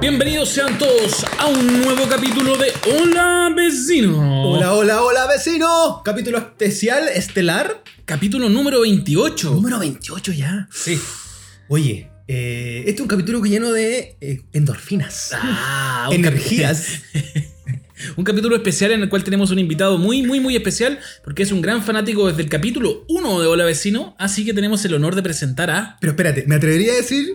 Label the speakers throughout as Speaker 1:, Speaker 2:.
Speaker 1: Bienvenidos sean todos a un nuevo capítulo de Hola Vecino.
Speaker 2: Hola, hola, hola, vecino. Capítulo especial estelar.
Speaker 1: Capítulo número 28.
Speaker 2: Número 28 ya.
Speaker 1: Sí.
Speaker 2: Oye, eh, este es un capítulo lleno de eh, endorfinas.
Speaker 1: Ah, un
Speaker 2: Energías.
Speaker 1: capi- un capítulo especial en el cual tenemos un invitado muy, muy, muy especial porque es un gran fanático desde el capítulo 1 de Hola Vecino. Así que tenemos el honor de presentar a.
Speaker 2: Pero espérate, me atrevería a decir,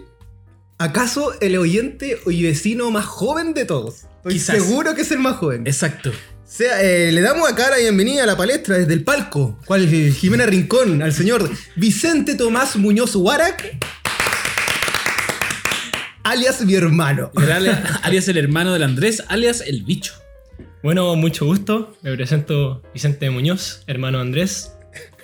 Speaker 2: ¿acaso el oyente o vecino más joven de todos? Estoy
Speaker 1: Quizás.
Speaker 2: seguro que es el más joven.
Speaker 1: Exacto.
Speaker 2: O sea, eh, le damos acá la bienvenida a la palestra desde el palco. ¿Cuál eh, Jimena Rincón? Al señor Vicente Tomás Muñoz Huarac. Alias mi hermano.
Speaker 1: El alia- alias el hermano del Andrés, alias el bicho.
Speaker 3: Bueno, mucho gusto. Me presento Vicente Muñoz, hermano Andrés.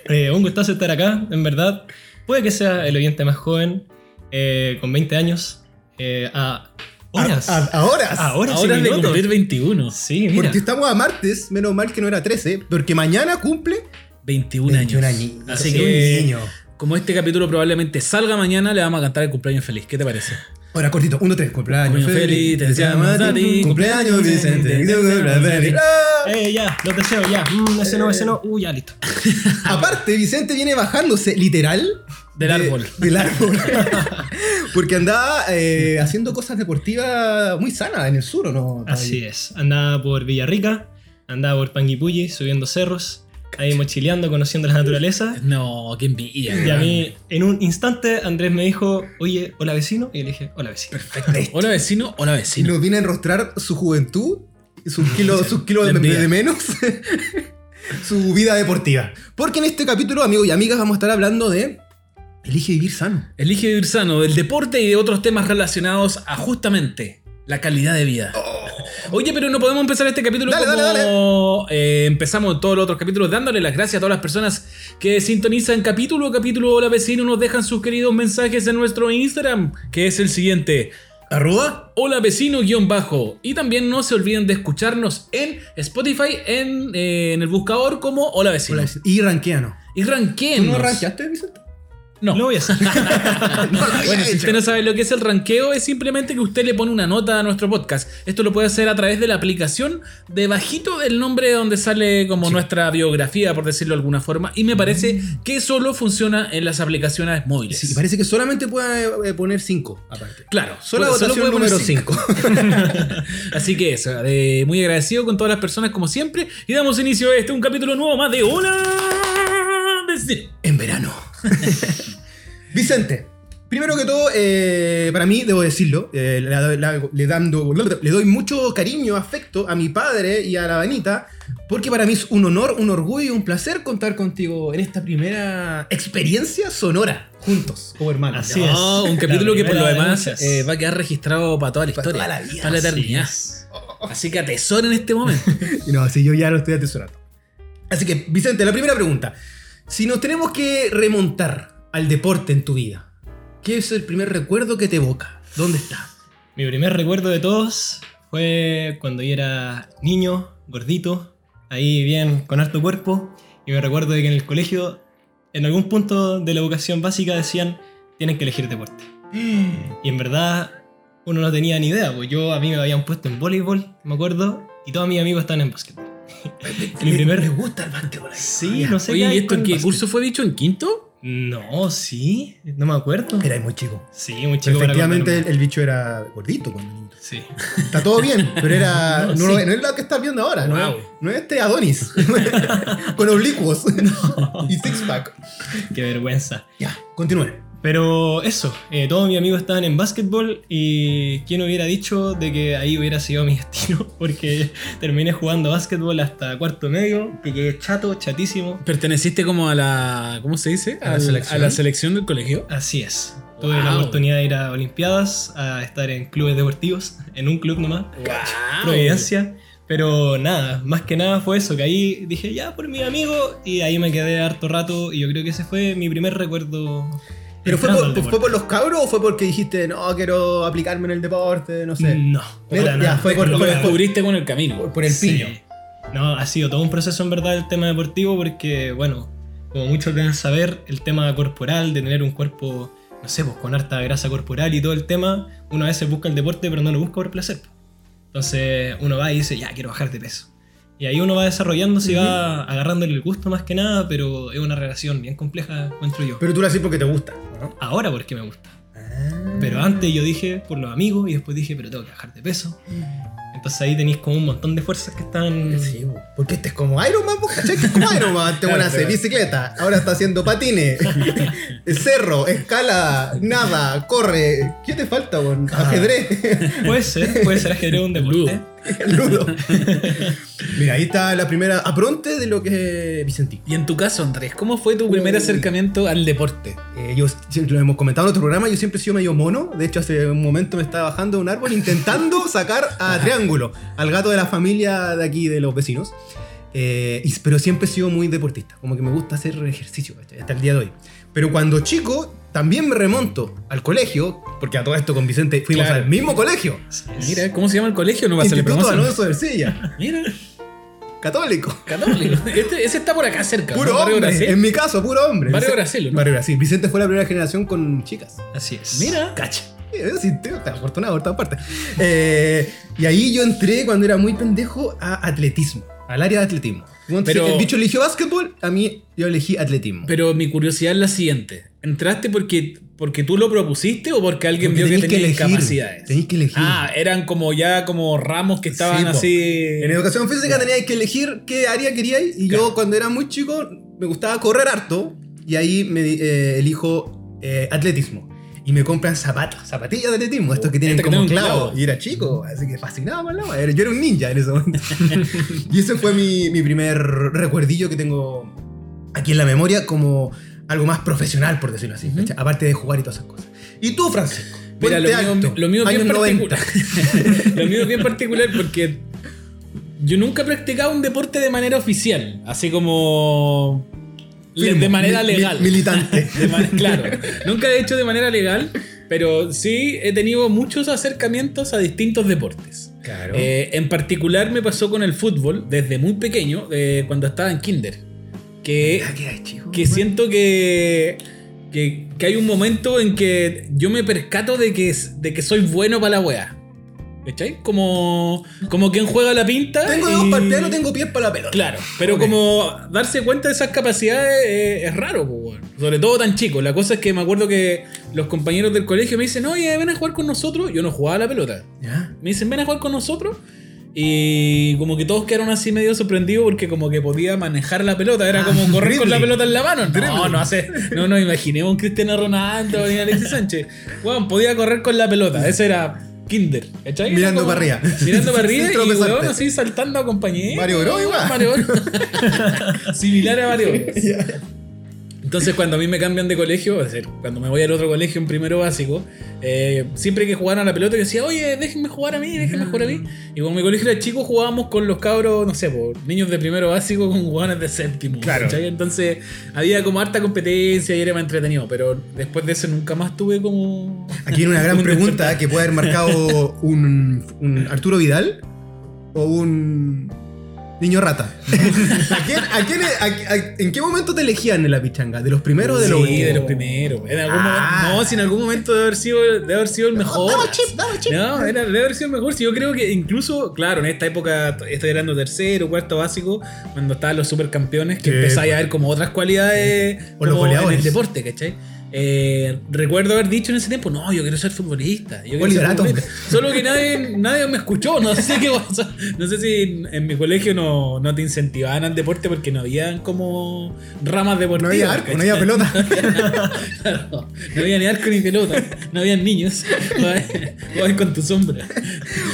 Speaker 3: Eh, un gustazo estar acá, en verdad. Puede que sea el oyente más joven, eh, con 20 años. eh, a horas.
Speaker 2: A- a- a horas.
Speaker 3: A horas y
Speaker 1: Ahora de
Speaker 3: minutos.
Speaker 1: cumplir 21.
Speaker 3: Sí, mira.
Speaker 2: Porque estamos a martes, menos mal que no era 13, porque mañana cumple
Speaker 1: 21 años.
Speaker 2: 21 añitos,
Speaker 1: Así
Speaker 2: sí,
Speaker 1: que.
Speaker 2: un niño.
Speaker 1: Como este capítulo probablemente salga mañana, le vamos a cantar el cumpleaños feliz. ¿Qué te parece?
Speaker 2: Ahora cortito, 1, 3, cumpleaños
Speaker 1: Cumpleaños feliz,
Speaker 2: feliz,
Speaker 1: te
Speaker 2: te
Speaker 1: deseamos
Speaker 2: deseamos
Speaker 1: a ti,
Speaker 2: cumpleaños Vicente,
Speaker 1: Vicente,
Speaker 2: cumpleaños feliz. ¡Ah!
Speaker 3: Eh, ya, los deseo, ya. Mm, ese no, ese no. Uh, ya, listo.
Speaker 2: Aparte, Vicente viene bajándose, literal.
Speaker 1: Del
Speaker 2: de-
Speaker 1: árbol.
Speaker 2: Del árbol. Porque andaba eh, haciendo cosas deportivas muy sanas en el sur, ¿o no?
Speaker 3: Así es. Andaba por Villarrica, andaba por Panguipulli, subiendo cerros, ahí mochileando, conociendo la naturaleza.
Speaker 1: No, qué envidia.
Speaker 3: Y a
Speaker 1: weón.
Speaker 3: mí, en un instante, Andrés me dijo, oye, hola vecino. Y le dije, hola vecino.
Speaker 2: Perfecto.
Speaker 1: Hola vecino, hola
Speaker 2: Y
Speaker 1: vecino.
Speaker 2: nos viene a enrostrar su juventud, sus kilos, sus kilos
Speaker 1: La
Speaker 2: de,
Speaker 1: envidia.
Speaker 2: de menos, su vida deportiva. Porque en este capítulo, amigos y amigas, vamos a estar hablando de Elige vivir sano.
Speaker 1: Elige vivir sano del deporte y de otros temas relacionados a justamente la calidad de vida. Oye, pero no podemos empezar este capítulo
Speaker 2: Oh. Dale,
Speaker 1: como
Speaker 2: dale,
Speaker 1: eh, empezamos todos los otros capítulos, dándole las gracias a todas las personas que sintonizan capítulo a capítulo. Hola vecino, nos dejan sus queridos mensajes en nuestro Instagram, que es el siguiente.
Speaker 2: Arroba
Speaker 1: Hola vecino guión bajo. Y también no se olviden de escucharnos en Spotify, en, eh, en el buscador como Hola vecino.
Speaker 2: Hola, y ranqueano.
Speaker 1: Y ranqueen.
Speaker 2: ¿Tú no ranqueaste, Vicente?
Speaker 1: No.
Speaker 3: Lo voy a hacer.
Speaker 2: No lo
Speaker 1: Ah,
Speaker 2: había
Speaker 1: Bueno, si
Speaker 2: hecho.
Speaker 1: usted no sabe lo que es el ranqueo, es simplemente que usted le pone una nota a nuestro podcast. Esto lo puede hacer a través de la aplicación debajito del nombre donde sale como nuestra biografía, por decirlo de alguna forma. Y me parece que solo funciona en las aplicaciones móviles.
Speaker 2: Sí, parece que solamente pueda eh, poner 5, aparte.
Speaker 1: Claro,
Speaker 2: Solo la
Speaker 1: puede-
Speaker 2: votación
Speaker 1: puede poner
Speaker 2: número
Speaker 1: cinco.
Speaker 2: 5.
Speaker 1: Así que eso, eh, muy agradecido con todas las personas como siempre. Y damos inicio a este, un capítulo nuevo más de Hola. Vecino.
Speaker 2: en verano. Vicente, primero que todo, eh, para mí, debo decirlo, eh, la- la- le, dando, le doy mucho cariño, afecto a mi padre y a la Vanita, porque para mí es un honor, un orgullo y un placer contar contigo en esta primera experiencia sonora, juntos, como hermanos.
Speaker 3: Así
Speaker 2: Ya,
Speaker 3: es.
Speaker 1: No, Ah, un
Speaker 3: La
Speaker 1: capítulo que por lo
Speaker 3: primera de
Speaker 1: demás
Speaker 3: muchas.
Speaker 1: eh, va a quedar registrado para toda la
Speaker 2: Para
Speaker 1: historia.
Speaker 2: toda la vida,
Speaker 1: para la eternidad.
Speaker 3: Así
Speaker 1: Así que atesoren este momento.
Speaker 2: No, sí, yo ya lo estoy atesorando. Así que, Vicente, la primera pregunta. Si nos tenemos que remontar al deporte en tu vida, ¿qué es el primer recuerdo que te evoca? ¿Dónde está?
Speaker 3: Mi primer recuerdo de todos fue cuando yo era niño, gordito, ahí bien con harto cuerpo. Y me recuerdo de que en el colegio, en algún punto de la educación básica, decían: tienes que elegir deporte. Y en verdad, uno no tenía ni idea. Pues yo a mí me habían puesto en voleibol, me acuerdo, y todos mis amigos estaban en básquetbol. Mi primer-
Speaker 2: Me gusta el básquetbol. Ah,
Speaker 3: Sí, no sé
Speaker 1: Oye,
Speaker 3: qué hay
Speaker 1: ¿y esto
Speaker 3: con
Speaker 1: en
Speaker 3: el
Speaker 1: qué
Speaker 3: básquet.
Speaker 1: curso fue dicho? ¿En quinto?
Speaker 3: No, sí, no me acuerdo.
Speaker 2: Era muy chico.
Speaker 3: Sí, muy chico para
Speaker 2: Efectivamente, el,
Speaker 3: acordarme.
Speaker 2: el bicho era gordito cuando niño.
Speaker 3: Sí.
Speaker 2: Está todo bien, pero era.
Speaker 3: No,
Speaker 2: No,
Speaker 3: sí.
Speaker 2: lo- no es lo que estás viendo ahora, ¿no?
Speaker 1: Wow.
Speaker 2: es- No es este Adonis. Con oblicuos. y six pack.
Speaker 3: Qué vergüenza.
Speaker 2: Ya, continúe.
Speaker 3: Pero eso, eh, todos mis amigos estaban en básquetbol y quién hubiera dicho de que ahí hubiera sido mi destino, porque terminé jugando básquetbol hasta cuarto medio, que quedé chato, chatísimo.
Speaker 1: ¿Perteneciste como a la. ¿Cómo se dice?
Speaker 2: ¿A la
Speaker 1: Al-
Speaker 2: selección?
Speaker 1: la selección del colegio.
Speaker 3: Así es. Tuve la
Speaker 1: Wow.
Speaker 3: oportunidad de ir a Olimpiadas, a estar en clubes deportivos, en un club nomás,
Speaker 1: Ah,
Speaker 3: Providencia. Pero nada, más que nada fue eso, que ahí dije ya por mi amigo y ahí me quedé harto rato y yo creo que ese fue mi primer recuerdo.
Speaker 2: ¿Pero fue
Speaker 3: entrando al
Speaker 2: por, fue
Speaker 3: deporte.
Speaker 2: por los cabros o fue porque dijiste, no, quiero aplicarme en el deporte? No sé.
Speaker 3: No,
Speaker 2: Mira,
Speaker 3: para
Speaker 2: ya,
Speaker 3: nada.
Speaker 2: fue por-
Speaker 1: Lo
Speaker 2: por-
Speaker 1: descubriste con el camino.
Speaker 2: Por, por el
Speaker 3: Mm, Sí.
Speaker 2: piño.
Speaker 3: No, ha sido todo un proceso en verdad el tema deportivo porque, bueno, como muchos deben saber, el tema corporal, de tener un cuerpo no sé, pues con harta grasa corporal y todo el tema, uno a veces busca el deporte, pero no lo busca por placer. po. Entonces uno va y dice, ya, quiero bajar de peso. Y ahí uno va desarrollándose y va agarrándole el gusto más que nada, pero es una relación bien compleja, encuentro yo.
Speaker 2: Pero tú lo haces porque te gusta, ¿no? Ah.
Speaker 3: Ahora porque me gusta. Pero antes yo dije por los amigos y después dije, pero tengo que bajar de peso. Entonces ahí tenéis como un montón de fuerzas que están...
Speaker 2: Sí, bo. porque este es como Iron Man, bo, ¿cachai? Que es como Iron Man. Antes bueno, hace bicicleta, ahora está haciendo patines, cerro, escala, nada, corre. ¿Qué te falta, bo? Ajedrez,
Speaker 3: Puede ser, puede ser ajedrez un deporte.
Speaker 1: Ludo.
Speaker 2: ludo. Mira, ahí está la primera apronte de lo que es Vicentino.
Speaker 1: Y en tu caso, Andrés, ¿cómo fue tu primer
Speaker 2: Uy.
Speaker 1: acercamiento al deporte?
Speaker 2: Eh, yo siempre lo hemos comentado en otro programa, yo siempre he sido medio mono. De hecho, hace un momento me estaba bajando de un árbol intentando sacar a Triángulo, al gato de la familia de aquí, de los vecinos. Eh, y- pero siempre he sido muy deportista, como que me gusta hacer ejercicio ¿cachai? hasta el día de hoy. Pero cuando chico, también me remonto al colegio, porque a todo esto con Vicente fuimos
Speaker 1: Claro.
Speaker 2: al mismo colegio.
Speaker 1: Mira, ¿cómo se llama el colegio? No va a ser
Speaker 2: Instituto
Speaker 1: promoción.
Speaker 2: Alonso de Ercilla,
Speaker 1: Mira,
Speaker 2: católico.
Speaker 1: católico. Este- ese está por acá cerca.
Speaker 2: Puro
Speaker 1: ¿no? Barrio
Speaker 2: hombre,
Speaker 1: Brasil.
Speaker 2: en mi caso, puro hombre.
Speaker 1: Barrio
Speaker 2: Vicen-
Speaker 1: Bracelo, ¿no?
Speaker 2: Barrio Brasil. Vicente fue la primera generación con chicas.
Speaker 3: Así es.
Speaker 1: Mira.
Speaker 2: Cacha. Yo Eh, sí, tío, está afortunado por todas partes. Eh, y ahí yo entré cuando era muy pendejo a atletismo, al área de atletismo. Entonces,
Speaker 1: Pero-
Speaker 2: el bicho eligió básquetbol, a mí yo elegí atletismo.
Speaker 1: Pero mi curiosidad es la siguiente. ¿Entraste porque, porque tú lo propusiste o porque alguien
Speaker 2: Porque
Speaker 1: vio que
Speaker 2: tenés que
Speaker 1: tenías
Speaker 2: elegir,
Speaker 1: capacidades?
Speaker 2: tenés que elegir.
Speaker 1: Ah, eran como ya como ramos que estaban
Speaker 2: Sí, po.
Speaker 1: así.
Speaker 2: En educación física teníais que elegir qué área queríais y yo cuando era muy chico me gustaba correr harto y ahí me di- eh, elijo eh, atletismo. Y me compran zapatos, zapatillas de atletismo, estos que tienen
Speaker 1: Estos que
Speaker 2: como
Speaker 1: tienen este un
Speaker 2: clavo.
Speaker 1: clavo.
Speaker 2: Y era chico, así que fascinado por la wea. Yo era un ninja en ese momento. y ese fue mi, mi primer recuerdillo que tengo aquí en la memoria como algo más profesional, por decirlo así. ¿cachai? Aparte de jugar y todas esas cosas. ¿Y tú, Francisco?
Speaker 1: Mira, lo
Speaker 2: Puente
Speaker 1: mío,
Speaker 2: Alto,
Speaker 1: lo mío es bien
Speaker 2: años 90.
Speaker 1: particular. lo mío es bien particular porque yo nunca he practicado un deporte de manera oficial, así como le-
Speaker 2: Firmo,
Speaker 1: de manera
Speaker 2: mi- mi-
Speaker 1: legal.
Speaker 2: militante.
Speaker 1: De man- claro, nunca he hecho de manera legal, pero sí he tenido muchos acercamientos a distintos deportes.
Speaker 2: Claro.
Speaker 1: Eh, en particular me pasó con el fútbol desde muy pequeño, de cuando estaba en kinder, que
Speaker 2: Ah, ¿qué hay, chico?
Speaker 1: que siento que, que, que hay un momento en que yo me percato de que, es- de que soy bueno para la wea. ¿Cachai? Como, como quien juega la pinta.
Speaker 2: Tengo
Speaker 1: y-
Speaker 2: dos partidas, no tengo pies para la pelota.
Speaker 1: Claro, pero
Speaker 2: Ok.
Speaker 1: como darse cuenta de esas capacidades eh, es raro, po, weón. sobre todo tan chico. La cosa es que me acuerdo que los compañeros del colegio me dicen, oye, ven a jugar con nosotros. Yo no jugaba a la pelota.
Speaker 2: ¿Ya?
Speaker 1: Me dicen, ven a jugar con nosotros. Y como que todos quedaron así medio sorprendidos porque como que podía manejar la pelota. Era
Speaker 2: Ah,
Speaker 1: como correr con
Speaker 2: dribbling.
Speaker 1: la pelota en la mano. No,
Speaker 2: Dribbling.
Speaker 1: no hace. No nos imaginemos un Cristiano Ronaldo ni Alexis Sánchez. Weón, podía correr con la pelota. Eso era Kinder. ¿cachai? Era
Speaker 2: Mirando
Speaker 1: como-
Speaker 2: para arriba.
Speaker 1: Mirando para arriba
Speaker 2: Sin
Speaker 1: y
Speaker 2: tropezarte.
Speaker 1: weón, así saltando a compañía.
Speaker 2: Mario Bros igual.
Speaker 1: Mario Bros. Similar a Mario Bros. Entonces cuando a mí me cambian de colegio, es decir, cuando me voy al otro colegio en primero básico, eh, siempre que jugaban a la pelota yo decía, oye, déjenme jugar a mí, déjenme jugar a mí. Y como mi colegio era chico, jugábamos con los cabros, no sé, po, niños de primero básico con jugadores de séptimo.
Speaker 2: Claro.
Speaker 1: ¿cachai? Entonces había como harta competencia y era más entretenido, pero después de eso nunca más tuve como...
Speaker 2: Aquí viene una gran pregunta que puede haber marcado un, un Arturo Vidal o un niño rata. ¿A quién- a quién- a- a- ¿En qué momento te elegían en la pichanga? ¿De los primeros o de los
Speaker 1: sí,
Speaker 2: últimos?
Speaker 1: de los primeros. En algún
Speaker 2: Ah.
Speaker 1: momento- no, si en algún momento debe haber sido, debe haber sido el mejor. No, era, debe haber sido mejor. Si yo creo que incluso, claro, en esta época t- estoy hablando tercero, cuarto básico, cuando estaban los supercampeones, que
Speaker 2: Sí,
Speaker 1: empezáis a
Speaker 2: pues.
Speaker 1: ver como otras cualidades
Speaker 2: O los
Speaker 1: como en el
Speaker 2: goleadores.
Speaker 1: deporte, ¿cachai? Eh, recuerdo haber dicho en ese tiempo, no, yo quiero ser futbolista. yo quiero ser
Speaker 2: Liberato.
Speaker 1: futbolista". Solo que nadie, nadie me escuchó, no sé qué pasó. No sé si en, en mi colegio no, no te incentivaban al deporte porque no habían como ramas
Speaker 2: No
Speaker 1: deportivas.
Speaker 2: había arco, no
Speaker 1: ¿cachai?
Speaker 2: había pelota.
Speaker 1: Claro, no había ni arco ni pelota, no habían niños. Juegas con tu sombra.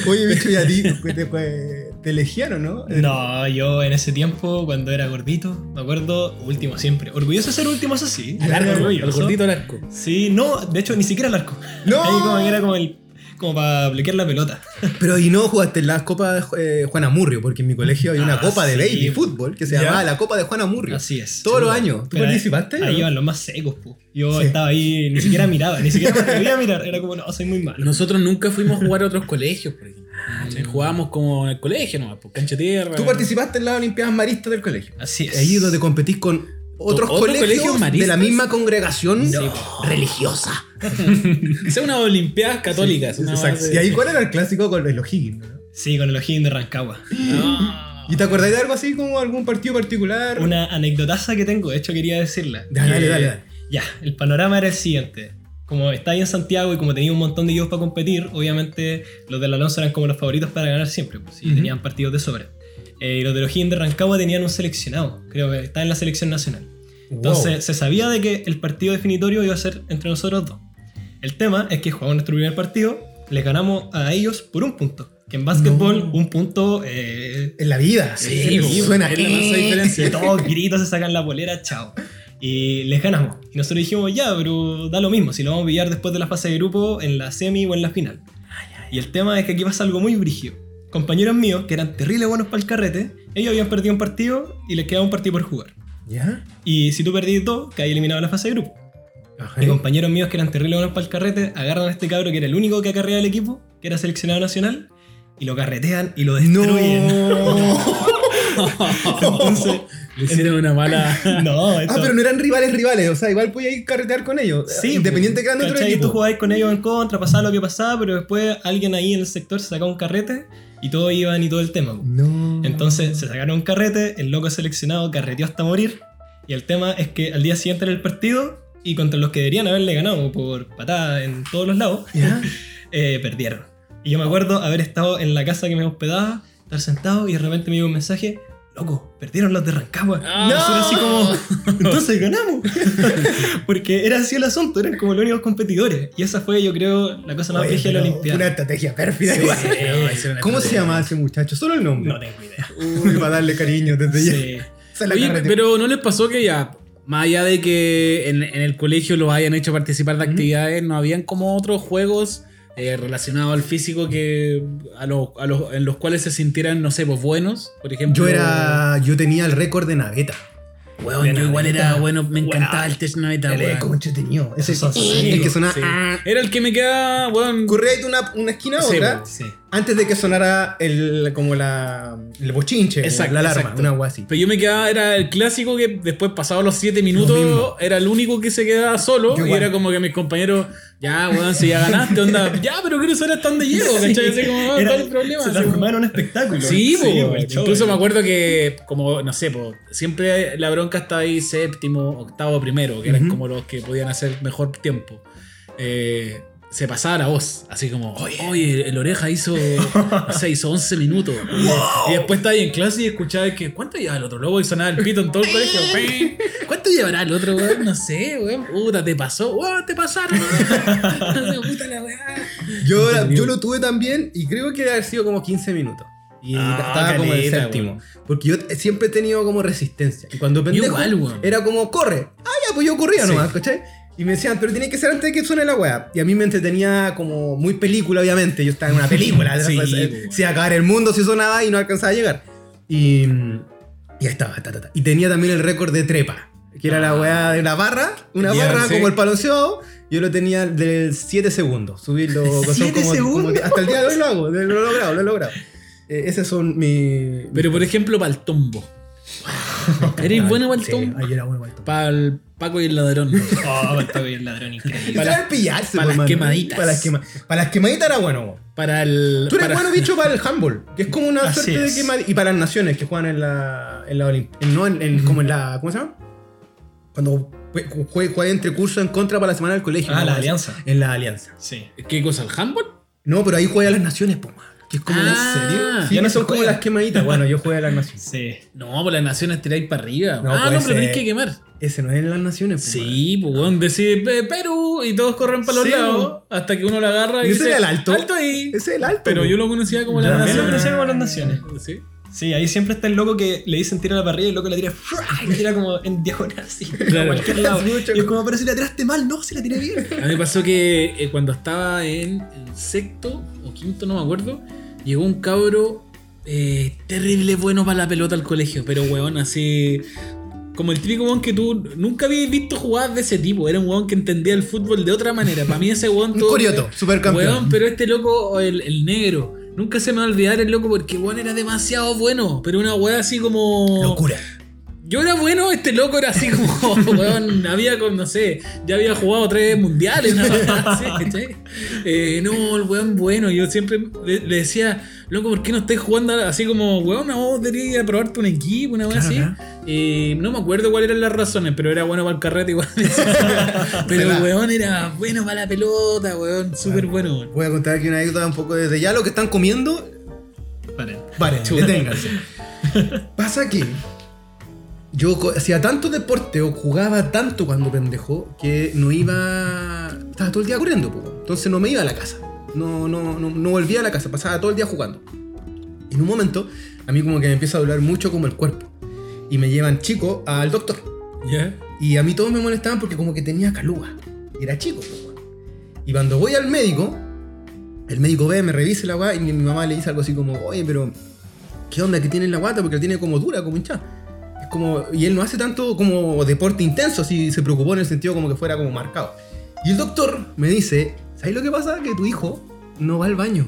Speaker 2: Oye, bicho, y a ti te, fue- te elegían o no?
Speaker 3: No, yo en ese tiempo, cuando era gordito, me acuerdo, último siempre. Orgulloso de ser último, eso sí.
Speaker 1: Al
Speaker 3: Era
Speaker 1: arco, al
Speaker 3: orgulloso.
Speaker 1: gordito al arco.
Speaker 3: Sí, no, de hecho, ni siquiera al arco.
Speaker 2: ¡No!
Speaker 3: Ahí como que era como el... Como para bloquear la pelota.
Speaker 2: Pero y no jugaste en las copas de eh, Juana Murrio, porque en mi colegio había una
Speaker 3: Ah,
Speaker 2: copa de
Speaker 3: sí.
Speaker 2: baby fútbol que se
Speaker 3: Ya.
Speaker 2: llamaba la Copa de Juana Murrio.
Speaker 3: Así es.
Speaker 2: Todos los
Speaker 3: Sí.
Speaker 2: años. ¿Tú
Speaker 3: Pero
Speaker 2: participaste?
Speaker 3: Ahí,
Speaker 2: o no?
Speaker 3: iban los más secos, po. Yo
Speaker 2: Sí.
Speaker 3: estaba ahí, ni siquiera miraba, ni siquiera me atrevía a mirar. Era como, no, soy muy malo.
Speaker 1: Nosotros nunca fuimos a jugar a otros colegios, por ejemplo.
Speaker 2: Ah,
Speaker 1: Sí, Jugábamos como en el colegio nomás, por cancha de tierra.
Speaker 2: Tú participaste en las Olimpiadas Maristas del colegio.
Speaker 3: Así es.
Speaker 2: Ahí donde competís con otros
Speaker 1: ¿Otro
Speaker 2: colegios
Speaker 1: colegio
Speaker 2: de la
Speaker 1: maristas?
Speaker 2: misma congregación
Speaker 3: Sí.
Speaker 2: religiosa.
Speaker 1: Sea unas Olimpiadas Católicas. una
Speaker 2: Exacto.
Speaker 1: base-
Speaker 2: ¿Y ahí cuál era el clásico con el O'Higgins? no?
Speaker 3: Sí, con el ojín de Rancagua.
Speaker 1: Ah.
Speaker 2: ¿Y te acordáis de algo así como algún partido particular?
Speaker 3: Una anecdotaza que tengo, de hecho quería decirla.
Speaker 2: Dale,
Speaker 3: Que-
Speaker 2: dale, dale, dale.
Speaker 3: Ya, el panorama era el siguiente. Como está ahí en Santiago y como tenía un montón de equipos para competir, obviamente los del Alonso eran como los favoritos para ganar siempre, pues, y
Speaker 2: Ujú.
Speaker 3: tenían partidos de sobra. Eh, y los de O'Higgins de Rancagua tenían un seleccionado, creo que está en la selección nacional. Entonces se sabía de que el partido definitorio iba a ser entre nosotros dos. El tema es que jugamos nuestro primer partido, les ganamos a ellos por un punto. Que en básquetbol, un punto eh,
Speaker 2: En la vida.
Speaker 1: Sí,
Speaker 2: Sí,
Speaker 1: sí,
Speaker 2: suena.
Speaker 1: es la masa de diferencia.
Speaker 3: y todos gritos se sacan la polera, chao. Y les ganamos. Y nosotros dijimos, ya, pero da lo mismo, si lo vamos a pillar después de la fase de grupo, en la semi o en la final. Y el tema es que aquí pasa algo muy brígido. Compañeros míos, que eran terribles buenos para el carrete, ellos habían perdido un partido y les quedaba un partido por jugar.
Speaker 2: ¿Ya?
Speaker 3: Y si tú perdís dos, caí eliminado en la fase de grupo.
Speaker 2: Ajá.
Speaker 3: Y compañeros míos que eran terribles buenos para el carrete, agarran a este cabro que era el único que acarreaba el equipo, que era seleccionado nacional, y lo carretean y lo destruyen.
Speaker 2: No.
Speaker 3: Entonces,
Speaker 1: Le hicieron una mala.
Speaker 3: no, esto-
Speaker 2: Ah, pero no eran rivales rivales, o sea, igual podía ir carretear con ellos.
Speaker 3: Sí,
Speaker 2: Independiente que eran de otro
Speaker 3: ¿cachai? Tú
Speaker 2: equipo.
Speaker 3: jugabas con ellos en contra, pasaba lo que pasaba, pero después alguien ahí en el sector se sacaba un carrete y todos iban y todo el tema. po.
Speaker 2: No.
Speaker 3: Entonces se sacaron un carrete, el loco seleccionado carreteó hasta morir y el tema es que al día siguiente era el partido y contra los que deberían haberle ganado por patada en todos los lados,
Speaker 2: ¿Ya?
Speaker 3: eh, perdieron. Y yo me acuerdo haber estado en la casa que me hospedaba, estar sentado y de repente me llegó un mensaje, loco, perdieron los de Rancagua.
Speaker 1: Ah.
Speaker 3: Y nosotros así como, entonces ganamos. Porque era así el asunto, eran como los únicos competidores. Y esa fue yo creo la cosa más
Speaker 2: Oye,
Speaker 3: brígida de la
Speaker 2: pero Una
Speaker 3: Olimpiada.
Speaker 2: estrategia pérfida igual. ¿Cómo se llama ese muchacho? Solo el nombre.
Speaker 3: No tengo idea.
Speaker 2: Uy, para darle cariño desde ya.
Speaker 3: Sí.
Speaker 2: Se la
Speaker 1: Oye,
Speaker 2: carreteó.
Speaker 1: pero ¿no les pasó que ya, más allá de que en, en el colegio los hayan hecho participar de actividades, no habían como otros juegos eh, relacionados al físico que a los, a los- en los cuales se sintieran, no sé, pues buenos? Por ejemplo,
Speaker 2: Yo era. Yo tenía el récord de naveta.
Speaker 1: Weón, yo igual era bueno, me encantaba el test naveta,
Speaker 2: Era como
Speaker 1: weón.
Speaker 2: entretenido. Ese
Speaker 3: Esos son
Speaker 2: el que
Speaker 3: amigos,
Speaker 2: sonaba.
Speaker 1: Sí.
Speaker 2: ah.
Speaker 1: Era el que me quedaba, weón.
Speaker 2: Corría de una, una esquina a
Speaker 1: Sí,
Speaker 2: otra.
Speaker 3: Sí.
Speaker 2: Antes de que sonara el, como la, el bochinche,
Speaker 1: Exacto,
Speaker 2: la alarma,
Speaker 1: exacto.
Speaker 2: una agua así.
Speaker 1: Pero yo me quedaba, era el clásico que después, pasados los 7 minutos,
Speaker 2: mismo.
Speaker 1: era el único que se quedaba solo.
Speaker 2: Yo
Speaker 1: Y
Speaker 2: igual.
Speaker 1: era como que mis compañeros, ya, weón, si ya ganaste, onda, ya, pero quiero saber hasta dónde llego, ¿cachai? Así como, "Ah, ¿cuál
Speaker 3: Era-
Speaker 1: es el problema?
Speaker 3: Se
Speaker 1: Así como-
Speaker 3: transformaron en un espectáculo.
Speaker 1: Sí, po,
Speaker 3: po, el show,
Speaker 1: incluso
Speaker 3: eh.
Speaker 1: me acuerdo que, como, no sé, po, siempre la bronca estaba ahí séptimo, octavo, primero, que eran
Speaker 2: Ujú.
Speaker 1: como los que podían hacer mejor tiempo. Eh, se pasaba la voz, así como, oye, el oreja hizo, no sé, hizo 11 minutos. Y después estaba ahí en clase y escuchaba que, ¿cuánto lleva el otro lobo? Y sonaba el pito en todo el colegio. "Ping". ¿Cuánto llevará el otro, weón? No sé, weón. Puta, te pasó, weón, te pasaron. weón. Puta la weá.
Speaker 2: Yo, yo lo tuve también y creo que debe haber sido como 15 minutos. Y
Speaker 1: Ah,
Speaker 2: estaba como en el
Speaker 1: caleta,
Speaker 2: séptimo.
Speaker 1: weón.
Speaker 2: Porque yo siempre he tenido como resistencia. Y cuando pendejo,
Speaker 1: igual, weón.
Speaker 2: era como, corre. Ah, ya, pues yo corría
Speaker 1: Sí.
Speaker 2: nomás, ¿cachai? Y me decían, pero tiene que ser antes de que suene la weá. Y a mí me entretenía como muy película, obviamente. Yo estaba en una película.
Speaker 1: Sí,
Speaker 2: se,
Speaker 1: weón.
Speaker 2: se iba a acabar el mundo si sonaba y no alcanzaba a llegar. Y, y ahí estaba, ta, ta, ta. Y tenía también el récord de trepa. Que era la weá de la barra. Una
Speaker 1: Ah. Ya,
Speaker 2: barra
Speaker 1: sí.
Speaker 2: como el palonceado. Yo lo tenía de 7 segundos. Subirlo son
Speaker 3: ¿Siete segundos?
Speaker 2: hasta el día de hoy lo hago, lo he logrado, lo he logrado. Eh, esos son mi.
Speaker 1: Pero por ejemplo, para el tombo. ¿Eres bueno para el
Speaker 2: Sí,
Speaker 1: tombo?
Speaker 2: Ay, era bueno para el tombo.
Speaker 1: Para el Paco y el ladrón.
Speaker 3: Oh, estoy el ladrón increíble.
Speaker 1: Para-
Speaker 2: Para pillarse,
Speaker 1: para
Speaker 2: pues,
Speaker 1: las
Speaker 2: mano.
Speaker 1: quemaditas.
Speaker 2: Para las, quema- para las quemaditas era bueno. weón.
Speaker 1: Para el.
Speaker 2: Tú eres
Speaker 1: para-
Speaker 2: bueno, bicho, para el handball. Que es como una
Speaker 3: Así
Speaker 2: suerte
Speaker 3: es.
Speaker 2: de quemadita. Y para las naciones que juegan en la. En la Olim- en- no, en, en- como en la. ¿Cómo se llama? Cuando jue- jue- juegan entre cursos en contra para la semana del colegio.
Speaker 3: Ah,
Speaker 2: ¿no?
Speaker 3: la alianza.
Speaker 2: En la alianza.
Speaker 3: Sí.
Speaker 1: ¿Qué cosa? ¿El handball?
Speaker 2: No, pero ahí juega las naciones, po, man. Que es como.
Speaker 1: Ah,
Speaker 2: ¿En serio?
Speaker 1: ya
Speaker 2: ya
Speaker 1: no
Speaker 2: no
Speaker 1: se
Speaker 2: son como
Speaker 1: juega.
Speaker 2: las quemaditas. Bueno, yo juego a las naciones.
Speaker 3: Sí.
Speaker 1: No, pues las naciones tiráis para arriba.
Speaker 2: No,
Speaker 1: ah,
Speaker 2: puede
Speaker 1: no, pero tenéis
Speaker 2: ser.
Speaker 1: que quemar.
Speaker 2: Ese no es en las naciones, po, man.
Speaker 1: Sí, pues weón, decís "Pe- Perú y todos corren para los
Speaker 2: Sí,
Speaker 1: lados hasta que uno lo agarra y.
Speaker 2: ¿Y ese
Speaker 1: dice,
Speaker 2: era el alto?
Speaker 1: Alto ahí.
Speaker 2: Ese es el alto. pues.
Speaker 1: Pero
Speaker 2: po.
Speaker 1: yo lo conocía como
Speaker 2: Ya,
Speaker 1: la
Speaker 3: También lo
Speaker 1: nación.
Speaker 3: conocía como las naciones.
Speaker 1: Sí.
Speaker 3: Sí, ahí siempre está el loco que le dicen tira la parrilla y el loco la tira, ¡fra! y la tira como en diagonal, así, a
Speaker 1: Claro.
Speaker 3: cualquier lado.
Speaker 2: Mucho.
Speaker 3: Y es como, pero si la tiraste mal, no, si la tiré bien.
Speaker 1: A mí me pasó que eh, cuando estaba en, en sexto o quinto, no me acuerdo, llegó un cabro eh, terrible bueno para la pelota al colegio, pero weón, así. Como el típico weón que tú nunca habías visto jugadas de ese tipo. Era un weón que entendía el fútbol de otra manera. Para mí ese weón
Speaker 2: Un
Speaker 1: todo-
Speaker 2: corioto, supercampeón.
Speaker 1: Weón, pero este loco, el, el negro. Nunca se me va a olvidar el loco porque weón era demasiado bueno. Pero una weá así como.
Speaker 2: Locura.
Speaker 1: Yo era bueno, este loco era así como, weón, había, con- no sé, ya había jugado tres mundiales, una cosa así, ¿cachai? Eh, no, el weón bueno, yo siempre le, le decía, loco, ¿por qué no estás jugando así como, weón, no, deberías ir a probarte un equipo, una weón
Speaker 2: Claro,
Speaker 1: así?
Speaker 2: claro.
Speaker 1: Eh, no me acuerdo cuáles eran las razones, pero era bueno para el carrete igual. pero
Speaker 2: Verdad.
Speaker 1: weón era bueno para la pelota, weón, súper bueno, weón.
Speaker 2: Voy a contar aquí una anécdota un poco desde ya lo que están comiendo.
Speaker 3: Paren.
Speaker 2: Vale, deténganse. Pasa que yo co- hacía tanto deporte o jugaba tanto cuando pendejo que no iba. Estaba todo el día corriendo, po. entonces no me iba a la casa. No, no, no, no volvía a la casa, pasaba todo el día jugando. En un momento, a mí como que me empieza a doler mucho como el cuerpo. Y me llevan chico al doctor.
Speaker 1: ¿Ya?
Speaker 2: Y a mí todos me molestaban porque como que tenía caluga. Y era chico, pues, weón. Y cuando voy al médico, el médico ve, me revisa la weá y mi, mi mamá le dice algo así como, oye, pero ¿qué onda que tiene la guata? Porque la tiene como dura, como hinchada. Es como, y él no hace tanto como deporte intenso, así se preocupó en el sentido como que fuera como marcado. Y el doctor me dice, ¿sabes lo que pasa? Que tu hijo no va al baño.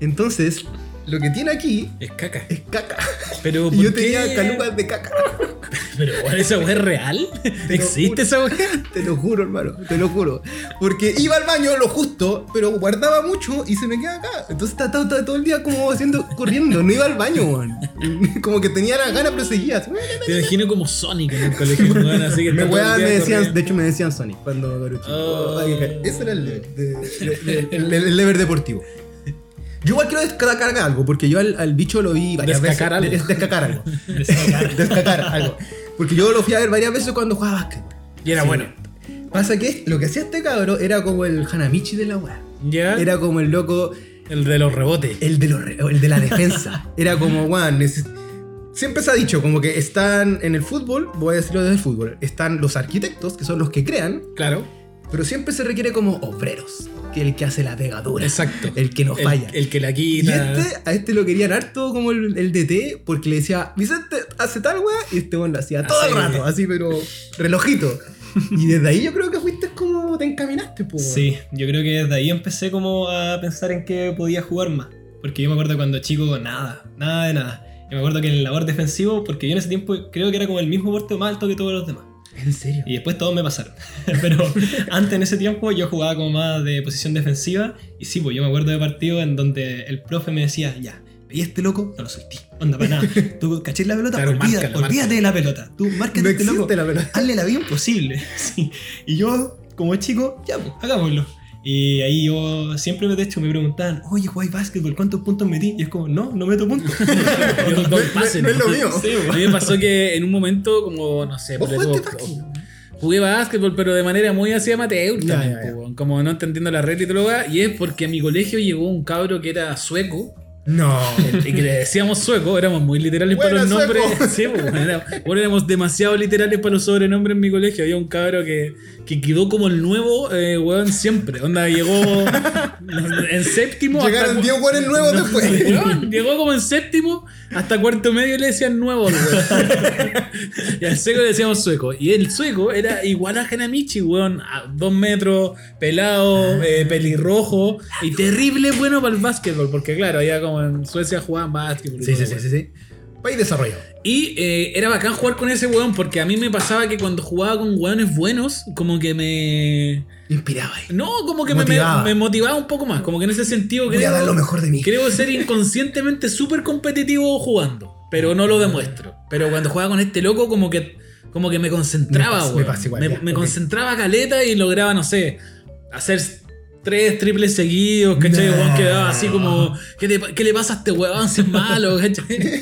Speaker 2: Entonces, lo que tiene aquí
Speaker 1: Es caca.
Speaker 2: es caca.
Speaker 1: Pero
Speaker 2: Y yo
Speaker 1: ¿por qué?
Speaker 2: tenía calugas de caca.
Speaker 1: Pero weón, esa weón es real. ¿Existe
Speaker 2: juro.
Speaker 1: esa weón?
Speaker 2: Te lo juro, hermano, te lo juro. Porque iba al baño lo justo, pero guardaba mucho y se me queda acá. Entonces estaba, estaba- estaba todo el día como haciendo, corriendo, no iba al baño, weón. Como que tenía las ganas, pero seguía.
Speaker 1: Te imagino como Sonic en el colegio. weón, así que
Speaker 2: Me,
Speaker 1: está todo el
Speaker 2: weá,
Speaker 1: día
Speaker 2: me decían,
Speaker 1: corriendo.
Speaker 2: de hecho me decían Sonic cuando era chico.
Speaker 1: Oh.
Speaker 2: Ay, qué car- Ese era el lever, de- de- de- el- el lever deportivo. Yo igual quiero descacar algo, porque yo al, al bicho lo vi varias
Speaker 1: Descacar
Speaker 2: veces.
Speaker 1: algo.
Speaker 2: Des- Descacar algo. descacar algo. Porque yo lo fui a ver varias veces cuando jugaba básquet.
Speaker 1: Y era
Speaker 2: Sí.
Speaker 1: bueno.
Speaker 2: Pasa que lo que hacía este cabro era como el Hanamichi de la weá.
Speaker 1: Ya.
Speaker 2: Era como el loco,
Speaker 1: el de los rebotes.
Speaker 2: el de, los re- el de la defensa. Era como, weón, neces- siempre se ha dicho como que están en el fútbol, voy a decirlo desde el fútbol, están los arquitectos, que son los que crean,
Speaker 1: Claro.
Speaker 2: pero siempre se requiere como obreros, que el que hace la pegadura,
Speaker 1: Exacto.
Speaker 2: el que no
Speaker 1: El-
Speaker 2: falla.
Speaker 1: El, que la
Speaker 2: y
Speaker 1: quita.
Speaker 2: este, a este lo querían harto como el, el DT, porque le decía, Vicente, hace tal weá, y este weón lo hacía todo el
Speaker 1: Así.
Speaker 2: rato, así, pero relojito. Y desde ahí yo creo que fuiste como te encaminaste, pues.
Speaker 3: Sí, yo creo que desde ahí empecé como a pensar en que podía jugar más. Porque yo me acuerdo cuando chico, nada, nada de nada. Y me acuerdo que en el labor defensivo, porque yo en ese tiempo creo que era como el mismo porte más alto que todos los demás.
Speaker 2: En serio.
Speaker 3: Y después todos me pasaron. Pero antes en ese tiempo yo jugaba como más de posición defensiva. Y sí, pues yo me acuerdo de partidos en donde el profe me decía, ya, veí a este loco, no lo solté. Onda, para nada. Tú caché la pelota,
Speaker 1: Claro,
Speaker 3: olvida-
Speaker 1: márcala,
Speaker 3: olvídate
Speaker 1: márcala.
Speaker 3: de la pelota. Tú márcate
Speaker 2: no
Speaker 3: a este
Speaker 2: existe
Speaker 3: loco.
Speaker 2: la verdad.
Speaker 3: Hazle la vida imposible. Sí. Y yo, como chico, ya, pues, hagámoslo. Y ahí yo siempre de hecho me preguntaban, oye, jugáis básquetbol, ¿cuántos puntos metí? Y es como, no, no meto puntos.
Speaker 1: Yo doy pase,
Speaker 2: no es
Speaker 1: ¿no?
Speaker 2: lo mío.
Speaker 3: Sí,
Speaker 1: A
Speaker 3: pues.
Speaker 1: mí me pasó que en un momento, como no sé,
Speaker 2: Vos
Speaker 1: ponle tú,
Speaker 2: jugaste
Speaker 1: o-
Speaker 2: básquet.
Speaker 1: jugué básquetbol, pero de manera muy así amateur
Speaker 2: Ya,
Speaker 1: también,
Speaker 2: ya, ya.
Speaker 1: po, weón, como no entendiendo la regla y todo lo weá, Y es porque a mi colegio llegó un cabro que era sueco.
Speaker 2: No.
Speaker 1: el- y que le decíamos sueco, éramos muy literales para
Speaker 2: Buena,
Speaker 1: los
Speaker 2: sueco.
Speaker 1: nombres. Sí, pues, bueno, era- bueno, éramos demasiado literales para los sobrenombres en mi colegio. Había un cabro que, que quedó como el nuevo eh, weón siempre. Onda, llegó en séptimo.
Speaker 2: Llegaron 10 hueones nuevos después.
Speaker 1: Weón, llegó como en séptimo, hasta cuarto medio le decían nuevo al weón. y al sueco le decíamos sueco. Y el sueco era igual a Hanamichi, weón. A dos metros, pelado, eh, pelirrojo y terrible bueno para el básquetbol. Porque claro, allá como en Suecia jugaban básquetbol. y
Speaker 2: Sí,
Speaker 1: todo,
Speaker 2: sí, sí,
Speaker 1: weón.
Speaker 2: sí, sí. País desarrollado.
Speaker 1: Y eh, era bacán jugar con ese weón porque a mí me pasaba que cuando jugaba con weones buenos, como que me...
Speaker 2: Inspiraba ahí.
Speaker 1: No, como que me-
Speaker 2: Motivaba.
Speaker 1: Me, me motivaba un poco más. Como que en ese sentido
Speaker 2: Voy a
Speaker 1: creo-
Speaker 2: dar lo mejor de mí.
Speaker 1: Creo ser inconscientemente súper competitivo jugando, pero no lo demuestro. Pero cuando jugaba con este loco, como que, como que me
Speaker 2: Me
Speaker 1: concentraba,
Speaker 2: pasa- me
Speaker 1: weón.
Speaker 2: pasa igual,
Speaker 1: Me,
Speaker 2: ya,
Speaker 1: me
Speaker 2: ok.
Speaker 1: concentraba caleta y lograba, no sé, hacer tres triples seguidos, ¿cachai?
Speaker 2: No.
Speaker 1: Weón quedaba así como, ¿qué, te pa- qué le pasa a este weón si es malo, cachai?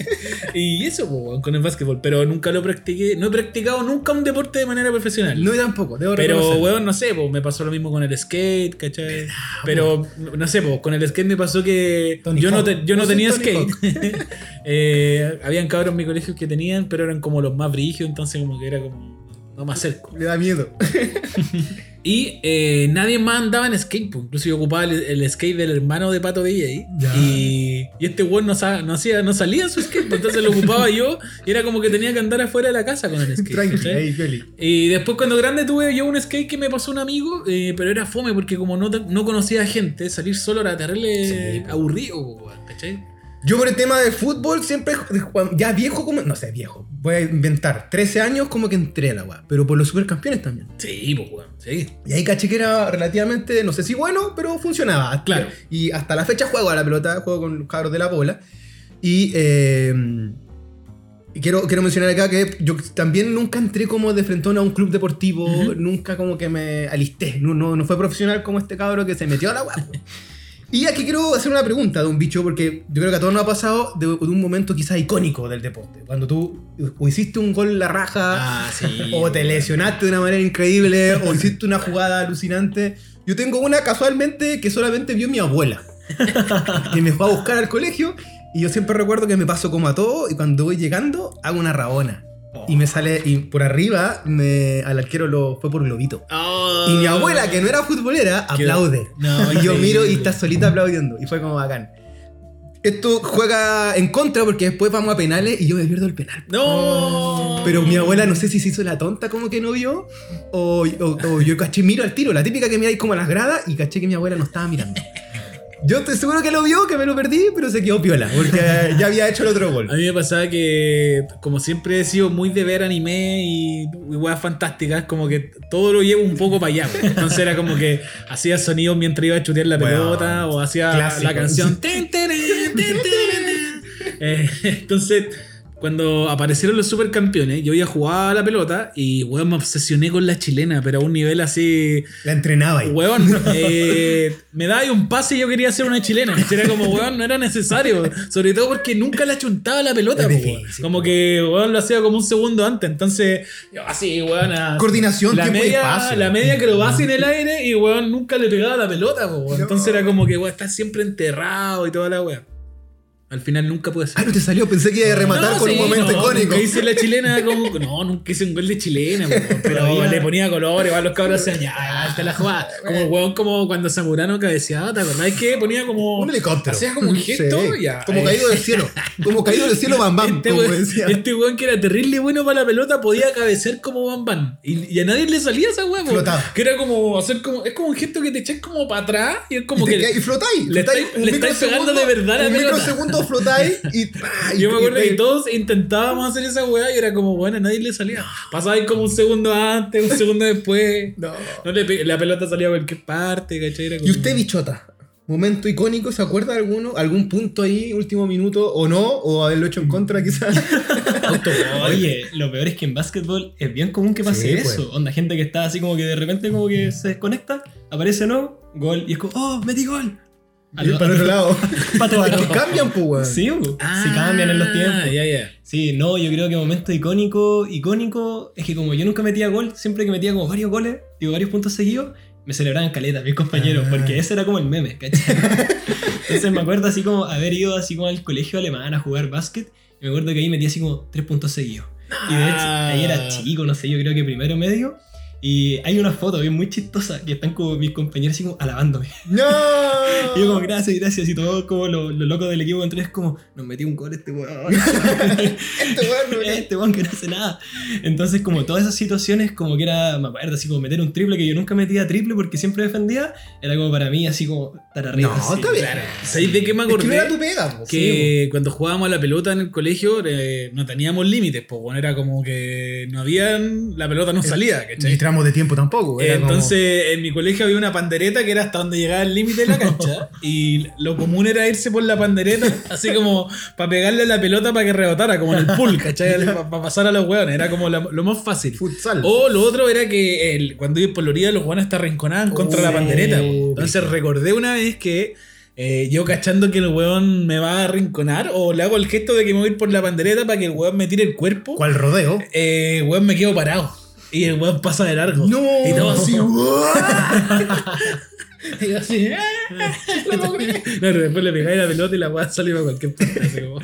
Speaker 1: Y eso, pues, weón, con el básquetbol. Pero nunca lo practiqué, no he practicado nunca un deporte de manera profesional.
Speaker 2: No, yo tampoco. Debo
Speaker 1: Pero,
Speaker 2: reconocer.
Speaker 1: weón, no sé, po, me pasó lo mismo con el skate, ¿cachai? Pero, no sé, po, con el skate me pasó que
Speaker 2: Tony
Speaker 1: yo no,
Speaker 2: Hawk.
Speaker 1: te- yo no
Speaker 2: Yo soy
Speaker 1: tenía
Speaker 2: Tony
Speaker 1: skate. Eh, habían cabros en mi colegio que tenían, pero eran como los más brígidos, entonces como que era como... No me acerco.
Speaker 2: Le da miedo.
Speaker 1: Y eh, nadie más andaba en skate, po. incluso yo ocupaba el, el skate del hermano de Pato DJ.
Speaker 2: Ya.
Speaker 1: Y, y este weón no, sa- no, hacía, no salía en su skate, po, entonces lo ocupaba yo y era como que tenía que andar afuera de la casa con el skate.
Speaker 2: Tranqui,
Speaker 1: ¿cachai?
Speaker 2: ahí, Feli.
Speaker 1: Y después cuando grande tuve yo un skate que me pasó un amigo, eh, pero era fome porque como no, te- no conocía gente, salir solo era terrible
Speaker 2: Sí, po.
Speaker 1: aburrido, po, weón, ¿cachai?
Speaker 2: Yo por el tema del fútbol siempre, ju- ya viejo como, no sé, viejo, voy a inventar, 13 años como que entré a la weá, pero por los supercampeones también.
Speaker 1: Sí, pues, weón. Sí.
Speaker 2: Y ahí caché que era relativamente, no sé si bueno, pero funcionaba.
Speaker 1: Claro.
Speaker 2: Y hasta la fecha juego a la pelota, juego con los cabros de la bola. Y, eh, y quiero, quiero mencionar acá que yo también nunca entré como de frentón a un club deportivo, nunca como que me alisté. No, no, no fue profesional como este cabro que se metió a la guapa. Y aquí quiero hacer una pregunta de un bicho, porque yo creo que a todos nos ha pasado de, de un momento quizás icónico del deporte. Cuando tú o hiciste un gol en la raja,
Speaker 3: Ah, sí.
Speaker 2: o te lesionaste de una manera increíble, o hiciste una jugada alucinante. Yo tengo una casualmente que solamente vio mi abuela, que me fue a buscar al colegio. Y yo siempre recuerdo que me paso como a todo, y cuando voy llegando, hago una rabona. Y me sale, y por arriba, me, al arquero lo fue por globito. Y mi abuela, que no era futbolera,
Speaker 1: Qué-
Speaker 2: aplaude.
Speaker 3: No,
Speaker 2: Y yo
Speaker 3: increíble.
Speaker 2: miro y está solita aplaudiendo. Y fue como bacán. Esto juega en contra porque después vamos a penales y yo me pierdo el penal.
Speaker 1: ¡No!
Speaker 2: Pero mi abuela no sé si se hizo la tonta como que no vio o, o- o yo caché miro al tiro, la típica que miráis como a las gradas y caché que mi abuela no estaba mirando. Yo estoy seguro que lo vio, que me lo perdí, pero se quedó piola porque ya había hecho el otro
Speaker 1: A
Speaker 2: gol.
Speaker 1: mí me pasaba que, como siempre he sido muy de ver anime y, y weas fantásticas, como que todo lo llevo un poco para allá. güey. Entonces era como que hacía sonidos mientras iba a chutear la
Speaker 2: Bueno,
Speaker 1: pelota o hacía
Speaker 2: clásico.
Speaker 1: la canción. Tin, tin, tin, tin, tin. Eh, entonces, cuando aparecieron los supercampeones, yo ya jugaba a la pelota y weón, me obsesioné con la chilena, pero a un nivel así.
Speaker 2: La entrenaba ahí.
Speaker 1: Weón, eh, me da ahí un pase y yo quería hacer una chilena. Era como, weón, no era necesario. Sobre todo porque nunca le achuntaba la pelota.
Speaker 2: Es
Speaker 1: po,
Speaker 2: difícil,
Speaker 1: weón. como que, weón, lo hacía como un segundo antes. Entonces, yo así, weón. a-
Speaker 2: Coordinación,
Speaker 1: la
Speaker 2: tiempo y
Speaker 1: media,
Speaker 2: espacio.
Speaker 1: la media acrobacia en el aire y, weón, nunca le pegaba la pelota. po, weón.
Speaker 2: No.
Speaker 1: Entonces era como que, weón, está siempre enterrado y toda la weón. Al final nunca pude hacer.
Speaker 2: Ah, no te salió, pensé que iba a rematar
Speaker 1: No,
Speaker 2: con
Speaker 1: sí,
Speaker 2: un
Speaker 1: no,
Speaker 2: momento icónico.
Speaker 1: Nunca hice la chilena como. No, nunca hice un gol de chilena, po, pero
Speaker 3: Todavía.
Speaker 1: le ponía colores, a los cabros hacían ya, hasta la jugada. Como el hueón, como cuando Samurano cabeceaba, ¿te acordás que ponía como.
Speaker 2: Un helicóptero.
Speaker 1: Hacía como un gesto,
Speaker 2: Sí,
Speaker 1: ya.
Speaker 2: Como
Speaker 1: Eh,
Speaker 2: caído del cielo. Como caído del cielo, bam bam.
Speaker 1: Este
Speaker 2: como
Speaker 1: weón,
Speaker 2: decía.
Speaker 1: este weón que era terrible bueno para la pelota podía cabecear como Bam Bam. Y, y a nadie le salía esa hueá, po.
Speaker 2: Flotaba.
Speaker 1: Que era como hacer como. Es como un gesto que te echas como para atrás y es como
Speaker 2: y, te
Speaker 1: que.
Speaker 2: quedáis- y flotáis.
Speaker 1: le
Speaker 2: flotáis
Speaker 1: estáis- le estáis pegando de
Speaker 2: microsegundo,
Speaker 1: verdad a la
Speaker 2: Un
Speaker 1: pelota.
Speaker 2: microsegundo flotáis y. pa, y-
Speaker 1: Yo me
Speaker 2: y
Speaker 1: acuerdo
Speaker 2: te-
Speaker 1: que todos intentábamos hacer esa weá y era como, bueno, a nadie le salía. Pasaba ahí como un segundo antes, un segundo después. No.
Speaker 2: No.
Speaker 1: le pe- la pelota salía a cualquier parte, ¿cachai? Era como-
Speaker 2: Y usted, bichota, momento icónico, ¿se acuerda de alguno? ¿Algún punto ahí, último minuto, o no? ¿O haberlo hecho en contra, quizás?
Speaker 3: Oye, lo peor es que en básquetbol es bien común que pase
Speaker 2: Sí, pues.
Speaker 3: eso. Onda, gente que está así como que de repente como que se desconecta, aparece no, gol, y es como, oh, metí gol.
Speaker 2: Y para el otro lado.
Speaker 3: Pato
Speaker 2: Es
Speaker 3: Aro.
Speaker 2: que cambian, pues, weón.
Speaker 3: Sí, po.
Speaker 1: Ah,
Speaker 3: si cambian en los tiempos.
Speaker 1: Ya, ya.
Speaker 3: Sí, no, yo creo que momento icónico, icónico, es que como yo nunca metía gol, siempre que metía como varios goles, digo varios puntos seguidos, me celebraban caleta mis compañeros,
Speaker 2: Ah.
Speaker 3: porque ese era como el meme, ¿cachai? Entonces me acuerdo así como haber ido así como al colegio alemán a jugar básquet, y me acuerdo que ahí metía así como tres puntos seguidos. Y de hecho, ahí era chico, no sé, yo creo que primero medio, y hay una foto bien muy chistosa, que están como mis compañeros así como alabándome.
Speaker 2: ¡No!
Speaker 3: Y yo como, gracias, gracias, y todo como lo, lo loco del equipo entré es como, nos metió un gol este weón.
Speaker 2: Este weón, no,
Speaker 3: este weón que no hace nada. Entonces, como todas esas situaciones, como que era, me acuerdo, así como meter un triple que yo nunca metía triple porque siempre defendía, era como para mí, así como estar arriba.
Speaker 2: No,
Speaker 3: así.
Speaker 2: está bien.
Speaker 1: ¿Sabéis de qué me
Speaker 2: Es que no
Speaker 1: acordé?
Speaker 2: era tu pega, po.
Speaker 1: que cuando jugábamos a la pelota en el colegio eh, no teníamos límites, pues bueno, era como que no habían, la pelota no salía, ¿cachai?
Speaker 2: Ni tramos de tiempo tampoco. era como-
Speaker 1: Entonces, en mi colegio había una pandereta que era hasta donde llegaba el límite de la cancha. y lo común era irse por la pandereta, así como para pegarle a la pelota para que rebotara, como en el pool, ¿cachai? Para pasar a los hueones. Era como la- lo más fácil.
Speaker 2: Futsal.
Speaker 1: O lo otro era que el- cuando iba por la orilla los guanes te arrinconaban contra
Speaker 2: Oh,
Speaker 1: la pandereta. po.
Speaker 2: sí.
Speaker 1: Entonces recordé una vez que eh, yo cachando que el weón me va a arrinconar o le hago el gesto de que me voy a ir por la pandereta para que el weón me tire el cuerpo.
Speaker 2: ¿Cuál rodeo?
Speaker 1: Eh, weón, me quedo parado. Y el weón pasa de largo.
Speaker 2: ¡No!
Speaker 1: Y todo así. y yo así. "Ah". Claro, después le pegáis la pelota y la weón salió para cualquier parte. así como-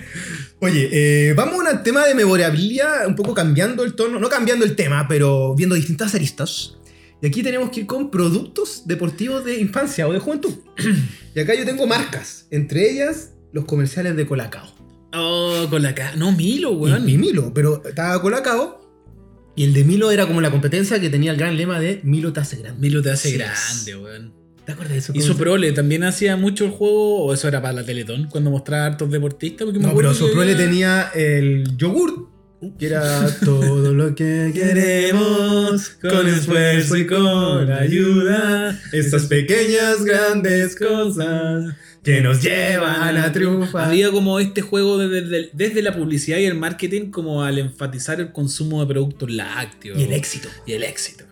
Speaker 2: Oye, eh, vamos al tema de memorabilidad, un poco cambiando el tono, no cambiando el tema, pero viendo distintas aristas. Y aquí tenemos que ir con productos deportivos de infancia o de juventud. y acá yo tengo marcas, entre ellas los comerciales de Colacao.
Speaker 1: Oh, con la cara. No, Milo, weón.
Speaker 2: Y, y Milo, pero estaba Colacao y el de Milo era como la competencia que tenía el gran lema de Milo te hace grande.
Speaker 1: Milo te hace
Speaker 2: Sí.
Speaker 1: grande, weón.
Speaker 2: ¿Te acuerdas de eso?
Speaker 1: Y Prole también hacía mucho el juego, o eso era para la Teletón, cuando mostraba hartos deportistas. Porque me
Speaker 2: No,
Speaker 1: acuerdo
Speaker 2: pero
Speaker 1: que
Speaker 2: Soprole
Speaker 1: era- "Uh,
Speaker 2: tenía el yogur. Que era todo lo que queremos con esfuerzo y con ayuda. Estas pequeñas grandes cosas que nos llevan a triunfar.
Speaker 1: Había como este juego de- desde, el- desde la publicidad y el marketing, como al enfatizar el consumo de productos lácteos.
Speaker 2: Y el éxito.
Speaker 1: Y el éxito.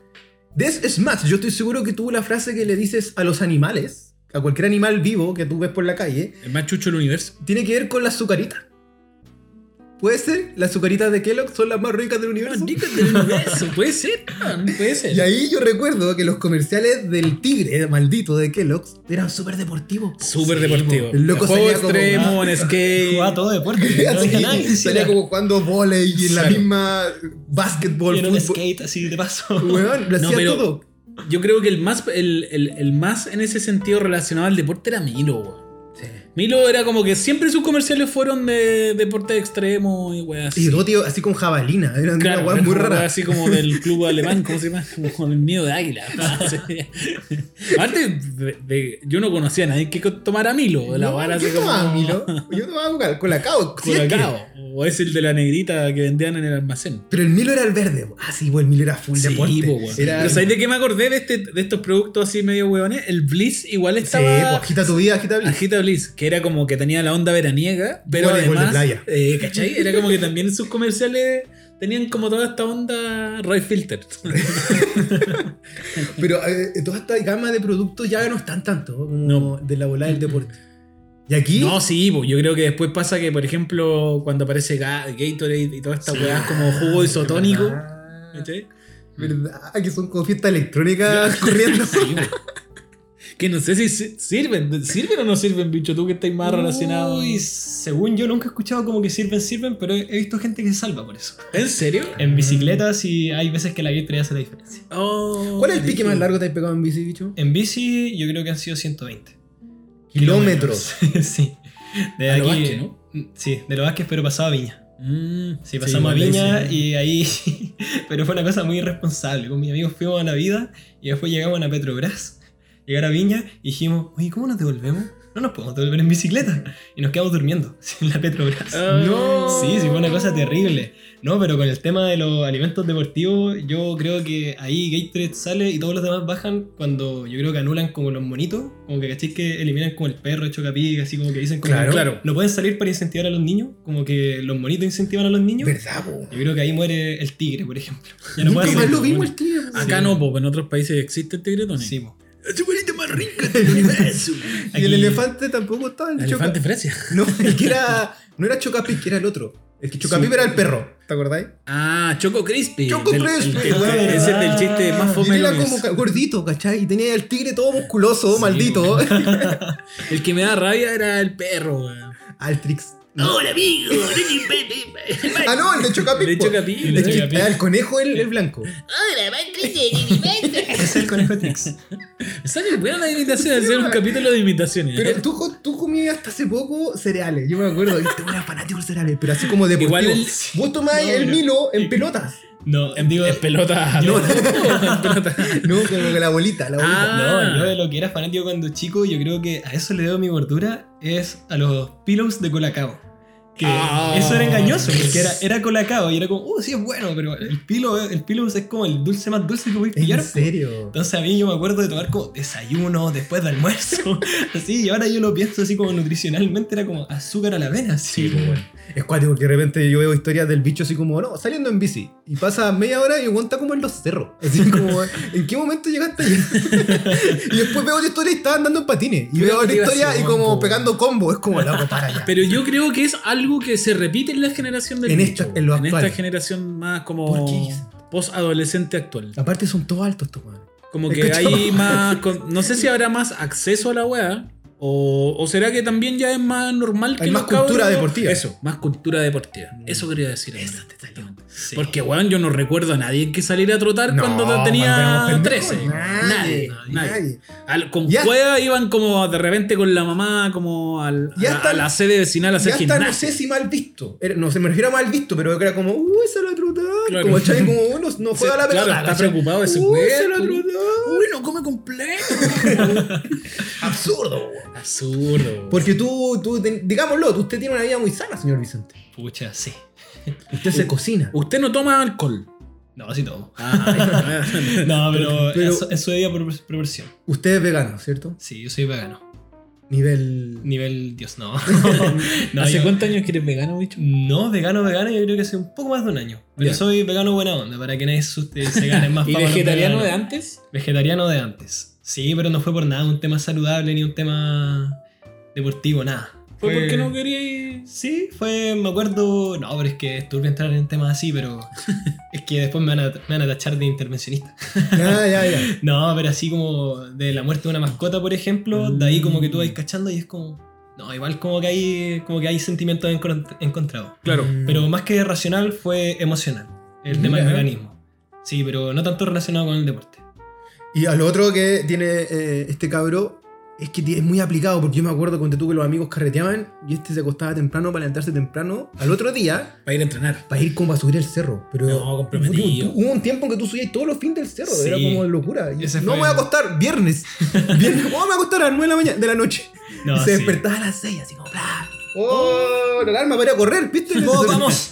Speaker 2: This is Max. Yo estoy seguro que tú la frase que le dices a los animales, a cualquier animal vivo que tú ves por la calle,
Speaker 1: El más chucho del universo.
Speaker 2: tiene que ver con la azucarita. ¿Puede ser? Las azucaritas de Kellogg son las más ricas del universo.
Speaker 1: del universo. Puede ser, man, puede ser.
Speaker 2: Y ahí yo recuerdo que los comerciales del tigre maldito de Kellogg's eran súper deportivos.
Speaker 1: Súper deportivo.
Speaker 2: El loco
Speaker 1: juego
Speaker 2: salía como-
Speaker 1: extremo, en
Speaker 3: Jugaba
Speaker 1: skate.
Speaker 3: todo deporte. No
Speaker 2: Así,
Speaker 3: había nada que
Speaker 2: salía
Speaker 3: hiciera.
Speaker 2: Eh, como jugando volei y en la
Speaker 1: Claro.
Speaker 2: misma básquetbol,
Speaker 3: Y en un
Speaker 2: fútbol.
Speaker 3: skate así de paso.
Speaker 2: Weón, lo
Speaker 1: No,
Speaker 2: hacía
Speaker 1: pero-
Speaker 2: todo.
Speaker 1: Yo creo que el más, el, el- el más en ese sentido relacionado al deporte era Milo, weón. Milo era como que siempre sus comerciales fueron de deporte extremo y weas
Speaker 2: Y
Speaker 1: así.
Speaker 2: dos tíos así con jabalina. Eran
Speaker 1: Claro,
Speaker 2: una weá muy
Speaker 1: era
Speaker 2: rara.
Speaker 1: Así como del club alemán, ¿cómo se llama? Como el miedo de águila. Sí. Antes, de- de- yo no conocía a nadie que tomara Milo. La
Speaker 2: No,
Speaker 1: vara así
Speaker 2: yo
Speaker 1: como.
Speaker 2: tomaba Milo. Yo tomaba Coca- Colacao. si es que-
Speaker 1: Colacao. O es el de la negrita que vendían en el almacén.
Speaker 2: Pero el Milo era el verde. bo. Ah, sí, bo, el Milo era full
Speaker 1: Sí,
Speaker 2: deporte.
Speaker 1: po, weón.
Speaker 2: Era-
Speaker 1: Pero ¿sabes de qué me acordé de, este, de estos productos así medio hueones? El Bliss igual
Speaker 2: Sí,
Speaker 1: estaba.
Speaker 2: bo, agita tu vida, agita Blitz.
Speaker 1: Agita Bliss, que era como que tenía la onda veraniega, pero
Speaker 2: Voleibol de
Speaker 1: además,
Speaker 2: playa.
Speaker 1: eh, ¿cachai? Era como que también sus comerciales tenían como toda esta onda Roy Filter.
Speaker 2: Pero eh, toda esta gama de productos ya no están tanto como
Speaker 1: No.
Speaker 2: de la volada del deporte. Y aquí,
Speaker 1: No, sí, po, yo creo que después pasa que, por ejemplo, cuando aparece Ga- Gatorade y todas estas weas como jugo isotónico,
Speaker 2: ¿verdad?
Speaker 1: ¿cachai?
Speaker 2: ¿verdad? Que son como fiestas electrónicas corriendo.
Speaker 1: Sí, po. que no sé si si- sirven, sirven o no sirven, bicho, tú que estás más relacionado.
Speaker 3: Uy, según yo nunca he escuchado como que sirven, sirven, pero he visto gente que se salva por eso.
Speaker 1: ¿En serio?
Speaker 3: En bicicletas y hay veces que la Gatorade hace la diferencia.
Speaker 1: Oh,
Speaker 2: ¿Cuál es el pique
Speaker 1: brígido.
Speaker 2: más largo que te has pegado en bici, bicho?
Speaker 3: En bici yo creo que han sido 120.
Speaker 2: Kilómetros. Ah,
Speaker 3: sí. De
Speaker 1: A lo
Speaker 3: aquí-
Speaker 1: Vázquez, ¿no?
Speaker 3: Sí, de lo Vázquez, pero pasaba a Viña.
Speaker 1: Mm,
Speaker 3: Sí, pasamos a
Speaker 1: igual
Speaker 3: Viña
Speaker 1: dicen.
Speaker 3: y ahí. pero fue una cosa muy irresponsable. Con mis amigos fuimos a Navidad y después llegamos a Petrobras. Llegar a Viña y dijimos, oye, ¿cómo nos devolvemos? No nos podemos devolver en bicicleta. Y nos quedamos durmiendo en la Petrobras.
Speaker 1: Ay.
Speaker 2: No.
Speaker 3: Sí, sí, fue una cosa terrible. No, pero con el tema de los alimentos deportivos, yo creo que ahí Gatorade sale y todos los demás bajan cuando yo creo que anulan como los monitos, como que cachis que eliminan como el perro, el chocapic, así como que dicen como
Speaker 2: Claro.
Speaker 3: que no, no pueden salir para incentivar a los niños, como que los monitos incentivan a los niños.
Speaker 2: ¿Verdad, po?
Speaker 3: Yo creo que ahí muere el tigre, por ejemplo. Ya
Speaker 2: Nunca
Speaker 3: puede
Speaker 2: más
Speaker 3: hacer-
Speaker 2: lo vimos el tío. po.
Speaker 1: Acá no, po, en otros países existe el tigretón.
Speaker 3: Sí, mo.
Speaker 1: ¡Su bonito más rica del universo!
Speaker 2: Y el
Speaker 3: Aquí-
Speaker 2: elefante tampoco estaba en
Speaker 1: El
Speaker 2: el
Speaker 1: elefante Francia.
Speaker 2: No, el que era. No era Chocapi, que era el otro. El que Chocapi
Speaker 1: Sí.
Speaker 2: era el perro. ¿Te acordáis?
Speaker 1: Ah, Choco Crispy.
Speaker 2: Choco
Speaker 1: Del-
Speaker 2: Crispy,
Speaker 1: el que-
Speaker 2: weón.
Speaker 1: Ese es el chiste más
Speaker 2: Y
Speaker 1: fome. del
Speaker 2: era como
Speaker 1: universo.
Speaker 2: ca- gordito, ¿cachai? Y tenía el tigre todo musculoso,
Speaker 1: Sí,
Speaker 2: maldito.
Speaker 1: El que me da rabia era el perro, weón.
Speaker 2: Altrix.
Speaker 1: ¡Hola, amigo!
Speaker 2: Ah, no, el de Chocapi.
Speaker 1: De
Speaker 2: po.
Speaker 1: Chocapi.
Speaker 2: El de Chocapi. Era el conejo, el, el blanco.
Speaker 4: Hola, Patricia de mi mente.
Speaker 3: Ese es el conejo Trix.
Speaker 1: Sale buena la imitación, hacer un capítulo de imitaciones. Eh,
Speaker 2: Pero tú, co- tú comías hasta hace poco cereales, yo me acuerdo. Y tú eras fanático de cereales, pero así como deportivo.
Speaker 1: Igual el-
Speaker 2: Vos tomás
Speaker 3: No,
Speaker 2: el
Speaker 3: pero-
Speaker 2: Milo en pelotas.
Speaker 3: No, digo,
Speaker 1: Es pelota.
Speaker 3: Yo-
Speaker 1: ¿no? Es pelota.
Speaker 2: No, como que la abuelita, la abuelita.
Speaker 1: Ah.
Speaker 3: No, yo de lo que era fanático cuando chico, yo creo que a eso le debo mi gordura, es a los pillows de Colacao. Que
Speaker 1: Ah.
Speaker 3: eso era engañoso, porque era, era Colacao y era como, uh, sí es bueno, pero el pillow, el pillows es como el dulce más dulce que voy a pillar.
Speaker 2: en serio.
Speaker 3: Entonces a mí yo me acuerdo de tomar como desayuno, después de almuerzo, así, y ahora yo lo pienso así como nutricionalmente, era como azúcar a la vena, así.
Speaker 1: pues,
Speaker 2: Es cuático que de repente yo veo historias del bicho así como, no, saliendo en bici. Y pasa media hora y aguanta como en los cerros. Así como, ¿en qué momento llegaste ahí? y después veo otra historia y estaba andando en patines. Y
Speaker 1: Qué
Speaker 2: veo otra historia y
Speaker 1: motivación,
Speaker 2: como
Speaker 1: po.
Speaker 2: pegando combo. Es como, loco, para allá.
Speaker 1: Pero yo creo que es algo que se repite en la generación del
Speaker 2: En
Speaker 1: bicho,
Speaker 2: esta- en lo actual.
Speaker 1: esta generación más
Speaker 2: ¿Por qué? Ah,
Speaker 1: como post-adolescente actual.
Speaker 2: Aparte son todos altos estos weones.
Speaker 1: Como
Speaker 2: ¿Me
Speaker 1: que
Speaker 2: escuchó?
Speaker 1: hay más. con- no sé si habrá más acceso a la weá. O, o será que también ya es más normal que
Speaker 2: Hay más
Speaker 1: los cabros-
Speaker 2: cultura deportiva.
Speaker 1: Eso, más cultura deportiva. Eso quería decir. amigo.
Speaker 3: Sí.
Speaker 1: Porque, weón, yo no recuerdo a nadie que saliera a trotar cuando tenía 13. Nadie, nadie. Al- con
Speaker 2: Ya-
Speaker 1: cueva iban como de repente con la mamá, como al,
Speaker 2: Ya
Speaker 1: a,
Speaker 2: hasta-
Speaker 1: a la sede vecinal a
Speaker 2: Ya
Speaker 1: hacer
Speaker 2: hasta no
Speaker 1: gimnasia.
Speaker 2: sé si mal visto. Era- No se me refiero a mal visto, pero era como, uh, esa la trota.
Speaker 1: Claro.
Speaker 2: Como el Chavi, como, "Uh, no, no juega
Speaker 1: Sí,
Speaker 2: la pelota.
Speaker 1: claro, está
Speaker 2: ¿cachai?
Speaker 1: preocupado de su
Speaker 2: "Uh, esa
Speaker 1: cuerpo".
Speaker 2: la trota.
Speaker 1: no come completo.
Speaker 2: Absurdo.
Speaker 1: Absurdo.
Speaker 2: Porque tú, tú ten- digámoslo, usted tiene una vida muy sana, señor Vicente.
Speaker 3: Pucha, sí.
Speaker 2: Usted se cocina.
Speaker 1: Usted no toma alcohol.
Speaker 3: No, sí tomo.
Speaker 1: Ah,
Speaker 3: No, pero,
Speaker 2: pero-
Speaker 3: en su- en su debida pro- proporción.
Speaker 2: Usted es vegano, ¿cierto?
Speaker 3: Sí, yo soy vegano.
Speaker 2: Nivel.
Speaker 3: Nivel Dios, no. no,
Speaker 1: ¿Hace
Speaker 3: yo-
Speaker 1: cuántos años que eres vegano, bicho?
Speaker 3: No, vegano, vegano, yo creo que hace un poco más de un año. Pero
Speaker 2: Ya.
Speaker 3: soy vegano buena onda, para que nadie se asuste y se ganen más
Speaker 1: ¿Y
Speaker 3: fama los
Speaker 1: vegetariano de
Speaker 3: veganos.
Speaker 1: antes?
Speaker 3: Vegetariano de antes. Sí, pero no fue por nada un tema saludable ni un tema deportivo, nada.
Speaker 1: Fue porque no quería ir.
Speaker 3: Sí, fue, me acuerdo. No, pero es que es turbio entrar en temas así, pero es que después me van, a, me van a tachar de intervencionista.
Speaker 2: Ya, ya, ya.
Speaker 3: No, pero así como de la muerte de una mascota, por ejemplo, de ahí como que tú vas
Speaker 2: Mm.
Speaker 3: cachando y es como. No, igual como que hay, como que hay sentimientos encont- encontrados.
Speaker 1: Claro.
Speaker 3: Pero más que racional fue emocional, el tema del
Speaker 2: Mm. Mira.
Speaker 3: veganismo. Sí, pero no tanto relacionado con el deporte.
Speaker 2: Y a lo otro que tiene eh, este cabro es que ti- es muy aplicado, porque yo me acuerdo cuando tú que los amigos carreteaban y este se acostaba temprano para levantarse temprano al otro día
Speaker 1: Para ir a entrenar.
Speaker 2: para ir como para subir el cerro. Pero
Speaker 1: No, comprometido.
Speaker 2: Hubo- Hubo un tiempo en que tú subías todos los fines del cerro,
Speaker 3: Sí.
Speaker 2: era como locura. Y
Speaker 3: Ese
Speaker 2: no
Speaker 3: fue-
Speaker 2: me voy a acostar, viernes. viernes ¿Cómo me voy a acostar a las 9 de la mañana de la noche?
Speaker 3: No,
Speaker 2: y se
Speaker 3: sí.
Speaker 2: despertaba a las 6, así como ¡bla! ¡Oh! La alarma para ir a correr, ¿viste?
Speaker 3: ¡Vamos, vamos!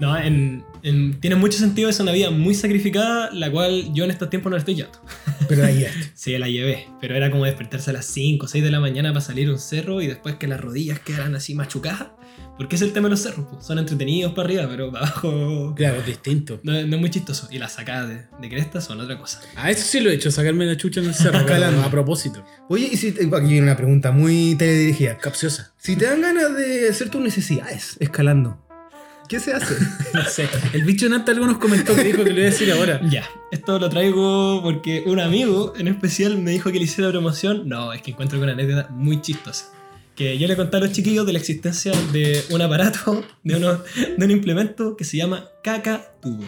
Speaker 3: No, en- en- tiene mucho sentido, es una vida muy sacrificada, la cual yo en estos tiempos no la estoy llevando.
Speaker 2: Pero ahí está.
Speaker 3: Sí, la llevé, pero era como despertarse a las 5 o 6 de la mañana para salir a un cerro y después que las rodillas quedaran así machucadas. Porque es el tema de los cerros, po. son entretenidos para arriba, pero para abajo
Speaker 1: Claro, es distinto.
Speaker 3: no, no es muy chistoso. Y las sacadas de, de cresta son otra cosa.
Speaker 1: A eso sí lo he hecho, sacarme la chucha en el cerro. pero
Speaker 2: Escalando.
Speaker 1: a propósito.
Speaker 2: Oye, y si te- aquí viene una pregunta muy teledirigida.
Speaker 1: Capciosa.
Speaker 2: Si te dan ganas de hacer tus necesidades escalando, ¿qué se hace?
Speaker 1: No sé. El bicho Nata algo nos comentó que dijo que lo iba a decir ahora.
Speaker 3: Ya, esto lo traigo porque un amigo en especial me dijo que le hiciera promoción. No, es que encuentro una anécdota muy chistosa. Que yo le conté a los chiquillos de la existencia de un aparato, de, uno, de un implemento que se llama caca tubo.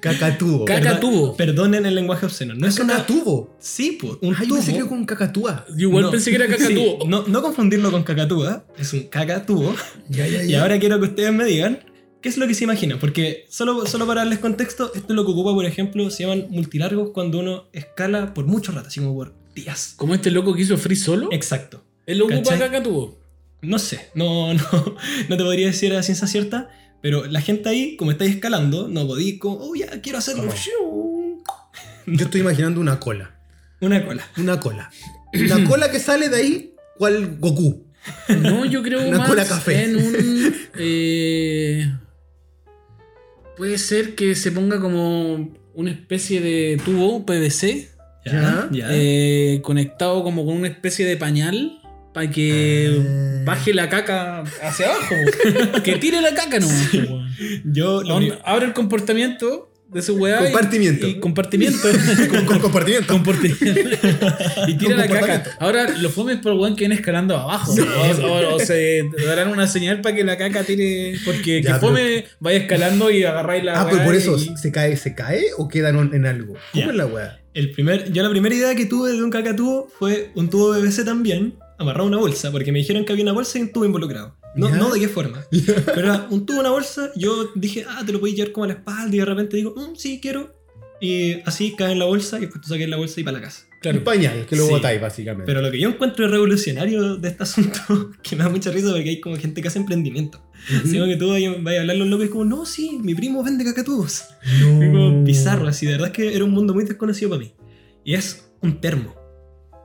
Speaker 2: Cacatúo.
Speaker 1: Ca- Cacatubo.
Speaker 3: Perdonen el lenguaje obsceno. No es una.
Speaker 2: Cacatúo.
Speaker 3: Sí, po, Ah, un
Speaker 2: Ay, yo
Speaker 3: tubo.
Speaker 2: pensé que era con cacatúa.
Speaker 1: Yo igual
Speaker 3: No,
Speaker 1: pensé que era cacatúo.
Speaker 3: sí, no, no confundirlo con cacatúa, es un cacatúo.
Speaker 2: Ya, ya,
Speaker 3: Y ahora quiero que ustedes me digan qué es lo que se imaginan, porque solo, solo para darles contexto, esto es lo que ocupa, por ejemplo, se llaman multilargos cuando uno escala por mucho rato, así como por días.
Speaker 1: Como este loco que hizo free solo.
Speaker 3: Exacto.
Speaker 1: Él lo ocupa
Speaker 3: ¿Cachai?
Speaker 1: cacatúo.
Speaker 3: No sé, no, no, no te podría decir a ciencia cierta, pero la gente ahí, como estáis escalando, no podéis como, oh ya, quiero hacerlo.
Speaker 2: Yo estoy imaginando una cola.
Speaker 3: Una cola.
Speaker 2: Una cola. Una cola que sale de ahí, cual Goku.
Speaker 1: No, yo creo
Speaker 2: Una
Speaker 1: más
Speaker 2: cola café.
Speaker 1: en un. eh, puede ser que se ponga como una especie de tubo PVC
Speaker 3: Ya, ya.
Speaker 1: eh, conectado como con una especie de pañal para que
Speaker 2: Eh,
Speaker 1: baje la caca hacia abajo. po. que tire la caca nomás. po, weón.
Speaker 3: Yo lo
Speaker 1: Onda, Abre el comportamiento de su weá. y-
Speaker 2: Compartimiento.
Speaker 1: Y, compartimiento.
Speaker 2: Con, con compartimiento.
Speaker 1: y tira
Speaker 2: Con
Speaker 1: la
Speaker 2: comportamiento.
Speaker 1: caca. Ahora lo fomes por weón que viene escalando abajo. O, o- o se darán una señal para que la caca tire. Porque que
Speaker 2: Ya, pero-
Speaker 1: fome vaya escalando y agarráis la.
Speaker 2: Ah, pues
Speaker 1: weá
Speaker 2: por
Speaker 1: y-
Speaker 2: eso, ¿se cae, se cae o queda en, en algo? ¿Cómo
Speaker 3: Ya.
Speaker 2: es la weá?
Speaker 3: El primer, yo la primera idea que tuve de un cacatúo fue un tubo BBC también, amarrado a una bolsa, porque me dijeron que había una bolsa y un tubo involucrado. No,
Speaker 2: Ya.
Speaker 3: no de qué forma. Pero era un tubo, una bolsa, yo dije, ah, te lo podéis llevar como a la espalda y de repente digo, "Mm, sí, quiero. Y así cae en la bolsa y después tú saques la bolsa y para la casa.
Speaker 2: Un
Speaker 1: Claro.
Speaker 2: pañal que lo
Speaker 3: Sí.
Speaker 2: botáis, básicamente.
Speaker 3: Pero lo que yo encuentro revolucionario de este asunto, que me da mucha risa porque hay como gente que hace emprendimiento. Sino que tú vayas vayas a hablar a los locos y es como, no, sí, mi primo vende cacatúos. Fue
Speaker 2: Mm.
Speaker 3: como bizarro, así. De verdad es que era un mundo muy desconocido para mí. Y es un termo.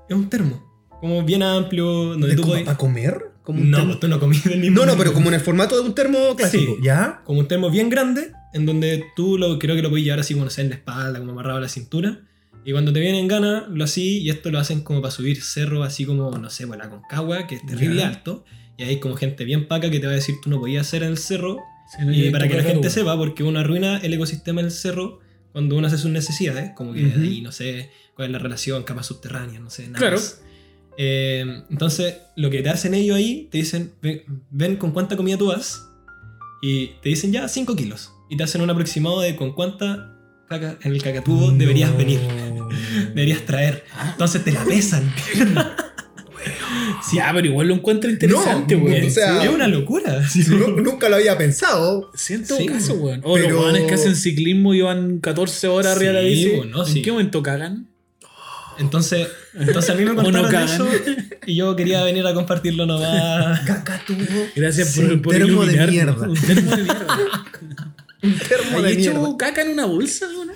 Speaker 3: Es un termo. Como bien amplio, donde tú podés-
Speaker 2: ¿Para comer? ¿Como un
Speaker 3: No,
Speaker 2: termo?
Speaker 3: pues tú no comías del mismo.
Speaker 2: No, no,
Speaker 3: mundo.
Speaker 2: pero como en el formato de un termo clásico.
Speaker 3: Sí.
Speaker 2: ¿Ya?
Speaker 3: Como un termo bien grande, en donde tú lo, creo que lo podías llevar así, como no sé, en la espalda, como amarrado a la cintura. Y cuando te vienen ganas, lo así, y esto lo hacen como para subir cerro, así como, no sé, bueno, la Concagua, que es terrible
Speaker 2: Ya.
Speaker 3: alto. Y hay como gente bien paca que te va a decir, tú no podías hacer en el cerro,
Speaker 1: Sí, no,
Speaker 3: Y
Speaker 1: yo
Speaker 3: para que la
Speaker 1: toco
Speaker 3: gente
Speaker 1: cacatúo.
Speaker 3: sepa, porque uno arruina el ecosistema del cerro cuando uno hace sus necesidades, como que
Speaker 2: Ujú.
Speaker 3: ahí no sé cuál es la relación, capas subterráneas, no sé, nada.
Speaker 1: Claro.
Speaker 3: más. Eh, entonces, lo que te hacen ellos ahí, te dicen, ven, ven con cuánta comida tú vas, y te dicen ya 5 kilos, y te hacen un aproximado de con cuánta caca- en el cacatubo deberías
Speaker 2: No. Ah.
Speaker 3: venir, deberías traer. Entonces te la pesan.
Speaker 1: Ya, ah, pero igual lo encuentro interesante,
Speaker 2: No,
Speaker 1: weón.
Speaker 2: o sea-
Speaker 3: es una locura.
Speaker 2: Nu- nunca lo había pensado.
Speaker 1: Siento
Speaker 3: Sí,
Speaker 1: caso, weón. O
Speaker 2: Pero-
Speaker 1: los weones que hacen ciclismo y van 14 horas arriba de la
Speaker 3: Sí,
Speaker 1: bici.
Speaker 3: weón, no,
Speaker 1: ¿En
Speaker 3: sí.
Speaker 1: qué momento cagan?
Speaker 3: Entonces, entonces a mí me contaron
Speaker 1: Monocan.
Speaker 3: eso y yo quería venir a compartirlo nomás.
Speaker 1: Gracias
Speaker 2: Sí,
Speaker 1: por, por
Speaker 2: termo de
Speaker 1: iluminar.
Speaker 2: mierda.
Speaker 1: Un termo de mierda.
Speaker 2: Un termo de
Speaker 1: ¿Hay hecho
Speaker 2: mierda.
Speaker 1: caca en una bolsa? weón?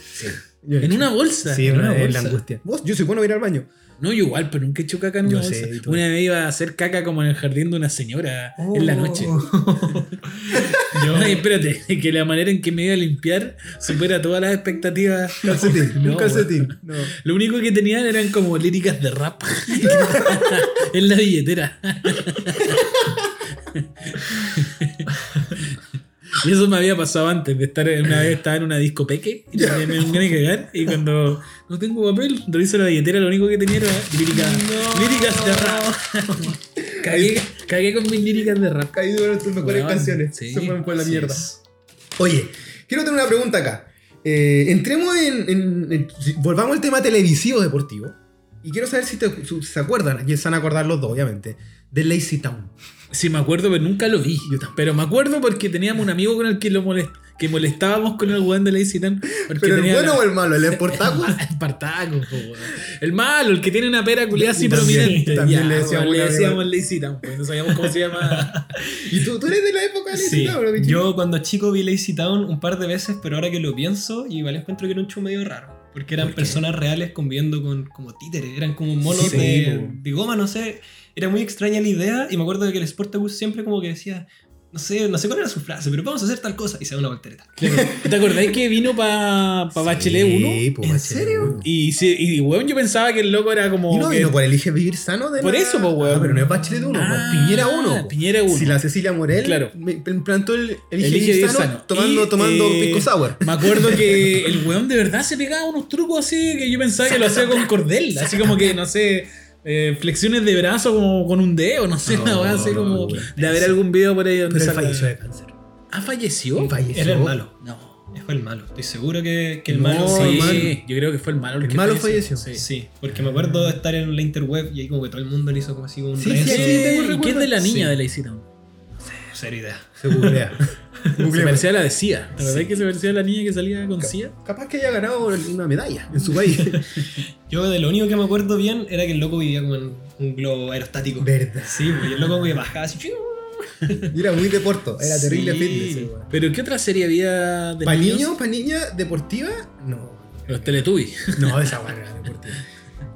Speaker 2: Yo
Speaker 1: ¿En
Speaker 2: he hecho-
Speaker 1: una bolsa?
Speaker 2: Sí,
Speaker 3: en
Speaker 2: una-
Speaker 3: una
Speaker 2: es la
Speaker 3: bolsa.
Speaker 2: angustia. Vos, yo soy bueno a ir al baño.
Speaker 1: No, yo igual, pero nunca he hecho caca en
Speaker 2: Yo
Speaker 1: una
Speaker 2: sé,
Speaker 1: bolsa.
Speaker 2: y todo.
Speaker 1: Una vez iba a hacer caca como en el jardín de una señora en la noche.
Speaker 2: Oh.
Speaker 3: Yo,
Speaker 1: Ay, espérate, que la manera en que me iba a limpiar supera todas las expectativas.
Speaker 2: Calcetín,
Speaker 1: No,
Speaker 2: un calcetín. No.
Speaker 1: Lo único que tenían eran como líricas de rap en la billetera. Y eso me había pasado antes de estar una vez estaba en una discopeque y me me gané de cagar y cuando no tengo papel, reviso la billetera, lo único que tenía era líricas, líricas de rap. Cagué, cagué con mis líricas de rap.
Speaker 2: Ahí duran tus mejores
Speaker 1: Weón,
Speaker 2: canciones.
Speaker 1: sí,
Speaker 2: Se fueron por la
Speaker 1: así
Speaker 2: mierda.
Speaker 1: es.
Speaker 2: Oye, quiero tener una pregunta acá. Eh, entremos en, en- en- si- Volvamos al tema televisivo deportivo. Y quiero saber si, te- su- se acuerdan, y se van a acordar los dos, obviamente, de Lazy Town.
Speaker 1: Sí, me acuerdo, pero nunca lo vi. Pero me acuerdo porque teníamos un amigo con el que lo molest- que molestábamos con el weón de la Town. Porque
Speaker 2: Pero el
Speaker 1: tenía
Speaker 2: bueno
Speaker 1: la-
Speaker 2: o el malo, el Sportacus.
Speaker 1: Espartaco, po, weón. el malo, el que tiene una pera culiada así
Speaker 2: También,
Speaker 1: prominente.
Speaker 2: también
Speaker 1: Ya,
Speaker 2: le decíamos
Speaker 1: weón, le
Speaker 2: una vez.
Speaker 1: decíamos Lazy Town, pues, no sabíamos cómo se llama.
Speaker 2: y tú, tú eres de la época de Lazy
Speaker 3: sí.
Speaker 2: Town, ¿no, bicho?
Speaker 3: Yo cuando chico vi Lazy Town un par de veces, pero ahora que lo pienso, igual encuentro que era un show medio raro. Porque eran personas reales conviviendo con como títeres, eran como monos
Speaker 2: Sí,
Speaker 3: de,
Speaker 2: po.
Speaker 3: de goma, no sé. Era muy extraña la idea y me acuerdo de que el Sportacus siempre como que decía, no sé, no sé cuál era su frase, pero vamos a hacer tal cosa y se da una voltereta.
Speaker 1: Claro. ¿Te acordáis que vino para pa Bachelet
Speaker 2: Sí,
Speaker 1: 1?
Speaker 2: po,
Speaker 3: ¿En
Speaker 2: Bachelet
Speaker 3: serio?
Speaker 2: uno.
Speaker 1: Y, se- y weón, yo pensaba que el loco era como.
Speaker 2: ¿Y no
Speaker 1: que-
Speaker 2: vino por Elige Vivir Sano? De
Speaker 1: Por
Speaker 2: la-
Speaker 1: eso, po, weón.
Speaker 2: Ah, pero no es Bachelet 1,
Speaker 1: Ah,
Speaker 2: Piñera 1.
Speaker 1: Piñera uno.
Speaker 2: Si la Cecilia Morel
Speaker 1: Claro.
Speaker 2: me me implantó el Elige,
Speaker 1: Elige
Speaker 2: Vivir
Speaker 1: vivir
Speaker 2: Sano,
Speaker 1: sano.
Speaker 2: tomando,
Speaker 1: Y,
Speaker 2: tomando
Speaker 1: eh,
Speaker 2: pisco sour.
Speaker 1: Me acuerdo que el weón de verdad se pegaba unos trucos así que yo pensaba que lo hacía con cordel, así como que, no sé, eh, flexiones de brazo como con un dedo, no sé,
Speaker 2: No,
Speaker 1: una weá así
Speaker 2: no,
Speaker 1: como
Speaker 2: weón.
Speaker 1: de haber algún video por ahí donde
Speaker 2: Pero él
Speaker 1: salga-
Speaker 2: falleció de cáncer.
Speaker 1: Ah, falleció.
Speaker 2: Falleció.
Speaker 3: Era el malo,
Speaker 1: No.
Speaker 3: fue el malo. Estoy seguro que, que el
Speaker 2: No,
Speaker 3: malo...
Speaker 1: Sí,
Speaker 2: el malo.
Speaker 1: yo creo que fue el malo el,
Speaker 2: El
Speaker 1: que
Speaker 2: malo falleció.
Speaker 1: Sí.
Speaker 3: Sí, porque me acuerdo de estar en la interweb y ahí como que todo el mundo le hizo como así como un
Speaker 2: Sí,
Speaker 3: rezo.
Speaker 1: Eh,
Speaker 2: sí, tengo
Speaker 1: ¿y
Speaker 2: recuerdo.
Speaker 1: ¿Quién de la niña
Speaker 3: Sí.
Speaker 1: de la hicieron?
Speaker 3: Cero idea.
Speaker 2: Se googlea.
Speaker 1: Se
Speaker 2: Googlea.
Speaker 1: parecía a la de Cia. ¿Te acordás que se parecía a la niña que salía con Cia?
Speaker 2: Capaz que haya ganado una medalla en su país.
Speaker 3: Yo de lo único que me acuerdo bien era que el loco vivía como en un globo aerostático.
Speaker 2: Verdad.
Speaker 3: Sí, pues y el loco que bajaba así. ¡chiu!
Speaker 2: Y Era muy deporto. Era
Speaker 3: Sí.
Speaker 2: terrible fitness. ese weón.
Speaker 1: ¿Pero qué otra serie había de
Speaker 2: ¿Pa'
Speaker 1: niños?
Speaker 2: niño, pa' niña, deportiva? No.
Speaker 1: Los Teletubbies.
Speaker 2: No, esa weá no era deportiva.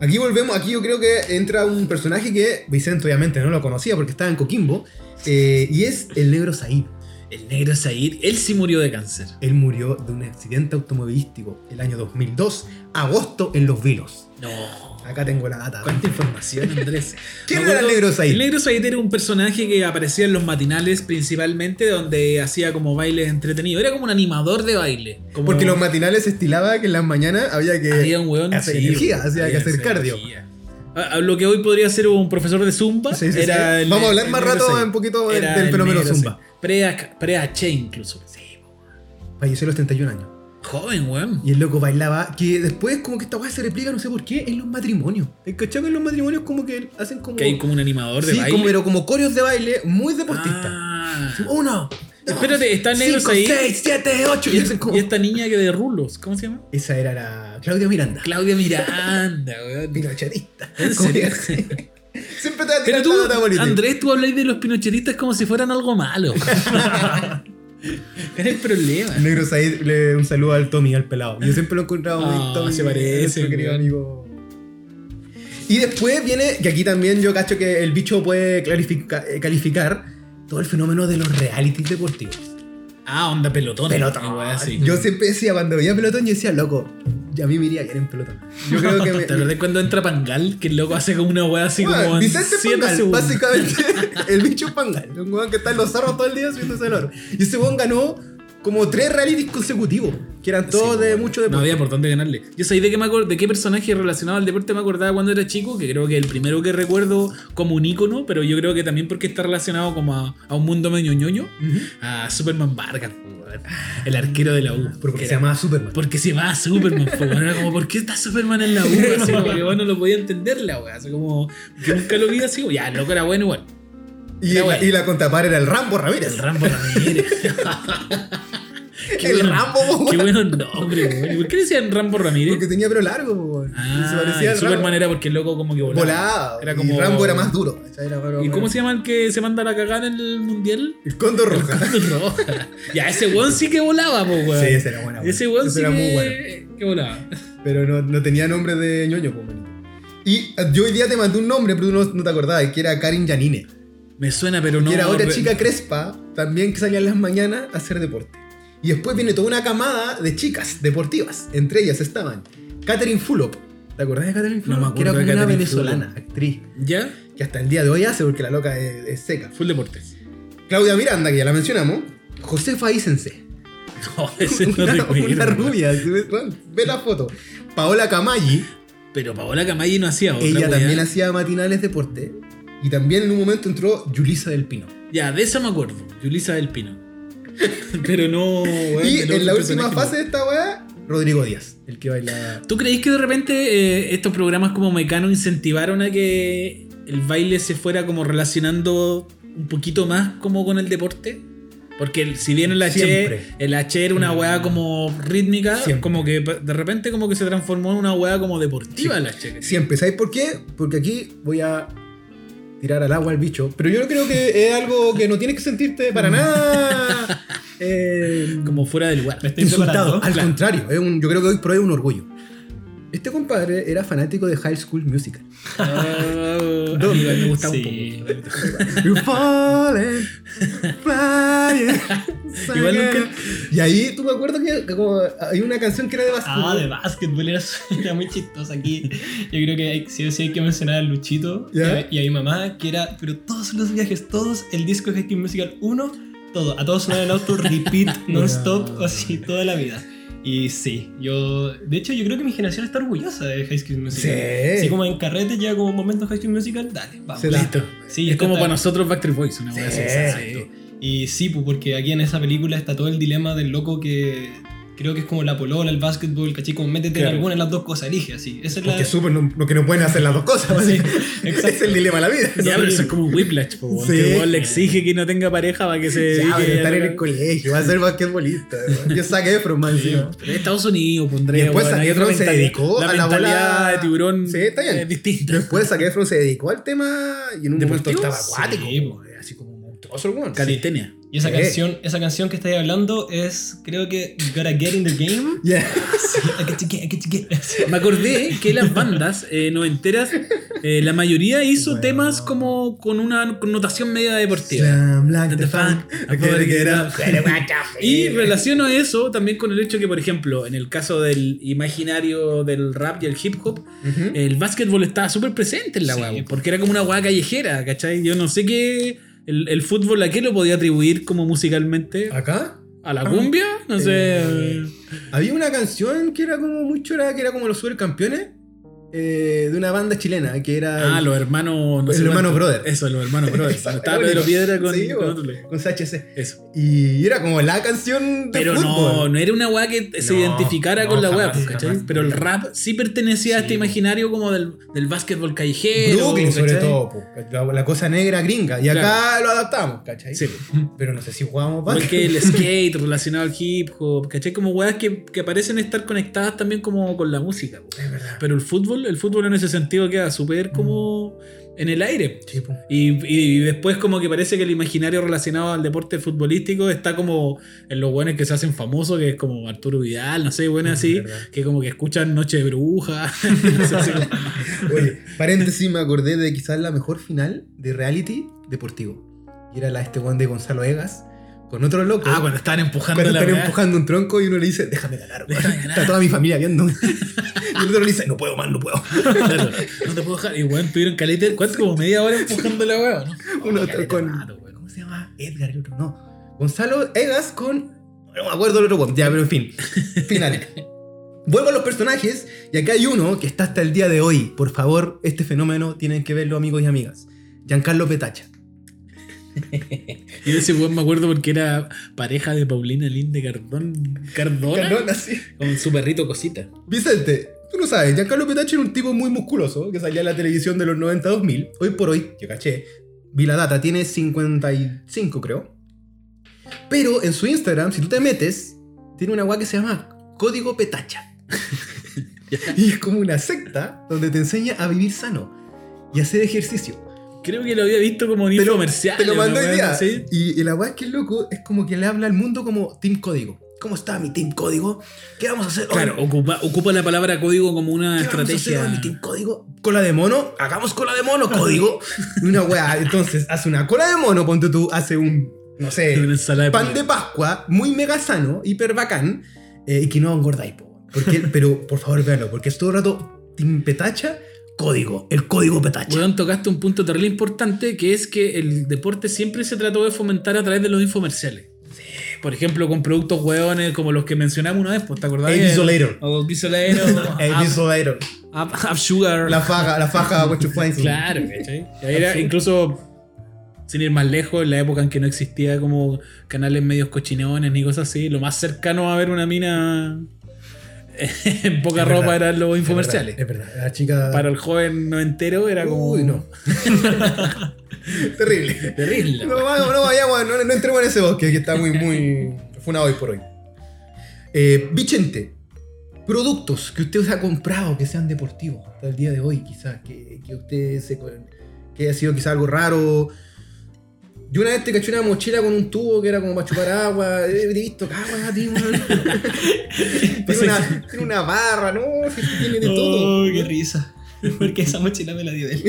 Speaker 2: Aquí volvemos, aquí yo creo que entra un personaje que Vicente obviamente no lo conocía porque estaba en Coquimbo. eh, y es el negro Said.
Speaker 1: El negro Said, él sí murió de cáncer.
Speaker 2: Él murió de un accidente automovilístico el año 2002, agosto en Los Vilos.
Speaker 1: No.
Speaker 2: Acá tengo la data.
Speaker 1: Cuánta información, Andrés.
Speaker 2: ¿Quién
Speaker 1: Me
Speaker 2: era el
Speaker 1: acuerdo-
Speaker 2: negro Said?
Speaker 1: El negro Said era un personaje que aparecía en los matinales principalmente, donde hacía como bailes entretenidos. Era como un animador de baile. Como
Speaker 2: Porque los matinales se estilaba que en las mañanas había que...
Speaker 1: había un weón
Speaker 2: hacer
Speaker 1: sí,
Speaker 2: energía, hacía
Speaker 1: había
Speaker 2: que hacer
Speaker 1: hacer
Speaker 2: cardio.
Speaker 1: energía. A- a lo que hoy podría ser un profesor de zumba.
Speaker 2: Sí, sí, sí.
Speaker 1: era el-
Speaker 2: Vamos a hablar
Speaker 1: el
Speaker 2: más
Speaker 1: negro
Speaker 2: rato
Speaker 1: Said.
Speaker 2: un poquito del-
Speaker 1: Era
Speaker 2: del
Speaker 1: el
Speaker 2: fenómeno
Speaker 1: negro
Speaker 2: zumba.
Speaker 1: Said. Pre-H- Pre-H incluso.
Speaker 2: Falleció a los 31 años.
Speaker 1: Joven, weón.
Speaker 2: Y el loco bailaba, que después como que esta weá se replica, no sé por qué, en los matrimonios. El cachado que en los matrimonios como que hacen como...
Speaker 1: Que hay como un animador de
Speaker 2: sí,
Speaker 1: baile.
Speaker 2: como, pero como coreos de baile muy deportistas.
Speaker 1: Ah.
Speaker 2: Uno,
Speaker 1: Espérate, está el negro
Speaker 2: cinco,
Speaker 1: Said.
Speaker 2: seis, siete, ocho. Y hacen como...
Speaker 1: Y este- esta niña que de rulos, ¿cómo se llama?
Speaker 2: Esa era la Claudia Miranda.
Speaker 1: Claudia Miranda, weón.
Speaker 2: Pinochetista.
Speaker 1: ¿En
Speaker 2: Como
Speaker 1: serio?
Speaker 2: que- Siempre te dan
Speaker 1: Pero tú,
Speaker 2: tanta data política.
Speaker 1: Andrés, tú habláis de los pinochetistas como si fueran algo malo. ¿Cuál es el problema?
Speaker 2: El negro Said, le, un saludo al Tommy, al pelado. Yo siempre lo he encontrado
Speaker 1: Ah,
Speaker 2: muy Tommy.
Speaker 1: se parece,
Speaker 2: nuestro querido
Speaker 1: weón.
Speaker 2: amigo. Y después viene, que aquí también yo cacho que el bicho puede clarifica- eh, calificar todo el fenómeno de los realities deportivos.
Speaker 1: Ah, onda pelotón.
Speaker 2: Pelotón.
Speaker 1: Una wea así.
Speaker 2: Yo siempre decía, cuando veía pelotón, yo decía, loco, ya a mí me iría bien en pelotón. Yo creo que
Speaker 1: ¿Te
Speaker 2: me.
Speaker 1: acordás cuando entra Pangal? Que el loco hace como una wea así como
Speaker 2: Weón,
Speaker 1: en
Speaker 2: Vicente
Speaker 1: siete
Speaker 2: Pangal,
Speaker 1: segundos.
Speaker 2: básicamente el bicho Pangal, un weón que está en los zorros todo el día subiéndose el oro. Y ese weón ganó como tres realities consecutivos, que eran
Speaker 1: Sí, pues,
Speaker 2: todos de
Speaker 1: weón.
Speaker 2: mucho deporte.
Speaker 1: No había por dónde ganarle. Yo sabía de qué, me acor- de qué personaje relacionado al deporte me acordaba cuando era chico, que creo que el primero que recuerdo como un ícono, pero yo creo que también porque está relacionado como a, a un mundo medio ñoño, a Superman Vargas, po, weón. el arquero de la U.
Speaker 2: Pero porque
Speaker 1: que
Speaker 2: se
Speaker 1: era-
Speaker 2: llamaba Superman.
Speaker 1: Porque se llamaba Superman, po, weón. era como, ¿por qué está Superman en la U? Así como que bueno, no lo podía entender la weá. Así como, que nunca lo vi así, como, ya, el loco era bueno igual.
Speaker 2: Y,
Speaker 1: Era
Speaker 2: la,
Speaker 1: bueno.
Speaker 2: y la contrapar era el Rambo Ramírez.
Speaker 1: El Rambo Ramírez. Qué
Speaker 2: el
Speaker 1: bueno-
Speaker 2: Rambo, po,
Speaker 1: Qué
Speaker 2: weón.
Speaker 1: bueno nombre, weón. ¿Y ¿Por qué le decían Rambo Ramírez?
Speaker 2: Porque tenía pelo largo, po, weón. y se
Speaker 1: Ah,
Speaker 2: parecía
Speaker 1: y
Speaker 2: al Rambo.
Speaker 1: Superman era porque el loco como que volaba.
Speaker 2: Volaba.
Speaker 1: Era
Speaker 2: Era
Speaker 1: como-
Speaker 2: como... Rambo era más duro. ¿cachai? Era- era-
Speaker 1: ¿Y
Speaker 2: era-
Speaker 1: cómo se llama el que se manda la cagada en el mundial?
Speaker 2: El cóndor
Speaker 1: El
Speaker 2: roja.
Speaker 1: Conde Roja. ya, ese weón sí que volaba, po, weón.
Speaker 2: Sí, ese era bueno. weón.
Speaker 1: Ese weón
Speaker 2: Ese
Speaker 1: sí
Speaker 2: era
Speaker 1: que...
Speaker 2: muy bueno.
Speaker 1: que volaba.
Speaker 2: Pero no, no tenía nombre de ñoño, po, manito. Y eh, yo hoy día te mandé un nombre, pero tú no, no te acordabas, que era Karin Janine.
Speaker 1: Me suena, pero no.
Speaker 2: que era otra
Speaker 1: re-
Speaker 2: chica crespa, también que salía en las mañanas a hacer deporte. Y después viene toda una camada de chicas deportivas. Entre ellas estaban Katherine Fulop. ¿Te acordás de Katherine Fulop?
Speaker 1: me
Speaker 2: que era
Speaker 1: acuerdo
Speaker 2: como
Speaker 1: de
Speaker 2: una
Speaker 1: Katherine
Speaker 2: venezolana, actriz.
Speaker 1: ¿Ya?
Speaker 2: Que hasta el día de hoy hace porque la loca es, es seca.
Speaker 1: Full deportes.
Speaker 2: Claudia Miranda, que ya la mencionamos. Josefa Isense.
Speaker 1: No, ese no
Speaker 2: una,
Speaker 1: te
Speaker 2: una
Speaker 1: cuido, weón.
Speaker 2: rubia. si ves- Ve la foto. Paola Camayi.
Speaker 1: Pero Paola Camayi no hacía otra.
Speaker 2: Ella
Speaker 1: weá.
Speaker 2: también hacía matinales deporte. Y también en un momento entró Yulisa del Pino.
Speaker 1: Ya, de esa me acuerdo. Yulisa del Pino. pero no. weón,
Speaker 2: Y
Speaker 1: del otro
Speaker 2: en la última
Speaker 1: personaje no.
Speaker 2: fase de esta weá, Rodrigo Díaz, el que baila.
Speaker 1: ¿Tú creéis que de repente eh, estos programas como Mecano incentivaron a que el baile se fuera como relacionando un poquito más como con el deporte? Porque el- si bien el H,
Speaker 2: Siempre. Mm.
Speaker 1: el H era una weá como rítmica,
Speaker 2: Siempre.
Speaker 1: como que pa- de repente como que se transformó en una weá como deportiva el H.
Speaker 2: Siempre, ¿sabes por qué? Porque aquí voy a tirar al agua al bicho. Pero yo no creo que es algo que no tienes que sentirte para nada. eh,
Speaker 1: Como fuera del lugar.
Speaker 3: Me estoy
Speaker 2: insultado. Al
Speaker 3: preparando.
Speaker 2: contrario, es un- yo creo que hoy por hoy es un orgullo. Este compadre era fanático de High School Musical.
Speaker 1: Ah, a mí igual me gustaba
Speaker 3: Sí.
Speaker 1: un poco.
Speaker 2: You're falling, flying,
Speaker 1: Igual nunca-
Speaker 2: Y ahí tú me acuerdas que, que como hay una canción que era de
Speaker 3: Ah,
Speaker 2: básquetbol.
Speaker 3: de básquetbol era, su- era muy chistosa aquí. Yo creo que hay, sí o sí hay que mencionar a Luchito y a-
Speaker 2: ¿Ya?
Speaker 3: y a mi mamá, que era, pero todos los viajes, todos, el disco de High School Musical 1, todo, a todos sonaba el auto, repeat, non-stop, así toda la vida. Y sí, yo, de hecho, yo creo que mi generación está orgullosa de High School Musical.
Speaker 2: Sí.
Speaker 3: Así como en carrete llega como momento High School Musical, dale, vamos.
Speaker 2: Se da.
Speaker 3: Sí,
Speaker 1: Es como
Speaker 3: está-
Speaker 1: para nosotros Backstreet Boys, una weá
Speaker 2: Sí,
Speaker 1: así,
Speaker 2: exacto.
Speaker 1: sí.
Speaker 3: y sí, pues porque aquí en esa película está todo el dilema del loco que creo que es como la polola, el básquetbol, caché, como métete
Speaker 1: Claro.
Speaker 3: en alguna de las dos cosas, elige así. Esa es la.
Speaker 2: Porque súper no, no- que no pueden hacer las dos cosas.
Speaker 3: Sí,
Speaker 2: es
Speaker 3: exacto.
Speaker 2: el dilema de la vida.
Speaker 1: Ya, pero eso es como Whiplash, po, weón,
Speaker 2: Sí.
Speaker 1: que el weón le exige que no tenga pareja para que se
Speaker 2: Ya,
Speaker 1: dedique
Speaker 2: pero
Speaker 1: a
Speaker 2: estar en
Speaker 1: la-
Speaker 2: el colegio, va a ser basquetbolista. weón. Yo saqué Efron más encima.
Speaker 1: Pero en Estados Unidos pondré.
Speaker 2: Y después
Speaker 1: weón,
Speaker 2: Zac
Speaker 1: hay otra
Speaker 2: Efron se
Speaker 1: mentalidad.
Speaker 2: dedicó
Speaker 1: la
Speaker 2: a la
Speaker 1: mentalidad
Speaker 2: bola-
Speaker 1: de tiburón
Speaker 2: Sí, está bien.
Speaker 1: es distinta.
Speaker 2: Después saqué Efron se dedicó al tema y en un momento
Speaker 1: ¿Deportivo?
Speaker 2: estaba acuático.
Speaker 3: Sí,
Speaker 2: weón, así como monstruoso, weón.
Speaker 1: Calistenia.
Speaker 3: Y esa
Speaker 2: Sí.
Speaker 3: canción, esa canción que estáis hablando es, creo que Gotta Get in the Game.
Speaker 2: Ya.
Speaker 3: Sí, I got to get, I got to get. Sí.
Speaker 1: Me acordé que las bandas eh, noventeras, eh, la mayoría hizo
Speaker 2: Bueno.
Speaker 1: temas como con una connotación media deportiva.
Speaker 2: Slam, like
Speaker 1: The
Speaker 2: the
Speaker 1: funk,
Speaker 2: funk,
Speaker 1: I
Speaker 2: I get it, get up.
Speaker 1: get Y relaciono eso también con el hecho que, por ejemplo, en el caso del imaginario del rap y el hip hop,
Speaker 2: Ujú.
Speaker 1: el básquetbol estaba súper presente en la
Speaker 3: Sí,
Speaker 1: guagua,
Speaker 3: pues.
Speaker 1: porque era como una guagua callejera, ¿cachai? Yo no sé qué. El, el fútbol a qué lo podía atribuir como musicalmente.
Speaker 2: ¿Acá?
Speaker 1: ¿A la cumbia? No sé.
Speaker 2: Eh, Había una canción que era como muy chora, que era como los supercampeones, eh, de una banda chilena, que era
Speaker 1: ah, los hermanos. No
Speaker 2: el
Speaker 1: sé
Speaker 2: hermano
Speaker 1: cuánto.
Speaker 2: brother.
Speaker 1: Eso, los hermanos brother.
Speaker 2: Esa-
Speaker 1: Estaba Pedro Piedra con,
Speaker 2: Sí,
Speaker 1: con
Speaker 2: bueno,
Speaker 1: otro loco.
Speaker 2: con CHC.
Speaker 1: Eso.
Speaker 2: Y era como la canción de
Speaker 1: Pero no,
Speaker 2: fútbol.
Speaker 1: no era una weá que se
Speaker 2: No,
Speaker 1: identificara con
Speaker 2: no,
Speaker 1: la weá,
Speaker 2: jamás,
Speaker 1: pues, ¿cachai?
Speaker 2: jamás.
Speaker 1: Pero el rap sí pertenecía a
Speaker 3: Sí,
Speaker 1: este
Speaker 3: pues.
Speaker 1: imaginario como del, del básquetbol callejero.
Speaker 2: Brooklyn, sobre
Speaker 1: ¿cachai?
Speaker 2: todo, po, la, la cosa negra gringa. Y acá lo adaptamos, ¿cachai?
Speaker 1: Sí.
Speaker 2: Pero no sé si jugábamos
Speaker 1: Igual que
Speaker 2: básquet.
Speaker 1: el skate relacionado al hip hop, ¿cachai? Como weas que, que parecen estar conectadas también como con la música. po.
Speaker 2: Es verdad.
Speaker 1: Pero el fútbol, el fútbol en ese sentido queda súper como en el aire.
Speaker 2: Sí, po.
Speaker 1: Y, y después como que parece que el imaginario relacionado al deporte futbolístico está como en los buenos que se hacen famosos, que es como Arturo Vidal, no sé, buenos así,
Speaker 2: Mm, verdad.
Speaker 1: que como que escuchan Noche de Bruja. no sé, así como-
Speaker 2: Oye, paréntesis, me acordé de quizás la mejor final de reality deportivo. Y era la este one de Gonzalo Egas con otro loco.
Speaker 1: ah, cuando estaban empujando
Speaker 2: Cuando
Speaker 1: la
Speaker 2: están
Speaker 1: weá.
Speaker 2: empujando un tronco y uno le dice, déjame ganar, weón.
Speaker 1: Déjame ganar.
Speaker 2: Está toda mi familia viendo. Y el otro le dice, no puedo más, no puedo.
Speaker 1: Claro, no te puedo dejar. Y bueno, tuvieron caleta, ¿cuánto? Como media hora empujando la weá, ¿no?
Speaker 2: Uno
Speaker 1: caleta de
Speaker 2: con.
Speaker 1: rato, weón.
Speaker 2: ¿Cómo se llama? Edgar, el otro no. Gonzalo Egas con. No me acuerdo el otro weón. Ya, pero en fin. Final. Vuelvo a los personajes. Y acá hay uno que está hasta el día de hoy. Por favor, este fenómeno tienen que verlo, amigos y amigas. Giancarlo Petacha.
Speaker 1: Y de ese weón me acuerdo porque era pareja de Paulina Linde Cardón, Cardona
Speaker 2: Ganó así.
Speaker 1: con su perrito Cosita.
Speaker 2: Vicente, tú no sabes, Giancarlo Petacho era un tipo muy musculoso que salía en la televisión de los 90 2000. Hoy por hoy, yo caché, vi la data, tiene 55 creo. Pero en su Instagram, si tú te metes, tiene una weá que se llama Código Petacha. y es como una secta donde te enseña a vivir sano y hacer ejercicio.
Speaker 1: Creo que lo había visto como en
Speaker 2: Te lo-
Speaker 1: comercial.
Speaker 2: Te lo mandó hoy día.
Speaker 1: ¿sí?
Speaker 2: Y, y la weá es que el loco es como que le habla al mundo como Team Código. ¿Cómo está mi Team Código? ¿Qué vamos a hacer hoy?
Speaker 1: Claro, ocupa, ocupa la palabra código como una
Speaker 2: ¿Qué
Speaker 1: estrategia.
Speaker 2: vamos a hacer hoy, mi Team Código? ¿Cola de mono? Hagamos cola de mono, código. Y una weá. Entonces, hace una cola de mono, ponte tú, hace un. No sé.
Speaker 1: Una ensalada de
Speaker 2: pan
Speaker 1: pollo.
Speaker 2: de Pascua, muy mega sano, hiper bacán, eh, y que no engordáis, po. Porque- pero por favor véanlo, porque es todo el rato Team Petacha, código, el código Petacha.
Speaker 1: Weón, tocaste un punto terrible importante que es que el deporte siempre se trató de fomentar a través de los infomerciales. Por ejemplo, con productos hueones como los que mencionamos una vez, pues, ¿te acordás?
Speaker 2: El Isolero.
Speaker 1: O Bisolero.
Speaker 2: El Isolero,
Speaker 1: Sugar.
Speaker 2: la faja, la faja, what you find.
Speaker 1: Claro, ¿cachai? Y ahí era incluso, sin ir más lejos, en la época en que no existía como canales medios cochinones ni cosas así, lo más cercano a ver una mina en poca
Speaker 2: Es
Speaker 1: ropa
Speaker 2: verdad,
Speaker 1: eran los
Speaker 2: Es verdad,
Speaker 1: infomerciales.
Speaker 2: Es verdad, la chica.
Speaker 1: Para el joven noventero era como.
Speaker 2: Uy, no. Terrible.
Speaker 1: Terrible.
Speaker 2: No, vamos, no vayamos, no, no entremos en ese bosque que está muy, muy funado hoy por hoy. Eh, Vicente, productos que usted ha comprado que sean deportivos hasta el día de hoy, quizás, que, que usted se, con- que haya sido quizás algo raro. Yo una vez te caché una mochila con un tubo que era como para chupar agua. He visto, cagua, tiene una, tiene una, tiene una barra, no, si tiene de todo.
Speaker 3: Oh, qué risa. Porque esa mochila me la dio él.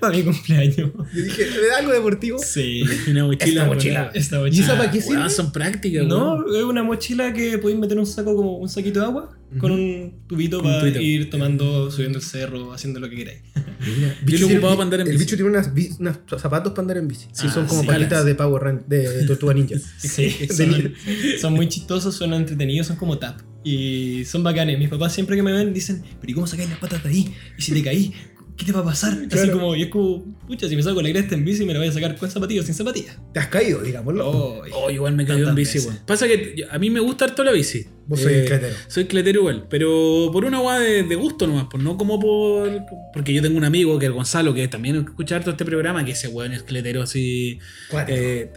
Speaker 3: para mi cumpleaños.
Speaker 2: Yo dije, ¿le da algo deportivo?
Speaker 3: Sí.
Speaker 1: Una mochila.
Speaker 2: Esta mochila.
Speaker 3: Esta
Speaker 2: ¿Y esa
Speaker 3: mochila.
Speaker 2: para qué sirve?
Speaker 1: Weón, son prácticas, weón.
Speaker 3: No, es una mochila que podéis meter un saco como un saquito de agua con
Speaker 2: Ujú.
Speaker 3: un tubito
Speaker 1: Un
Speaker 3: para
Speaker 1: tubito.
Speaker 3: ir tomando, subiendo el cerro, haciendo lo que queráis.
Speaker 1: Yo lo
Speaker 2: tiene-
Speaker 1: ocupaba para andar en
Speaker 2: el
Speaker 1: bici.
Speaker 2: bicho tiene unas, bi- unas zapatos para andar en bici. Sí,
Speaker 1: Ah,
Speaker 2: son como
Speaker 1: sí.
Speaker 2: palitas de Power Ran- de, de Tortuga Ninja.
Speaker 3: Sí,
Speaker 2: De
Speaker 3: son,
Speaker 2: niño.
Speaker 3: son muy chistosos, son entretenidos, son como tap. Y son bacanes. Mis papás siempre que me ven dicen, pero ¿y cómo sacáis las patas de ahí? ¿Y si te caí? ¿Qué te va a pasar? Así
Speaker 2: Claro.
Speaker 3: como, yo es como, pucha, si me saco la cresta en bici me la voy a sacar con zapatillas o sin zapatillas.
Speaker 2: Te has caído, digámoslo.
Speaker 3: Oh,
Speaker 1: Oh, igual me cayó en
Speaker 3: Tantas
Speaker 1: bici,
Speaker 3: veces.
Speaker 1: weón. Pasa que yo- a mí me gusta harto la bici. Eh,
Speaker 2: Vos sois cletero.
Speaker 1: Soy cletero igual, pero por una weá de, de gusto nomás, pues no como por. Porque yo tengo un amigo que es el Gonzalo, que también escucha harto este programa, que ese weón es cletero así.
Speaker 2: Cuático.
Speaker 1: eh,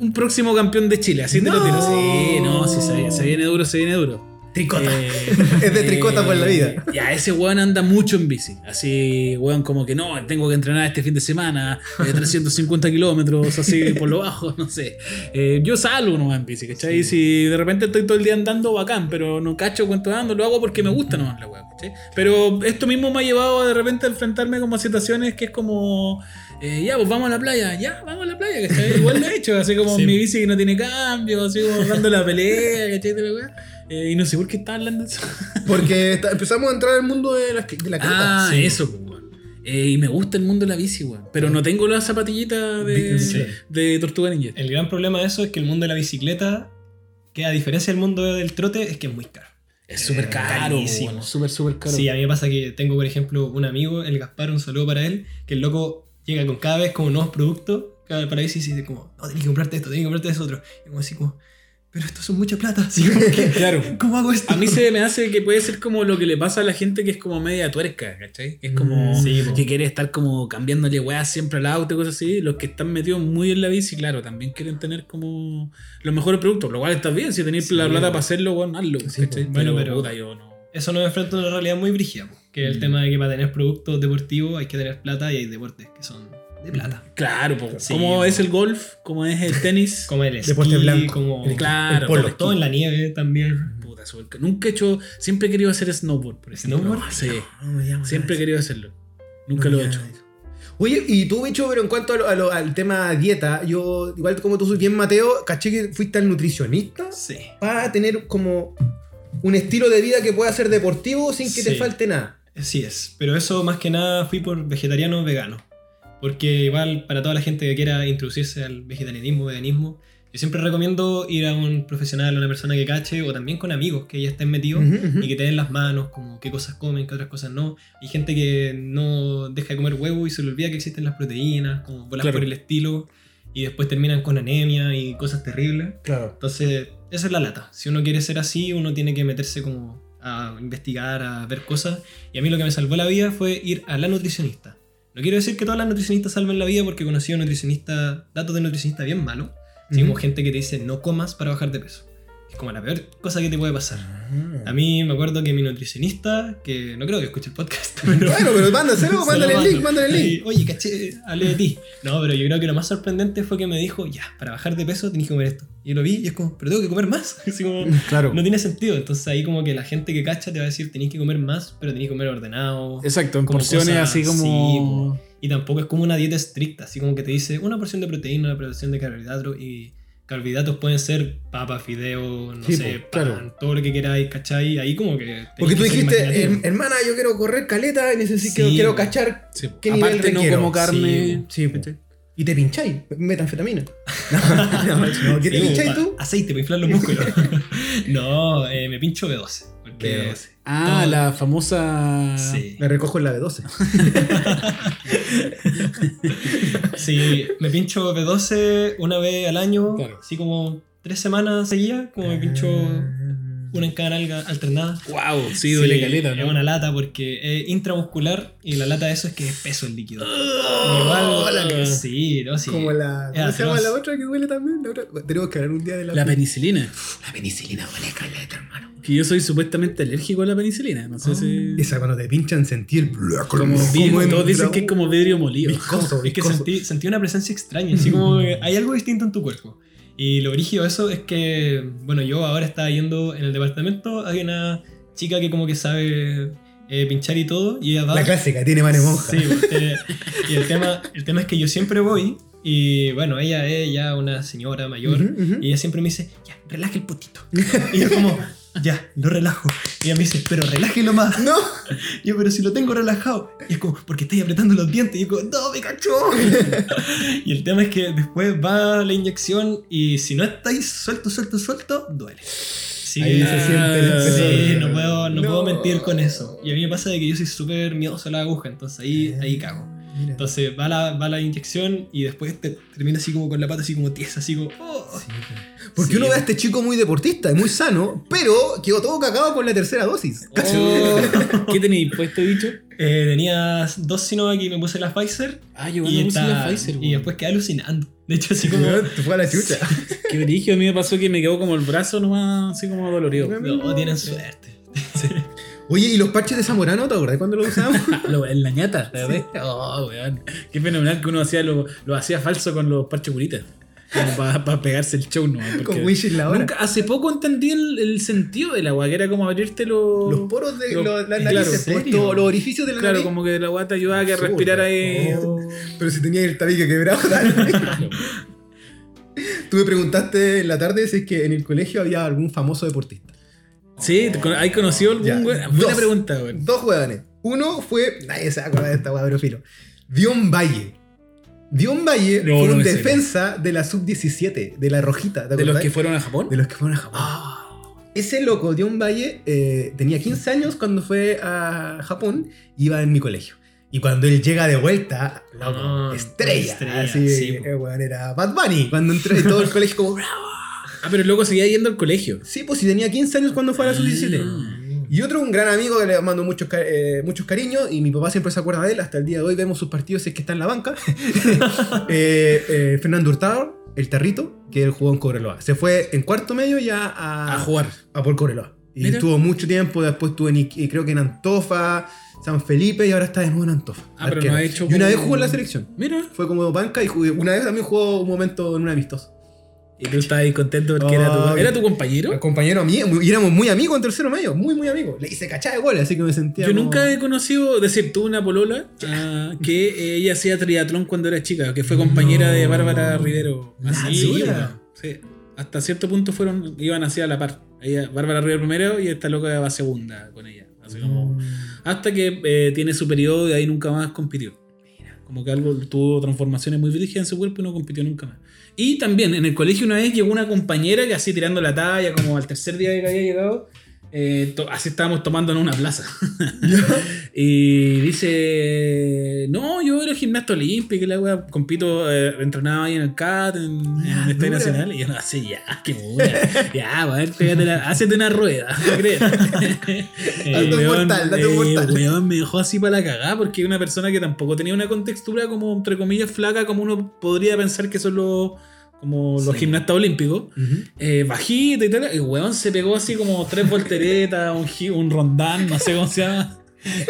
Speaker 1: un próximo campeón de Chile, así te lo tiro.
Speaker 2: No.
Speaker 1: Sí, no, sí, se, se viene duro, se viene duro.
Speaker 2: Tricota.
Speaker 1: Eh,
Speaker 2: Es de tricota por la vida.
Speaker 1: Ya, ese weón anda mucho en bici. Así, weón, como que no, tengo que entrenar este fin de semana, eh, 350 kilómetros, así por lo bajo, no sé. Eh, yo salgo nomás en bici, ¿cachai? Y si de repente estoy todo el día andando, bacán, pero no cacho cuánto ando, lo hago porque me gusta nomás la weón, ¿cachai? Pero esto mismo me ha llevado a de repente a enfrentarme como a situaciones que es como, eh, ya, pues vamos a la playa, ya, vamos a la playa, ¿cachai? Igual lo he hecho, así como
Speaker 3: Sí.
Speaker 1: mi bici que no tiene cambio, así como dando la pelea, ¿cachai? De la weá. Eh, y no sé por qué estaba hablando de eso.
Speaker 2: Porque está- empezamos a entrar al mundo de la, de la
Speaker 1: Ah,
Speaker 2: carpa.
Speaker 1: eso, pues, weón. Eh, y me gusta el mundo de la bici, weón. Pero no tengo la zapatillita de,
Speaker 2: Sí.
Speaker 1: de Tortuga Ninja.
Speaker 3: El gran problema de eso es que el mundo de la bicicleta, que a diferencia del mundo del trote, es que es muy caro.
Speaker 1: Es súper caro,
Speaker 3: carísimo.
Speaker 1: weón. Súper, súper caro.
Speaker 3: Sí, a mí me pasa que tengo, por ejemplo, un amigo, el Gaspar, un saludo para él, que el loco llega con cada vez como nuevos productos cada- para bici y dice como, no, tenés que comprarte esto, tenés que comprarte eso otro. Y como así como, pero esto son mucha plata. Así como que,
Speaker 1: Claro.
Speaker 3: ¿Cómo hago esto?
Speaker 1: A mí se me hace que puede ser como lo que le pasa a la gente que es como media tuerca, ¿cachai? Que es como
Speaker 3: Sí, po.
Speaker 1: que quiere estar como cambiándole weas siempre al auto y cosas así. Los que están metidos muy en la bici, claro, también quieren tener como los mejores productos, lo cual está bien. Si tenéis la
Speaker 3: Sí,
Speaker 1: plata
Speaker 3: po.
Speaker 1: para hacerlo, bueno, hazlo. ¿cachai?
Speaker 3: Bueno, pero-
Speaker 1: puta, yo no.
Speaker 3: Eso nos enfrenta a una realidad muy brígida, po, que es el tema de que para tener productos deportivos hay que tener plata y hay deportes que son de plata.
Speaker 1: Claro, po.
Speaker 3: Sí,
Speaker 1: como
Speaker 3: po.
Speaker 1: es el golf, como es el tenis.
Speaker 3: Como el eh, esquí,
Speaker 2: Deporte blanco.
Speaker 3: como
Speaker 2: El-
Speaker 1: Claro,
Speaker 2: el polo.
Speaker 3: todo en la nieve también.
Speaker 1: Puta, súper caro. Nunca he hecho. Siempre he querido hacer snowboard, por ejemplo.
Speaker 3: ¿Snowboard?
Speaker 1: Sí.
Speaker 2: No me llama
Speaker 1: Siempre he
Speaker 2: nada
Speaker 1: querido hacerlo.
Speaker 2: eso.
Speaker 1: Nunca
Speaker 2: No
Speaker 1: lo
Speaker 2: me
Speaker 1: he hecho.
Speaker 2: llama eso. Oye, y tú, bicho, pero en cuanto a lo- a lo- al tema dieta, yo, igual como tú soy bien Mateo, caché que fuiste al nutricionista
Speaker 3: Sí.
Speaker 2: para tener como un estilo de vida que pueda ser deportivo sin que te
Speaker 3: Sí.
Speaker 2: falte nada.
Speaker 3: Así es, pero eso más que nada fui por vegetariano o vegano. Porque igual para toda la gente que quiera introducirse al vegetarianismo, veganismo, yo siempre recomiendo ir a un profesional, a una persona que cache o también con amigos que ya estén metidos
Speaker 2: Ujú, ujú.
Speaker 3: y que te den las manos, como qué cosas comen, qué otras cosas no. Hay gente que no deja de comer huevo y se le olvida que existen las proteínas, como bolas
Speaker 1: Claro.
Speaker 3: por el estilo, y después terminan con anemia y cosas terribles.
Speaker 2: Claro.
Speaker 3: Entonces, esa es la lata. Si uno quiere ser así, uno tiene que meterse como a investigar, a ver cosas. Y a mí lo que me salvó la vida fue ir a la nutricionista. No quiero decir que todas las nutricionistas salven la vida porque he conocido nutricionistas, datos de nutricionista bien malos. Así como
Speaker 2: Ujú.
Speaker 3: gente que te dice no comas para bajar de peso. Es como la peor cosa que te puede pasar. A mí me acuerdo que mi nutricionista, que no creo que escuche el podcast, pero.
Speaker 2: Bueno, pero mándaselo,
Speaker 3: Se lo
Speaker 2: mándale el
Speaker 3: mando.
Speaker 2: link, mándale el link.
Speaker 3: Y, Oye, caché, hablé de ti. No, pero yo creo que lo más sorprendente fue que me dijo, ya, para bajar de peso tenés que comer esto. Y yo lo vi y es como, pero tengo que comer más. Así como,
Speaker 2: Claro.
Speaker 3: no tiene sentido. Entonces ahí como que la gente que cacha te va a decir, tenés que comer más, pero tenés que comer ordenado.
Speaker 1: Exacto, en
Speaker 3: Como
Speaker 1: porciones
Speaker 3: cosas
Speaker 1: así como.
Speaker 3: así, Y tampoco es como una dieta estricta, así como que te dice una porción de proteína, una porción de carbohidratos y carbohidratos pueden ser papa, fideo, no
Speaker 2: Sí,
Speaker 3: sé,
Speaker 2: po,
Speaker 3: pan,
Speaker 2: claro.
Speaker 3: todo lo que queráis, ¿cachai? Ahí como que... tenés
Speaker 2: Porque tú
Speaker 3: que ser
Speaker 2: dijiste, eh,
Speaker 3: imaginativo.
Speaker 2: "Her- hermana, yo quiero correr caleta y necesito,
Speaker 3: Sí.
Speaker 2: quiero cachar.
Speaker 1: Sí.
Speaker 2: ¿Qué nivel
Speaker 1: Aparte, no
Speaker 2: requiero?
Speaker 1: como carne.
Speaker 2: Sí, po. y te pincháis, metanfetamina. No, no, ¿Qué te
Speaker 3: Sí,
Speaker 2: pincháis
Speaker 3: pa-
Speaker 2: tú?
Speaker 3: Aceite para inflar los músculos. no, eh, me pincho B12. Porque,
Speaker 2: B12.
Speaker 1: Ah,
Speaker 3: Todo.
Speaker 1: la
Speaker 2: Ah,
Speaker 1: famosa.
Speaker 3: Sí,
Speaker 2: Me recojo en la de 12.
Speaker 3: sí, me pincho B12 una vez al año,
Speaker 1: Claro.
Speaker 3: así como tres semanas seguidas, como me pincho
Speaker 2: Ah.
Speaker 3: una en cada nalga alternada.
Speaker 1: Wow, sí, duele caleta,
Speaker 3: Es
Speaker 1: ¿no?
Speaker 3: una lata porque es intramuscular y la lata de eso es que es peso el líquido.
Speaker 2: ¡Oh, la que-
Speaker 3: sí, no, sí.
Speaker 2: Como la.
Speaker 3: Es
Speaker 2: ¿Cómo se llama
Speaker 3: atroz.
Speaker 2: la otra que duele también? La otra- Tenemos que hablar un día de la.
Speaker 1: La penicilina.
Speaker 2: La penicilina huele caleta, hermano.
Speaker 1: Que yo soy supuestamente alérgico a la penicilina.
Speaker 3: Ah,
Speaker 1: No sé si.
Speaker 2: Esa cuando te pinchan sentir como,
Speaker 1: Como vidrio- todos dicen que es como vidrio molido.
Speaker 2: viscoso,
Speaker 3: Es que
Speaker 2: viscoso.
Speaker 3: sentí, sentí una presencia extraña, así como que hay algo distinto en tu cuerpo. Y lo brígido de eso es que, bueno, yo ahora estaba yendo en el departamento, hay una chica que como que sabe eh, pinchar y todo, y ella va...
Speaker 2: La clásica, tiene mano de monja.
Speaker 3: Sí, porque- y el tema, el tema es que yo siempre voy, y bueno, ella es ya una señora mayor,
Speaker 2: Ujú, ujú.
Speaker 3: y ella siempre me dice, ya, relaja el potito. Y yo como, ya, lo relajo. Y ella me dice, pero relájelo más.
Speaker 2: No,
Speaker 3: Y yo, pero si lo tengo relajado. Y es como, porque estáis apretando los dientes. Y yo como, no, me cachó. y el tema es que después va la inyección y si no estáis suelto, suelto, suelto, duele. Sí,
Speaker 2: ahí se siente el peso.
Speaker 3: sí, no puedo, no, puedo mentir con eso. Y a mí me pasa de que yo soy súper miedoso a la aguja, entonces ahí,
Speaker 1: Ah.
Speaker 3: ahí cago.
Speaker 2: Mira.
Speaker 3: Entonces va la, va la inyección y después te termina así como con la pata así como tiesa, así como... oh.
Speaker 2: pues. Porque
Speaker 3: Sí.
Speaker 2: uno ve a este chico muy deportista y muy sano, pero quedó todo cacao con la tercera dosis.
Speaker 1: Oh, ¿Qué tenéis puesto, bicho?
Speaker 3: Eh, tenía dos Sinovac y me puse la Pfizer.
Speaker 1: Ah, yo
Speaker 3: Y,
Speaker 1: me puse la
Speaker 3: está-
Speaker 1: Pfizer,
Speaker 3: y
Speaker 1: weón.
Speaker 3: después quedé alucinando. De hecho, así como...
Speaker 2: Te fue a la chucha.
Speaker 1: Qué brillo, a mí me pasó que me quedó como el brazo nomás, así como dolorido.
Speaker 3: No, tienen suerte.
Speaker 2: Oye, ¿y los parches de Zamorano? ¿Te acordás cuando los usábamos?
Speaker 1: Ah, Lo- en la ñata, ¿te acordás? Oh, weón. Qué fenomenal que uno hacía lo, lo hacía falso con los parches curitas. Como para pegarse el show, ¿no?
Speaker 2: con Wishes la hora.
Speaker 1: Nunca, hace poco entendí el, el sentido del agua, que era como abrirte los.
Speaker 2: Los poros de
Speaker 1: Lo-
Speaker 2: lo- las
Speaker 1: claro,
Speaker 2: narices,
Speaker 1: ¿en
Speaker 2: pues,
Speaker 1: serio?
Speaker 2: todo- los orificios de la
Speaker 1: Claro,
Speaker 2: nariz.
Speaker 1: como que el agua te ayudaba a que
Speaker 2: Absurdo.
Speaker 1: respirar ahí.
Speaker 2: Oh. Pero si tenías el tabique quebrado, dale. Tú me preguntaste en la tarde si es que en el colegio había algún famoso deportista.
Speaker 1: Sí, ¿te con- ¿hay conocido algún
Speaker 2: Ya.
Speaker 1: weón? Buena
Speaker 2: Dos.
Speaker 1: pregunta, weón.
Speaker 2: Dos huevones. Uno fue. Nadie se va a acordar de esta hueá, pero filo. Dion Valle. Dion Valle
Speaker 1: No,
Speaker 2: fue
Speaker 1: no
Speaker 2: un
Speaker 1: me sé.
Speaker 2: defensa de la sub-17, de la rojita. ¿te
Speaker 1: De los
Speaker 2: acordás?
Speaker 1: que fueron a Japón.
Speaker 2: de los que fueron a Japón. Ese loco, Dion Valle, eh, tenía 15 años cuando fue a Japón, iba en mi colegio. Y cuando él llega de vuelta, loco,
Speaker 3: Ah,
Speaker 2: estrella.
Speaker 3: estrella,
Speaker 2: así,
Speaker 3: sí, po.
Speaker 2: eh, weón, era Bad Bunny. Cuando entró y todo el colegio como, "Bravo".
Speaker 1: Ah, pero el loco seguía yendo al colegio.
Speaker 2: sí, pues si tenía 15 años cuando
Speaker 3: Ah.
Speaker 2: fue a la sub-17. Y otro, un gran amigo que le mando muchos, ca- eh, muchos cariños y mi papá siempre se acuerda de él, hasta el día de hoy vemos sus partidos si es que está en la banca. Eh, eh, Fernando Hurtado, el territo, que él jugó en Cobreloa. Se fue en cuarto medio ya
Speaker 1: A jugar.
Speaker 2: a por Cobreloa. Y
Speaker 1: Mira.
Speaker 2: estuvo mucho tiempo, después estuvo en, Iqu- creo que en Antofa, San Felipe y ahora está de nuevo en Antofa.
Speaker 1: Ah, pero
Speaker 2: arquero.
Speaker 1: no ha hecho
Speaker 2: Y una
Speaker 1: como-
Speaker 2: vez jugó en la selección.
Speaker 1: Mira.
Speaker 2: Fue como banca y jugué- una vez también jugó un momento en un amistoso.
Speaker 1: Y tú estabas ahí contento porque era,
Speaker 2: Ah,
Speaker 1: tu, era tu
Speaker 2: El
Speaker 1: compañero.
Speaker 2: compañero mío, muy- y éramos muy amigos en tercero medio, muy, muy amigos. Le hice cachada de goles, así que me sentía.
Speaker 1: Yo
Speaker 2: como-
Speaker 1: nunca he conocido, es decir, tuve una polola ah, que ella hacía triatlón cuando era chica, que fue compañera de Bárbara Rivero. Así,
Speaker 2: dura.
Speaker 1: weón. sí. Hasta cierto punto fueron, iban así a la par. Ella, Bárbara Rivero primero y esta loca va segunda con ella. Así como, hasta que eh, tiene su periodo y ahí nunca más compitió. Como que algo tuvo transformaciones muy brígidas en su cuerpo y no compitió nunca más. Y también en el colegio una vez llegó una compañera que así tirando la talla, como al tercer día de que había llegado, eh, to- así estábamos tomando en una plaza. y dice, no, yo era gimnasta olímpico y la wea, compito, eh, entrenaba ahí en el CAT, en, en
Speaker 2: Ah,
Speaker 1: el Estadio
Speaker 2: dura.
Speaker 1: Nacional. Y yo no, así ya, qué buena. ya, va a ver, pégate la- hazte una rueda, ¿no crees?
Speaker 2: Date un
Speaker 1: weón,
Speaker 2: mortal, date un
Speaker 1: eh,
Speaker 2: mortal.
Speaker 1: weón, me dejó así para la cagada porque una persona que tampoco tenía una contextura como, entre comillas, flaca, como uno podría pensar que son los como los gimnastas olímpicos, eh, bajita y tal. El weón se pegó así como tres volteretas, un, gi- un rondán, no sé cómo se llama.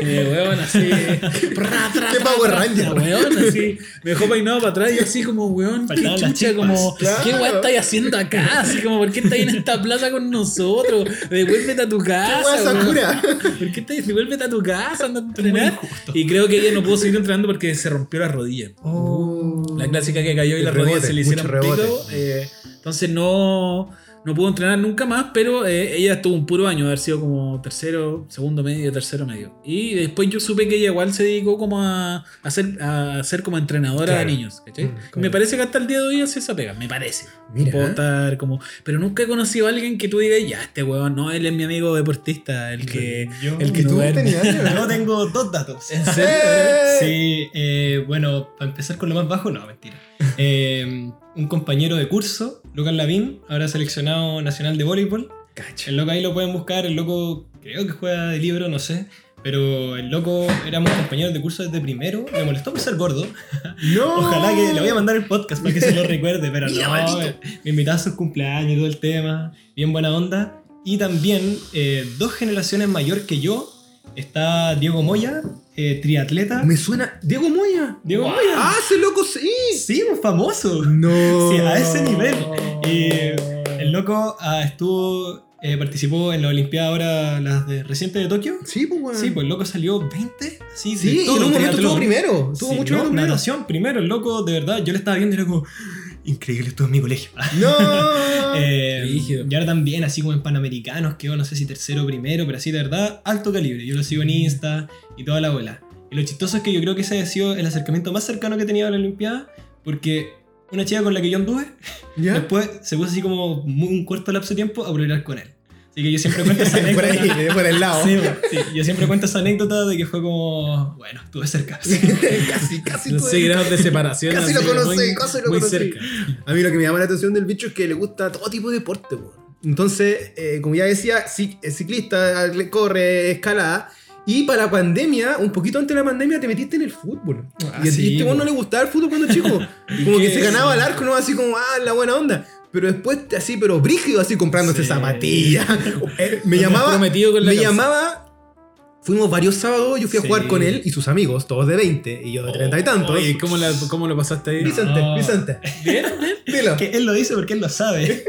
Speaker 1: Eh, weón, así. ra, tra,
Speaker 2: Qué
Speaker 1: tra,
Speaker 2: Power
Speaker 1: tra,
Speaker 2: Ranger.
Speaker 1: tra, Weón, así. Me dejó peinado para atrás y así como, weón, qué
Speaker 3: Faltaban las
Speaker 1: chucha,
Speaker 3: chispas.
Speaker 1: como,
Speaker 2: Claro.
Speaker 1: ¿qué weón estáis haciendo acá? Así como, ¿por qué estáis en esta plaza con nosotros? Devuélvete a tu casa.
Speaker 2: weá,
Speaker 1: weón.
Speaker 2: Sakura?
Speaker 1: ¿Por qué te devuélvete a tu casa? Anda a entrenar. Y creo que ella no pudo seguir entrenando porque se rompió la rodilla.
Speaker 2: Oh.
Speaker 1: La clásica que cayó y
Speaker 2: El
Speaker 1: las
Speaker 2: rebote,
Speaker 1: rodillas se le hicieron
Speaker 2: mucho rebote.
Speaker 1: pico. eh, entonces no, no pudo entrenar nunca más, pero eh, ella estuvo un puro año, de haber sido como tercero, segundo medio, tercero medio. Y después yo supe que ella igual se dedicó como a, a ser, a ser como entrenadora
Speaker 2: Claro.
Speaker 1: de niños. ¿cachai?
Speaker 2: Mm,
Speaker 1: Y Me
Speaker 2: claro.
Speaker 1: parece que hasta el día de hoy hace esa pega, me parece.
Speaker 2: Mira.
Speaker 1: No puedo estar como. Pero nunca he conocido a alguien que tú digas, ya, este huevón, no, él es mi amigo deportista, el que.
Speaker 3: Yo-
Speaker 1: el que
Speaker 2: ¿Y tú
Speaker 1: duerme".
Speaker 2: tenías?
Speaker 3: Yo tengo dos datos.
Speaker 2: ¡Eh!
Speaker 3: Sí, eh, bueno, para empezar con lo más bajo, no, mentira. Eh, un compañero de curso, Lucas Lavín, ahora seleccionado nacional de voleibol.
Speaker 2: Cacha.
Speaker 3: El loco ahí lo pueden buscar, el loco creo que juega de libro, no sé. Pero el loco, éramos compañeros de curso desde primero. Me molestó por ser gordo.
Speaker 2: No.
Speaker 3: Ojalá que le voy a mandar el podcast para que se lo recuerde, pero
Speaker 2: Mira,
Speaker 3: no,
Speaker 2: maldito.
Speaker 3: me, me invitaba a sus cumpleaños y todo el tema, bien buena onda. Y también, eh, dos generaciones mayor que yo, está Diego Moya, eh, triatleta.
Speaker 2: Me suena. Diego Moya.
Speaker 3: Diego Moya,
Speaker 2: Ah, ese loco sí. pues,
Speaker 3: sí, un famoso.
Speaker 2: No.
Speaker 3: Sí, a ese nivel. Y el loco ah, estuvo, eh, participó en la Olimpiada ahora, las de, recientes de Tokio.
Speaker 2: Sí, pues, weón.
Speaker 3: Sí, pues el loco salió 20, sí, de
Speaker 2: Sí,
Speaker 3: todo,
Speaker 2: en un momento
Speaker 3: triatlón.
Speaker 2: estuvo primero. Tuvo
Speaker 3: Sí,
Speaker 2: mucho
Speaker 3: no,
Speaker 2: menos primero.
Speaker 3: natación primero, el loco, de verdad, yo le estaba viendo y era como, increíble, estuvo en mi colegio. Ah,
Speaker 2: No.
Speaker 3: Eh,
Speaker 1: Rígido.
Speaker 3: y ahora también, así como en Panamericanos, quedó no sé si tercero o primero, pero así de verdad, alto calibre. Yo lo sigo en Insta y toda la bola. Y lo chistoso es que yo creo que ese ha sido el acercamiento más cercano que he tenido a la Olimpiada, porque una chica con la que yo anduve,
Speaker 2: ¿Ya?
Speaker 3: después se puso así como muy- un corto lapso de tiempo a pololear con él. Así que yo siempre cuento esa
Speaker 2: Por
Speaker 3: anécdota.
Speaker 2: ahí, por el lado.
Speaker 3: Sí, sí, yo siempre cuento esa anécdota de que fue como, bueno, estuve cerca.
Speaker 2: casi, casi.
Speaker 1: No
Speaker 2: tuve-
Speaker 1: sé, grados de separación.
Speaker 2: pues. Casi lo
Speaker 1: así,
Speaker 2: conocí,
Speaker 1: muy-
Speaker 2: casi lo
Speaker 1: muy
Speaker 2: conocí.
Speaker 1: cerca.
Speaker 2: A mí lo que me llama la atención del bicho es que le gusta todo tipo de deporte, weón. Entonces, eh, como ya decía, ci- es ciclista, atle- corre, escalada. Y para la pandemia, un poquito antes de la pandemia, te metiste en el fútbol.
Speaker 3: Ah,
Speaker 2: y a ti
Speaker 3: sí,
Speaker 2: este weón no
Speaker 3: weón.
Speaker 2: le gustaba el fútbol cuando chico. como que
Speaker 3: qué?
Speaker 2: se ganaba el arco, no así como, ah, la buena onda. Pero después, te- así, pero brígido, así comprándose
Speaker 3: Sí.
Speaker 2: zapatillas. Eh, me
Speaker 1: Lo
Speaker 2: llamaba.
Speaker 1: comprometido con la
Speaker 2: Me
Speaker 1: causa.
Speaker 2: llamaba. Fuimos varios sábados, yo fui a
Speaker 3: Sí. Oh,
Speaker 2: jugar con él y sus amigos, todos de 20 y yo de 30 y tantos.
Speaker 1: Oye, ¿cómo, la- ¿cómo lo pasaste ahí?
Speaker 2: Vicente,
Speaker 3: No.
Speaker 2: Vicente. Dilo.
Speaker 3: Que él lo dice porque él lo sabe.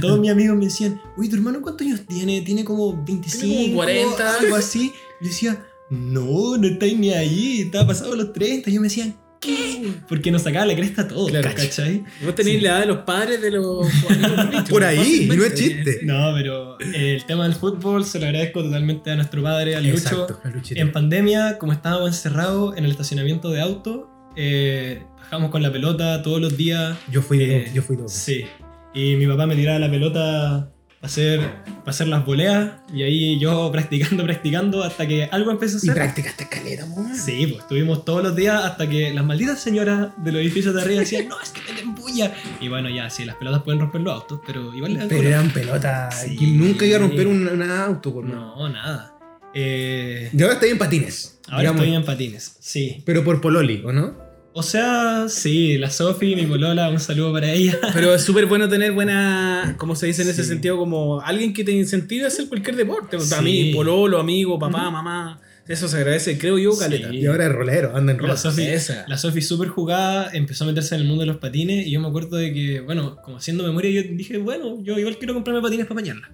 Speaker 3: Todos mis amigos me decían, uy, tu hermano cuántos años tiene? Tiene como 25,
Speaker 1: Tiene como 40.
Speaker 3: algo así. Yo decía, no, no estáis ni ahí, estaba pasado los 30. Y yo me decían, ¿qué? Porque nos sacaba la cresta todo,
Speaker 1: Claro.
Speaker 3: ¿cachai?
Speaker 1: Vos tenés la edad de los padres de los jugadores de
Speaker 2: Por ahí,
Speaker 1: fácilmente.
Speaker 2: no es chiste.
Speaker 3: No, pero el tema del fútbol se lo agradezco totalmente a nuestro padre, al Lucho.
Speaker 2: al Luchito.
Speaker 3: En pandemia, como estábamos encerrados en el estacionamiento de auto, eh, bajamos con la pelota todos los días.
Speaker 2: Yo fui de
Speaker 3: Eh,
Speaker 2: dos, yo fui dos.
Speaker 3: Sí. Y mi papá me tiraba la pelota para hacer, pa' hacer las voleas. Y ahí yo practicando, practicando hasta que algo empezó a
Speaker 2: Y
Speaker 3: hacer.
Speaker 2: practicaste caleta, weón.
Speaker 3: Sí, pues estuvimos todos los días hasta que las malditas señoras de los edificios de arriba decían, no, es que meten bulla. Y bueno, ya, sí, las pelotas pueden romper los autos, pero igual le dan
Speaker 2: Pero
Speaker 3: color.
Speaker 2: eran pelotas.
Speaker 3: Sí.
Speaker 2: que Nunca iba a romper un, un auto, weón.
Speaker 3: No, nada. Eh,
Speaker 2: Y ahora estoy en patines.
Speaker 3: ahora
Speaker 2: digamos.
Speaker 3: estoy en patines, sí.
Speaker 2: Pero por Pololi, ¿o no?
Speaker 3: O sea, sí, la Sofi, mi polola, un saludo para ella.
Speaker 1: Pero es súper bueno tener buena, como se dice en ese
Speaker 3: Sí.
Speaker 1: sentido, como alguien que te incentive a hacer cualquier deporte. O sea,
Speaker 3: Sí.
Speaker 1: mí, pololo, amigo, papá, mamá. Eso se agradece, creo yo, Caleta.
Speaker 3: Sí.
Speaker 2: Y ahora es rolero, anda en
Speaker 3: La
Speaker 2: rosa.
Speaker 3: Sofi,
Speaker 1: esa.
Speaker 3: la Sofi súper jugada, empezó a meterse en el mundo de los patines y yo me acuerdo de que, bueno, como haciendo memoria, yo dije, bueno, yo igual quiero comprarme patines para mañana.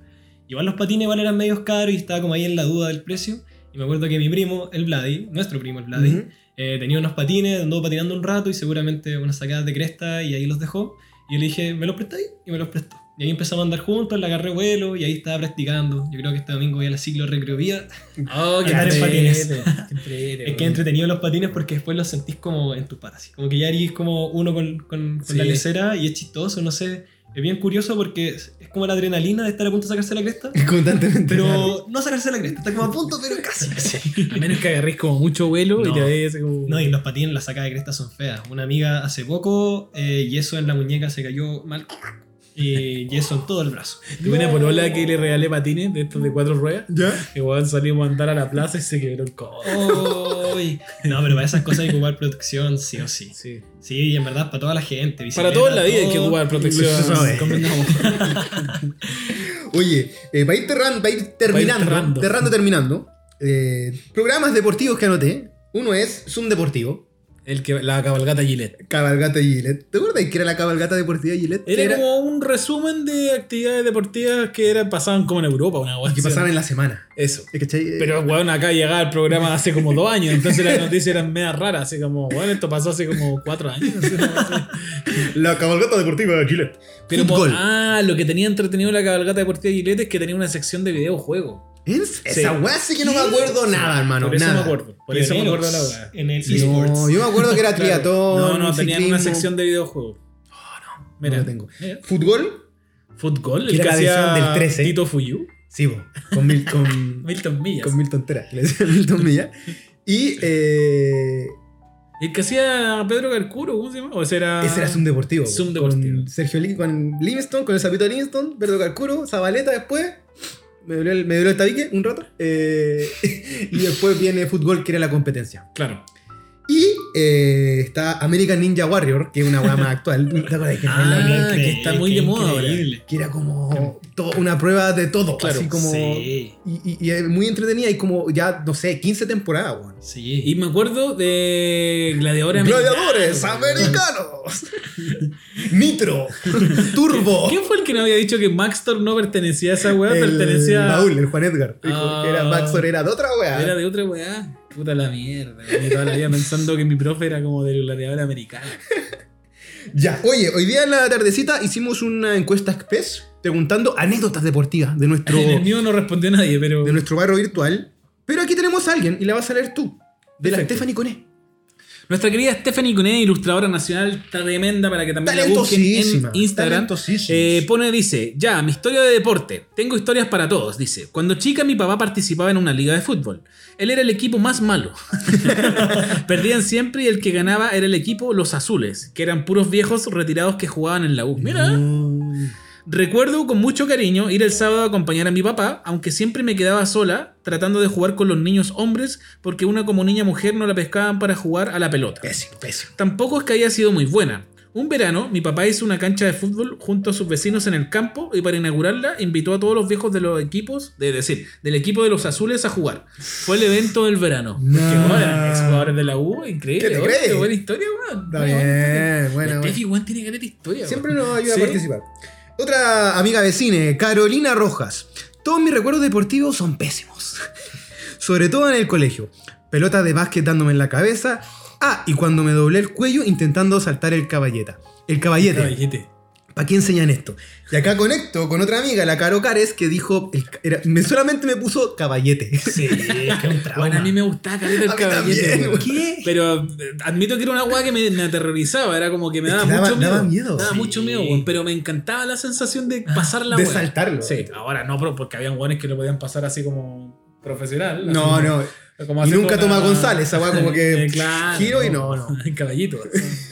Speaker 3: Igual los patines igual eran medios caros y estaba como ahí en la duda del precio. Y me acuerdo que mi primo, el Vladi, nuestro primo el Vladi,
Speaker 2: Ujú.
Speaker 3: eh, tenía unos patines, anduvo patinando un rato y seguramente unas sacadas de cresta y ahí los dejó. Y yo le dije, ¿me los prestáis? Y me los prestó. Y ahí empezamos a andar juntos, le agarré vuelo y ahí estaba practicando. Yo creo que este domingo voy a la ciclo recreovía
Speaker 1: Oh, qué
Speaker 3: Andar en
Speaker 1: entrete,
Speaker 3: patines.
Speaker 1: qué entrete,
Speaker 3: Es que es
Speaker 1: weón.
Speaker 3: entretenido los patines porque después los sentís como en tus patas. así. Como que ya eres como uno con, con- con
Speaker 1: Sí.
Speaker 3: la lecera y es chistoso, no sé. Es bien curioso porque es es como la adrenalina de estar a punto de sacarse la cresta.
Speaker 2: Constantemente.
Speaker 3: Pero no sacarse la cresta, está como a punto, pero casi. casi.
Speaker 1: A menos que agarréis como mucho vuelo y
Speaker 3: No.
Speaker 1: te veas como.
Speaker 3: No, y los patines, las sacadas de cresta son feas. Una amiga hace poco, eh, yeso en la muñeca, se cayó mal. y yeso en todo el brazo.
Speaker 1: Tuve una polola que le regalé patines de estos de cuatro ruedas.
Speaker 2: ¿Ya?
Speaker 1: Que weón salimos a andar a la plaza y se quebró el codo.
Speaker 3: Uy. No, pero para esas cosas hay que ocupar protección, sí o sí.
Speaker 1: Sí.
Speaker 3: Sí, y en verdad, para toda la gente.
Speaker 1: Para
Speaker 3: bicicleta,
Speaker 1: todo en la vida hay que
Speaker 3: todo.
Speaker 1: ocupar protección.
Speaker 2: Eso sabe.
Speaker 1: Convengamos.
Speaker 2: Oye, eh, para ir, terran- para ir terminando,
Speaker 1: terrando.
Speaker 2: terrando, terminando, eh, programas deportivos que anoté. Uno es Zoom Deportivo,
Speaker 1: El que, la cabalgata Gillette.
Speaker 2: Cabalgata Gillette. ¿Te acuerdas que era la cabalgata deportiva Gillette? Que
Speaker 1: Era,
Speaker 2: era-
Speaker 1: como un resumen de actividades deportivas que eran, pasaban como en Europa, una weón.
Speaker 2: que pasaban en la semana.
Speaker 1: Eso.
Speaker 2: ¿Cachai? Eh,
Speaker 1: Pero weón, acá llegaba el programa hace como dos años, entonces las noticias eran media raras, así como, weón, esto pasó hace como cuatro años. así como, así.
Speaker 2: La cabalgata deportiva Gillette.
Speaker 1: Pero
Speaker 2: Fútbol.
Speaker 1: po- ah, lo que tenía entretenido la cabalgata deportiva Gillette es que tenía una sección de videojuego.
Speaker 2: ¿Es? Esa weá sí que no me acuerdo nada, hermano.
Speaker 1: Por eso
Speaker 2: nada.
Speaker 1: me acuerdo. Por eso me acuerdo
Speaker 3: Pioneros
Speaker 1: la weá.
Speaker 3: En el esports.
Speaker 2: No, yo me acuerdo que era
Speaker 1: Claro.
Speaker 2: triatón.
Speaker 1: No, no, tenían
Speaker 2: ciclismo. Oh,
Speaker 1: una sección de videojuegos. Mira,
Speaker 2: no la tengo.
Speaker 1: mira.
Speaker 2: ¿Fútbol?
Speaker 1: Fútbol,
Speaker 2: Que
Speaker 1: el que
Speaker 2: era la
Speaker 1: hacía
Speaker 2: versión del 13.
Speaker 1: Tito Fuyu.
Speaker 2: Sí, po, con, mil, con,
Speaker 1: Milton Millas.
Speaker 2: con Milton Tera, le decía Milton Milla. Y eh,
Speaker 1: El que hacía Pedro Carcuro, ¿cómo se llama? O ese era.
Speaker 2: ese era Zoom Deportivo. po,
Speaker 1: Zoom
Speaker 2: con
Speaker 1: Deportivo.
Speaker 2: Sergio Li- con Livingston, con el sapito de Livingston, Berto Carcuro, Zabaleta después. Me dolió, el, me dolió el tabique un rato. eh, y después viene fútbol, que era la competencia.
Speaker 1: Claro.
Speaker 2: Y eh, está American Ninja Warrior, que es una weá más actual. ¿Te acuerdas que era la
Speaker 1: Ah,
Speaker 2: weá?
Speaker 1: que está muy de moda ahora.
Speaker 3: increíble.
Speaker 2: que era como to- una prueba de todo,
Speaker 1: Claro,
Speaker 2: así como
Speaker 3: Sí,
Speaker 2: y, y- y es muy entretenida y como ya no sé, 15 temporadas, weón.
Speaker 3: sí.
Speaker 1: Y me acuerdo de Gladiadores
Speaker 2: Gladiadores
Speaker 1: Americanos.
Speaker 2: americanos. Nitro, Turbo.
Speaker 1: ¿Quién fue el que no había dicho que Maxtor no pertenecía a esa weá?
Speaker 2: El
Speaker 1: Pertenecía a.
Speaker 2: Baúl, el Juan Edgar. Dijo
Speaker 1: Ah.
Speaker 2: que era Maxor, era de otra weá.
Speaker 1: Era de otra weá. Puta la mierda. Yo toda la vida pensando que mi profe era como del gladiador americano.
Speaker 2: Ya. Oye, hoy día en la tardecita hicimos una encuesta express preguntando anécdotas deportivas de nuestro,
Speaker 1: En el
Speaker 2: de
Speaker 1: mío no respondió nadie, pero.
Speaker 2: nuestro barrio virtual. Pero aquí tenemos a alguien y la vas a leer tú. De la
Speaker 1: Perfecto.
Speaker 2: Stephanie Coné.
Speaker 1: Nuestra querida Stephanie Cuné, ilustradora nacional, tremenda para que también la busquen en
Speaker 2: Talentosísima.
Speaker 1: Instagram.
Speaker 2: Talentosísima.
Speaker 1: Eh, pone, dice, ya, mi historia de deporte. Tengo historias para todos, dice. Cuando chica mi papá participaba en una liga de fútbol. Él era el equipo más malo. Perdían siempre y el que ganaba era el equipo Los Azules, que eran puros viejos retirados que jugaban en la U. Mira.
Speaker 2: Mm.
Speaker 1: Recuerdo con mucho cariño ir el sábado a acompañar a mi papá, aunque siempre me quedaba sola tratando de jugar con los niños hombres porque una como niña mujer no la pescaban para jugar a la pelota.
Speaker 2: Pésimo, pésimo.
Speaker 1: Tampoco es que haya sido muy buena. Un verano, mi papá hizo una cancha de fútbol junto a sus vecinos en el campo y para inaugurarla invitó a todos los viejos de los equipos, de decir, del equipo de los azules a jugar. Fue el evento del verano.
Speaker 2: No.
Speaker 1: Porque, bueno, eran exjugadores de la U, increíble.
Speaker 2: ¿Qué te
Speaker 1: oye,
Speaker 2: crees?
Speaker 1: qué buena historia, weón.
Speaker 2: Está
Speaker 1: Buena onda.
Speaker 2: bien,
Speaker 1: La
Speaker 2: bueno. bueno.
Speaker 1: Tefi, weón, tiene gran historia. weón.
Speaker 2: Siempre nos ayuda
Speaker 1: Sí.
Speaker 2: a participar. Otra amiga vecina, Carolina Rojas. Todos mis recuerdos deportivos son pésimos. Sobre todo en el colegio. Pelotas de básquet dándome en la cabeza. Ah, y cuando me doblé el cuello intentando saltar el caballeta. El caballete.
Speaker 1: Caballete.
Speaker 2: ¿Para qué enseñan esto? Y acá conecto con otra amiga, la Caro Cares, que dijo. el ca- era- me, solamente me puso caballete.
Speaker 3: Sí, es que es un trauma.
Speaker 1: Bueno, a mí me gustaba caleta el
Speaker 2: A mí
Speaker 1: caballete.
Speaker 2: también,
Speaker 1: weón.
Speaker 2: ¿Qué?
Speaker 1: Pero eh, admito que era una weá que me, me aterrorizaba. Era como que me
Speaker 2: Es
Speaker 1: daba,
Speaker 2: que daba-
Speaker 1: mucho miedo.
Speaker 2: daba miedo.
Speaker 1: Daba
Speaker 2: Sí. Ah,
Speaker 1: mucho miedo, weón, Pero me encantaba la sensación de pasar la
Speaker 2: de
Speaker 1: weá.
Speaker 2: saltarlo.
Speaker 1: Sí, ahora no, pero porque habían weones que lo podían pasar así como profesional. así
Speaker 2: No, no.
Speaker 1: como- como
Speaker 2: Y
Speaker 1: hacer
Speaker 2: nunca
Speaker 1: una-
Speaker 2: toma González, esa weá como que.
Speaker 1: Eh, claro,
Speaker 2: giro y no, no.
Speaker 1: El caballito.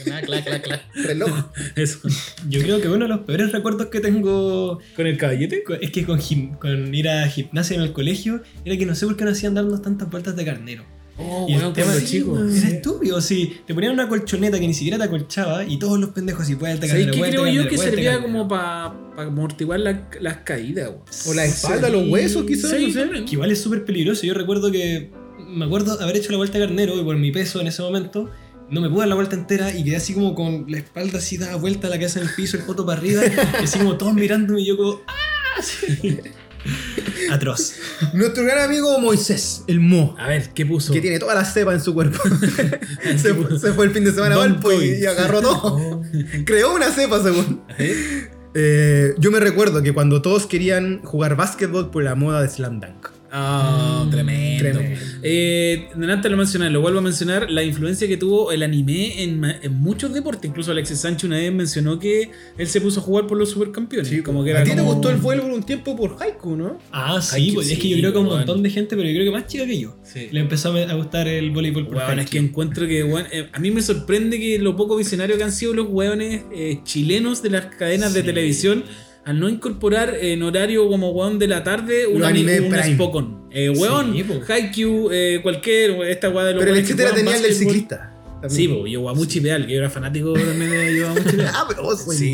Speaker 4: Clac, clac, clac, clac.
Speaker 2: Reloj.
Speaker 1: Eso.
Speaker 3: Yo creo que uno de los peores recuerdos que tengo
Speaker 1: ¿Con el caballete?
Speaker 3: co- es que con, gim- con ir a gimnasia en el colegio era que no sé por qué no hacían darnos tantas vueltas de carnero.
Speaker 1: Oh,
Speaker 3: Y el
Speaker 1: weón,
Speaker 3: tema-
Speaker 1: cuando
Speaker 3: sí,
Speaker 1: chico.
Speaker 2: weón.
Speaker 3: Era estúpido, sí. Te ponían una colchoneta que ni siquiera te acolchaba y todos los pendejos así, vuelta de
Speaker 1: ¿Sabéis
Speaker 3: carnero.
Speaker 1: qué
Speaker 3: vuelta de
Speaker 1: creo yo
Speaker 3: carnero,
Speaker 1: que
Speaker 3: vuelta de
Speaker 1: servía
Speaker 3: carnero.
Speaker 1: como para amortiguar la- las caídas, weón?
Speaker 2: O la espalda, los huesos, quizás.
Speaker 1: Sí,
Speaker 2: no sé.
Speaker 1: también.
Speaker 3: Que igual es súper peligroso. Yo recuerdo que me acuerdo haber hecho la vuelta de carnero y por mi peso en ese momento no me pude dar la vuelta entera y quedé así como con la espalda así dada vuelta, la cabeza en el piso, el poto para arriba, y así como todos mirándome y yo como ¡Ah! Sí. Atroz.
Speaker 2: Nuestro gran amigo Moisés, el Mo,
Speaker 1: A ver, ¿qué puso?
Speaker 2: que tiene toda la cepa en su cuerpo. se, fue, se fue el fin de semana a
Speaker 1: Don
Speaker 2: Valpo y,
Speaker 1: Toy.
Speaker 2: y agarró
Speaker 1: Oh.
Speaker 2: todo. Creó una cepa, según. Eh, yo me recuerdo que cuando todos querían jugar básquetbol por la moda de Slam Dunk.
Speaker 1: Ah, tremendo.
Speaker 2: Tremendo.
Speaker 1: Eh, antes lo mencioné, lo vuelvo a mencionar, la influencia que tuvo el anime en, ma- en muchos deportes. Incluso Alexis Sánchez una vez mencionó que él se puso a jugar por los supercampeones. como que era
Speaker 2: a ti te
Speaker 1: como-
Speaker 2: gustó el fútbol un tiempo por Haiku, ¿no?
Speaker 3: Ah,
Speaker 1: Ay,
Speaker 3: sí,
Speaker 1: que
Speaker 3: pues, es
Speaker 1: sí,
Speaker 3: que yo creo que un
Speaker 1: weón.
Speaker 3: montón de gente, pero yo creo que más chica que yo,
Speaker 1: Sí.
Speaker 3: le empezó a me- a gustar el voleibol por
Speaker 1: Weón, es que encuentro que weón, eh, a mí me sorprende que lo poco visionario que han sido los weones eh, chilenos de las cadenas de
Speaker 3: Sí.
Speaker 1: televisión al no incorporar en horario como weón de la tarde un
Speaker 2: Los anime
Speaker 1: un
Speaker 2: Prime.
Speaker 1: Spokon. Eh, weón,
Speaker 3: Sí, po.
Speaker 1: Haikyuu, eh, cualquier, esta weá de los
Speaker 2: Pero el
Speaker 1: weones que
Speaker 2: etcétera
Speaker 1: juegan
Speaker 2: tenía el del
Speaker 1: básquetbol.
Speaker 2: ciclista. también.
Speaker 1: Sí, po, Yowamuchi Peal, que yo era fanático también de Yowamuchi Peal.
Speaker 2: Ah, pero vos,
Speaker 1: Sí,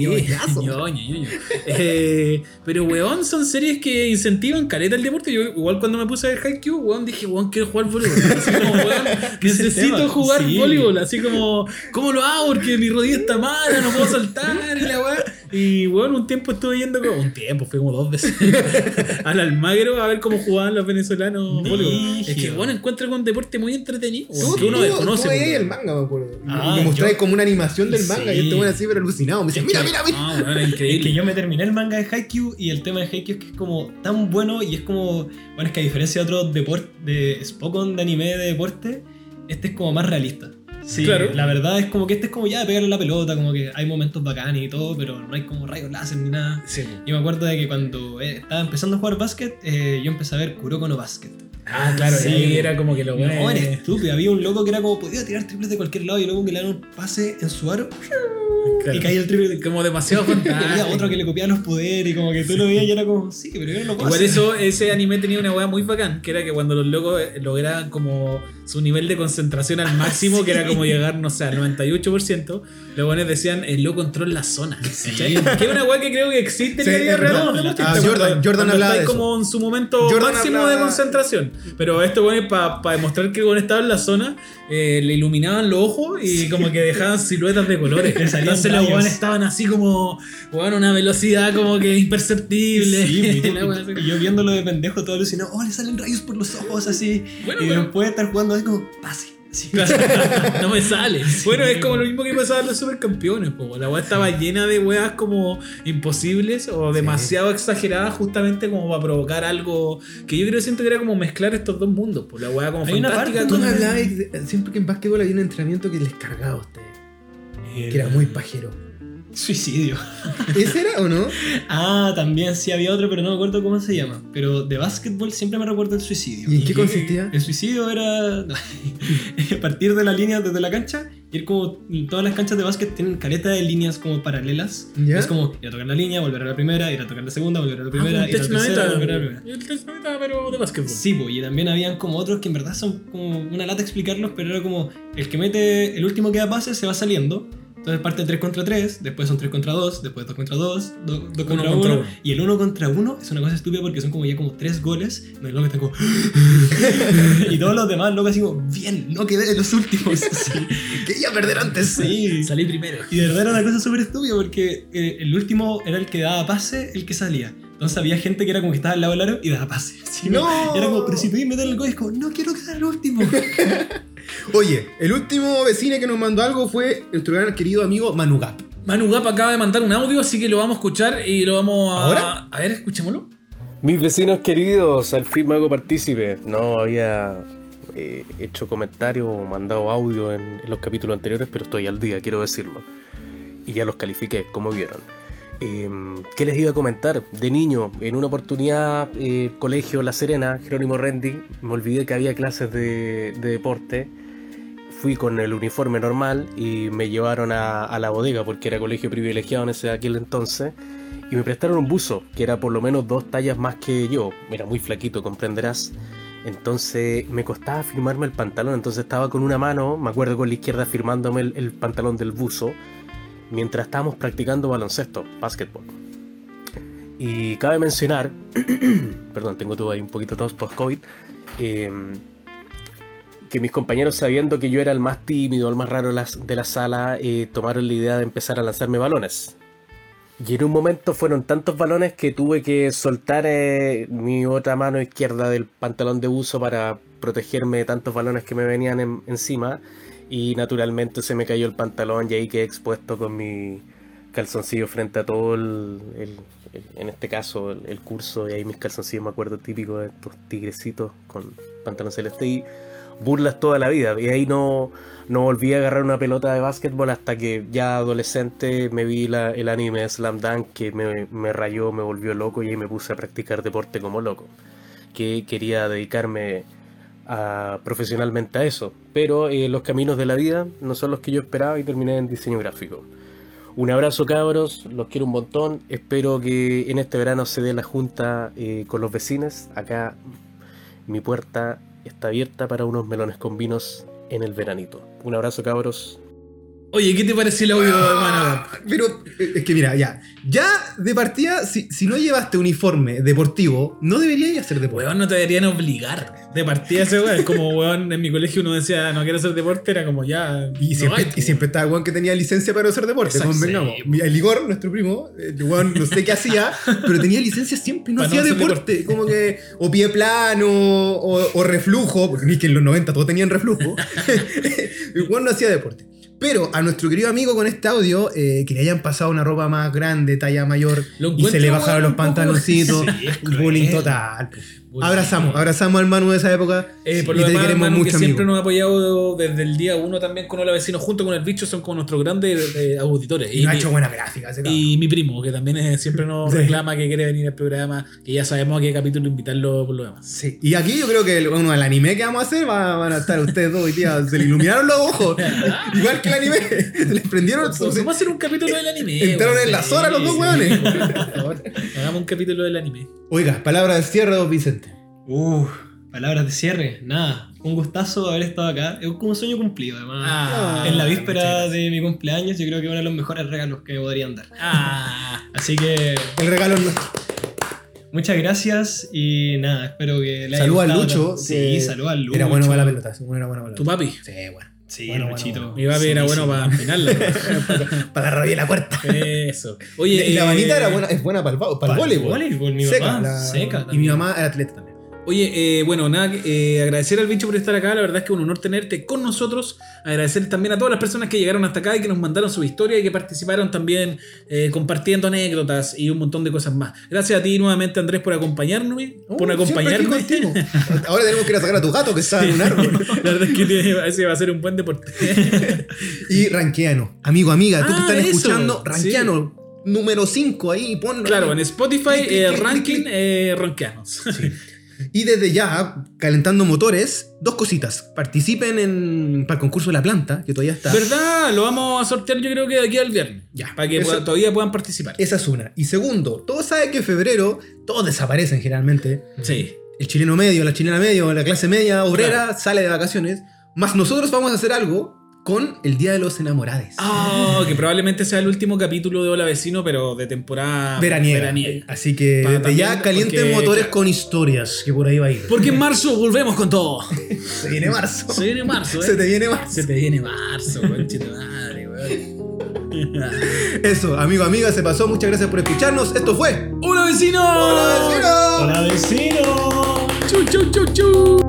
Speaker 2: ñoñazo.
Speaker 1: ñoño, ñoño. Eh, pero, weón, son series que incentivan careta el deporte. Yo, igual cuando me puse a ver Haikyuu, weón, dije, weón, quiero jugar voleibol. Así como, weón, necesito
Speaker 3: tema?
Speaker 1: jugar
Speaker 3: Sí.
Speaker 1: voleibol. Así como, ¿cómo lo hago? Porque mi rodilla está mala, no puedo saltar y la weón. Y, weón, un tiempo estuve yendo, como, un tiempo, fue como dos veces al Almagro a ver cómo jugaban los venezolanos voleibol. Es que,
Speaker 3: Brígido.
Speaker 1: weón, encuentro que es un deporte muy entretenido.
Speaker 2: Tú,
Speaker 1: weón, que uno
Speaker 2: tú-
Speaker 1: desconoce.
Speaker 2: tú veías
Speaker 1: weón.
Speaker 2: el manga, me acuerdo. Me-
Speaker 3: Ah,
Speaker 2: me mostrabas
Speaker 3: yo-
Speaker 2: como una animación del manga.
Speaker 3: Sí.
Speaker 2: Yo estuve así, pero alucinado. Me decía, mira, mira, mira.
Speaker 1: No, weón, es Ah, increíble.
Speaker 3: Es que yo me terminé el manga de Haikyuu y el tema de Haikyuu es que es como tan bueno y es como. Bueno, es que a diferencia de otros deportes, de Spokon, de anime, de deporte, este es como más realista. Sí,
Speaker 1: Claro.
Speaker 3: La verdad es como que este es como ya de pegarle la pelota, como que hay momentos bacanes y todo, pero no hay como rayos láser ni nada.
Speaker 1: Sí, weón.
Speaker 3: Yo me acuerdo de que cuando eh, estaba empezando a jugar básquet, eh, yo empecé a ver Kuroko no Basket.
Speaker 1: Ah, claro,
Speaker 3: Sí.
Speaker 1: y ahí era como que lo
Speaker 3: No,
Speaker 1: bueno.
Speaker 3: era estúpido. Había un loco que era como podía tirar triples de cualquier lado y luego que le dan un pase en su aro y caía el triple de
Speaker 1: como demasiado
Speaker 3: Y había
Speaker 1: fantástico.
Speaker 3: otro que le copiaba los poderes y como que tú lo veías y era como, sí, pero yo no lo puedo
Speaker 1: Igual
Speaker 3: hacer.
Speaker 1: eso, ese anime tenía una weá muy bacán, que era que cuando los locos eh, lograban como su nivel de concentración
Speaker 2: Ah,
Speaker 1: al máximo, que era como llegar, no sé, al 98%, los buenos decían, el loco entró en la zona. ¿cachai? Que es una weá que creo que existe en
Speaker 2: Sí,
Speaker 1: la vida
Speaker 2: es
Speaker 1: real.
Speaker 2: verdad.
Speaker 1: ¿no?
Speaker 2: Ah,
Speaker 1: Cuando
Speaker 2: Jordan-
Speaker 1: estáis-
Speaker 2: Jordan
Speaker 1: cuando
Speaker 2: hablaba de
Speaker 1: estáis
Speaker 2: eso.
Speaker 1: como en su momento
Speaker 2: Jordan
Speaker 1: máximo
Speaker 2: hablaba-
Speaker 1: de concentración. Pero este esto, bueno, para demostrar que el weón estaba en la zona, eh, le iluminaban los ojos y como que dejaban siluetas de colores.
Speaker 3: Le salían
Speaker 1: Entonces los
Speaker 3: rayos.
Speaker 1: weones estaban así como, weón, una velocidad como que imperceptible.
Speaker 3: Sí, muy
Speaker 1: La weá así.
Speaker 3: típico. y yo viéndolo de pendejo todo alucinado, oh, le salen rayos por los ojos así.
Speaker 1: Bueno,
Speaker 3: y
Speaker 1: pero-
Speaker 3: después estar jugando así como, pase. así.
Speaker 1: no me sale. Bueno, es como lo mismo que pasaba en los supercampeones. po. La weá estaba llena de weas como imposibles o demasiado exageradas, justamente como para provocar algo que yo creo siento que era como mezclar estos dos mundos. po. La weá como
Speaker 3: Hay una
Speaker 1: fantástica.
Speaker 3: parte
Speaker 2: Tú
Speaker 1: con-
Speaker 2: me hablabas de- siempre que en básquetbol había un entrenamiento que les cargaba a ustedes. Que era muy pajero.
Speaker 3: Suicidio.
Speaker 2: ¿Ese era o no?
Speaker 3: Ah, también sí había otro, pero no me acuerdo cómo se llama. Pero de básquetbol siempre me recuerdo el suicidio.
Speaker 2: ¿Y en qué consistía?
Speaker 3: El suicidio era partir de la línea desde la cancha, ir como todas las canchas de básquet tienen caleta de líneas como paralelas.
Speaker 2: ¿Ya?
Speaker 3: Es como ir a tocar la línea, volver a la primera, ir a tocar la segunda, volver a la primera,
Speaker 1: Ah,
Speaker 3: ir a la
Speaker 1: Tech Naveta.
Speaker 3: tercera, volver a la primera.
Speaker 1: El Tech Naveta, pero de básquetbol.
Speaker 3: Sí, po, y también habían como otros que en verdad son como una lata explicarlos, pero era como el que mete, el último que da pase se va saliendo. Entonces parte 3 contra 3, después son 3 contra 2, después 2 contra 2, 2 contra 1.
Speaker 1: contra uno.
Speaker 3: Y el 1 contra 1 es una cosa estúpida porque son como ya como 3 goles. No es lo que tengo. y todos los demás, locos así como, bien, no quedé de los últimos. Sí.
Speaker 2: Quería perder antes.
Speaker 3: sí.
Speaker 1: Salí primero.
Speaker 3: Y de verdad era una cosa súper estúpida porque eh, el último era el que daba pase, el que salía. Entonces había gente que era como que estaba al lado del aro y daba pase. Así,
Speaker 2: ¡No!
Speaker 3: Y era como, pero si pedí meter el gol, es como, no quiero quedar el último.
Speaker 2: Oye, el último vecino que nos mandó algo fue nuestro gran querido amigo Manugap.
Speaker 1: Manu Gap acaba de mandar un audio, así que lo vamos a escuchar y lo vamos a.
Speaker 2: ¿Ahora?
Speaker 1: A ver, escuchémoslo.
Speaker 5: Mis vecinos queridos, al fin me hago partícipe. No había eh, hecho comentarios o mandado audio en, en los capítulos anteriores, pero estoy al día, quiero decirlo. Y ya los califiqué, como vieron. Em, ¿Qué les iba a comentar? De niño, en una oportunidad, eh, colegio La Serena, Jerónimo Rendi, me olvidé que había clases de, de deporte. Fui con el uniforme normal y me llevaron a, a la bodega porque era colegio privilegiado en ese aquel entonces y me prestaron un buzo que era por lo menos dos tallas más que yo. Era muy flaquito, comprenderás. Entonces me costaba firmarme el pantalón, entonces estaba con una mano, me acuerdo con la izquierda firmándome el, el pantalón del buzo, mientras estábamos practicando baloncesto, básquetbol. Y cabe mencionar, perdón, tengo todo ahí un poquito tos post-COVID, em, que mis compañeros, sabiendo que yo era el más tímido, el más raro de la, de la sala, eh, tomaron la idea de empezar a lanzarme balones. Y en un momento fueron tantos balones que tuve que soltar eh, mi otra mano izquierda del pantalón de uso para protegerme de tantos balones que me venían en- encima. Y naturalmente se me cayó el pantalón y ahí quedé expuesto con mi, calzoncillos frente a todo el, el- el- en este caso, el, el curso, y ahí mis calzoncillos, me acuerdo, típico de estos tigrecitos con pantalón celeste y burlas toda la vida. Y ahí no, no volví a agarrar una pelota de básquetbol hasta que ya adolescente me vi la- el anime de Slam Dunk que me, me rayó, me volvió loco y ahí me puse a practicar deporte como loco. Que quería dedicarme a- profesionalmente a eso. Pero eh, los caminos de la vida no son los que yo esperaba y terminé en diseño gráfico. Un abrazo cabros, los quiero un montón. Espero que en este verano se dé la junta eh, con los vecinos. Acá mi puerta está abierta para unos melones con vinos en el veranito. Un abrazo cabros.
Speaker 1: Oye, ¿qué te pareció el audio,
Speaker 3: Ah,
Speaker 1: hermano?
Speaker 2: Pero eh, es que mira, ya. Ya de partida, si, si no llevaste uniforme deportivo, no deberías ir a hacer deporte.
Speaker 1: Weón, no te deberían obligar de partida ese weón. Como weón, en mi colegio uno decía, no quiero hacer deporte, era como ya.
Speaker 2: Y
Speaker 1: no
Speaker 2: siempre,
Speaker 1: hay,
Speaker 2: y
Speaker 1: pues,
Speaker 2: siempre estaba Juan que tenía licencia para hacer deporte,
Speaker 1: Exacto,
Speaker 2: convengamos.
Speaker 1: sí.
Speaker 2: Mira, El Igor, nuestro primo, eh, Juan no sé qué hacía, pero tenía licencia siempre, no
Speaker 1: Para no
Speaker 2: hacía
Speaker 1: hacer
Speaker 2: deporte. Como que, o pie plano, o, o reflujo, porque ni que en los 90 todos tenían reflujo. El Juan no hacía deporte. Pero a nuestro querido amigo con este audio, eh, que le hayan pasado una ropa más grande, talla mayor,
Speaker 1: Lo
Speaker 2: y se
Speaker 1: encuentro,
Speaker 2: le
Speaker 1: weón,
Speaker 2: bajaron los
Speaker 1: un poco-
Speaker 2: pantaloncitos,
Speaker 1: Sí, es cruel.
Speaker 2: bullying total.
Speaker 1: weón.
Speaker 2: Abrazamos, abrazamos al Manu de esa época.
Speaker 1: Eh, por
Speaker 2: y
Speaker 1: lo
Speaker 2: te
Speaker 1: demás,
Speaker 2: queremos
Speaker 1: hermano, que
Speaker 2: mucho,
Speaker 1: siempre
Speaker 2: amigo.
Speaker 1: nos ha apoyado desde el día uno también con Hola Vecino, junto con el bicho, son como nuestros grandes eh, auditores.
Speaker 2: Y
Speaker 1: Y,
Speaker 2: no ha
Speaker 1: mi-
Speaker 2: hecho buena gráfica. ese cabrón.
Speaker 1: y mi primo, que también eh, siempre nos
Speaker 2: Sí.
Speaker 1: reclama que quiere venir al programa, que ya sabemos a qué capítulo invitarlo por lo demás.
Speaker 2: Sí, y aquí yo creo que el, bueno, el anime que vamos a hacer va- van a estar ustedes dos hoy día. Se le iluminaron los ojos. Igual que el anime. Se les prendieron. se-
Speaker 1: Vamos a hacer un capítulo del anime.
Speaker 2: entraron
Speaker 1: weón.
Speaker 2: en las horas los dos
Speaker 1: Sí,
Speaker 2: hueones.
Speaker 1: por favor. Hagamos un capítulo del anime.
Speaker 2: Oiga, palabra de cierre, don Vicente.
Speaker 3: Uh, palabras de cierre. Nada, un gustazo haber estado acá. Es como un sueño cumplido, además.
Speaker 1: Ah,
Speaker 3: en la
Speaker 1: muchas
Speaker 3: víspera
Speaker 1: gracias.
Speaker 3: de mi cumpleaños, yo creo que uno de los mejores regalos que me podrían dar.
Speaker 1: Ah,
Speaker 3: Así que
Speaker 2: El regalo. no-
Speaker 3: muchas gracias y nada, espero que le haya
Speaker 2: Saluda a
Speaker 3: gustado
Speaker 2: Lucho.
Speaker 3: tanto.
Speaker 2: que
Speaker 3: Sí, saluda a Lucho.
Speaker 2: Era bueno para la pelota. ese bueno, Era bueno para la
Speaker 1: tu
Speaker 2: pelota.
Speaker 1: papi.
Speaker 2: Sí, bueno.
Speaker 3: Sí,
Speaker 2: Bueno, bueno,
Speaker 3: Luchito.
Speaker 2: bueno.
Speaker 1: Mi papi era bueno para empinarla.
Speaker 2: Para la rabia de la puerta.
Speaker 1: Eso. Oye,
Speaker 2: y la
Speaker 1: eh,
Speaker 2: manita era buena, es buena para el, vo- para el voleibol.
Speaker 3: voleibol, mi
Speaker 2: Seca,
Speaker 3: mamá.
Speaker 2: la-
Speaker 3: seca.
Speaker 2: y mi
Speaker 3: también.
Speaker 2: mamá era atleta también.
Speaker 1: Oye, eh, bueno, nada, eh, agradecer al bicho por estar acá, la verdad es que un honor tenerte con nosotros, agradecer también a todas las personas que llegaron hasta acá y que nos mandaron su historia y que participaron también eh, compartiendo anécdotas y un montón de cosas más. Gracias a ti nuevamente Andrés por acompañarnos, por
Speaker 2: Uh, siempre aquí
Speaker 1: acompañarnos.
Speaker 2: contigo. Ahora tenemos que ir a sacar a tu gato que está en un árbol.
Speaker 1: La verdad es que tiene- ese va a ser un buen deporte.
Speaker 2: Y ranqueanos. Amigo, amiga, tú
Speaker 1: Ah,
Speaker 2: que están
Speaker 1: eso.
Speaker 2: escuchando, ranqueanos. Número 5 ahí, ponlo.
Speaker 1: claro, en
Speaker 2: ahí.
Speaker 1: Spotify, eh,
Speaker 2: Clic, clic,
Speaker 1: ranking,
Speaker 2: clic.
Speaker 1: eh, ronqueanos.
Speaker 2: Y desde ya, calentando motores, dos cositas. Participen en, para el concurso de la planta, que todavía está.
Speaker 1: ¿Verdad? Lo vamos a sortear yo creo que de aquí al viernes,
Speaker 2: Ya.
Speaker 1: para que
Speaker 2: Eso-
Speaker 1: pueda- todavía puedan participar.
Speaker 2: Esa es una. Y segundo, todos saben que en febrero todos desaparecen generalmente.
Speaker 1: Sí.
Speaker 2: El chileno medio, la chilena medio, la clase media, obrera, sale de vacaciones. Más nosotros vamos a hacer algo con el Día de los Enamorados.
Speaker 1: Ah, que probablemente sea el último capítulo de Hola Vecino, pero de temporada
Speaker 2: veraniega. Así que
Speaker 1: Para
Speaker 2: desde ya
Speaker 1: Ah, también,
Speaker 2: calienten
Speaker 1: porque,
Speaker 2: motores
Speaker 1: claro.
Speaker 2: con historias, que por ahí va a ir.
Speaker 1: Porque en marzo volvemos con todo.
Speaker 2: Se viene marzo.
Speaker 1: Se viene marzo, ¿eh?
Speaker 2: Se te viene marzo.
Speaker 1: Se te viene marzo, conchito madre, weón.
Speaker 2: Eso, amigo, amiga, se pasó. Muchas gracias por escucharnos. Esto fue.
Speaker 1: ¡Hola Vecino!
Speaker 2: ¡Hola, vecinos!
Speaker 3: Hola, vecino.
Speaker 1: ¡Chu, chu, chu, chu!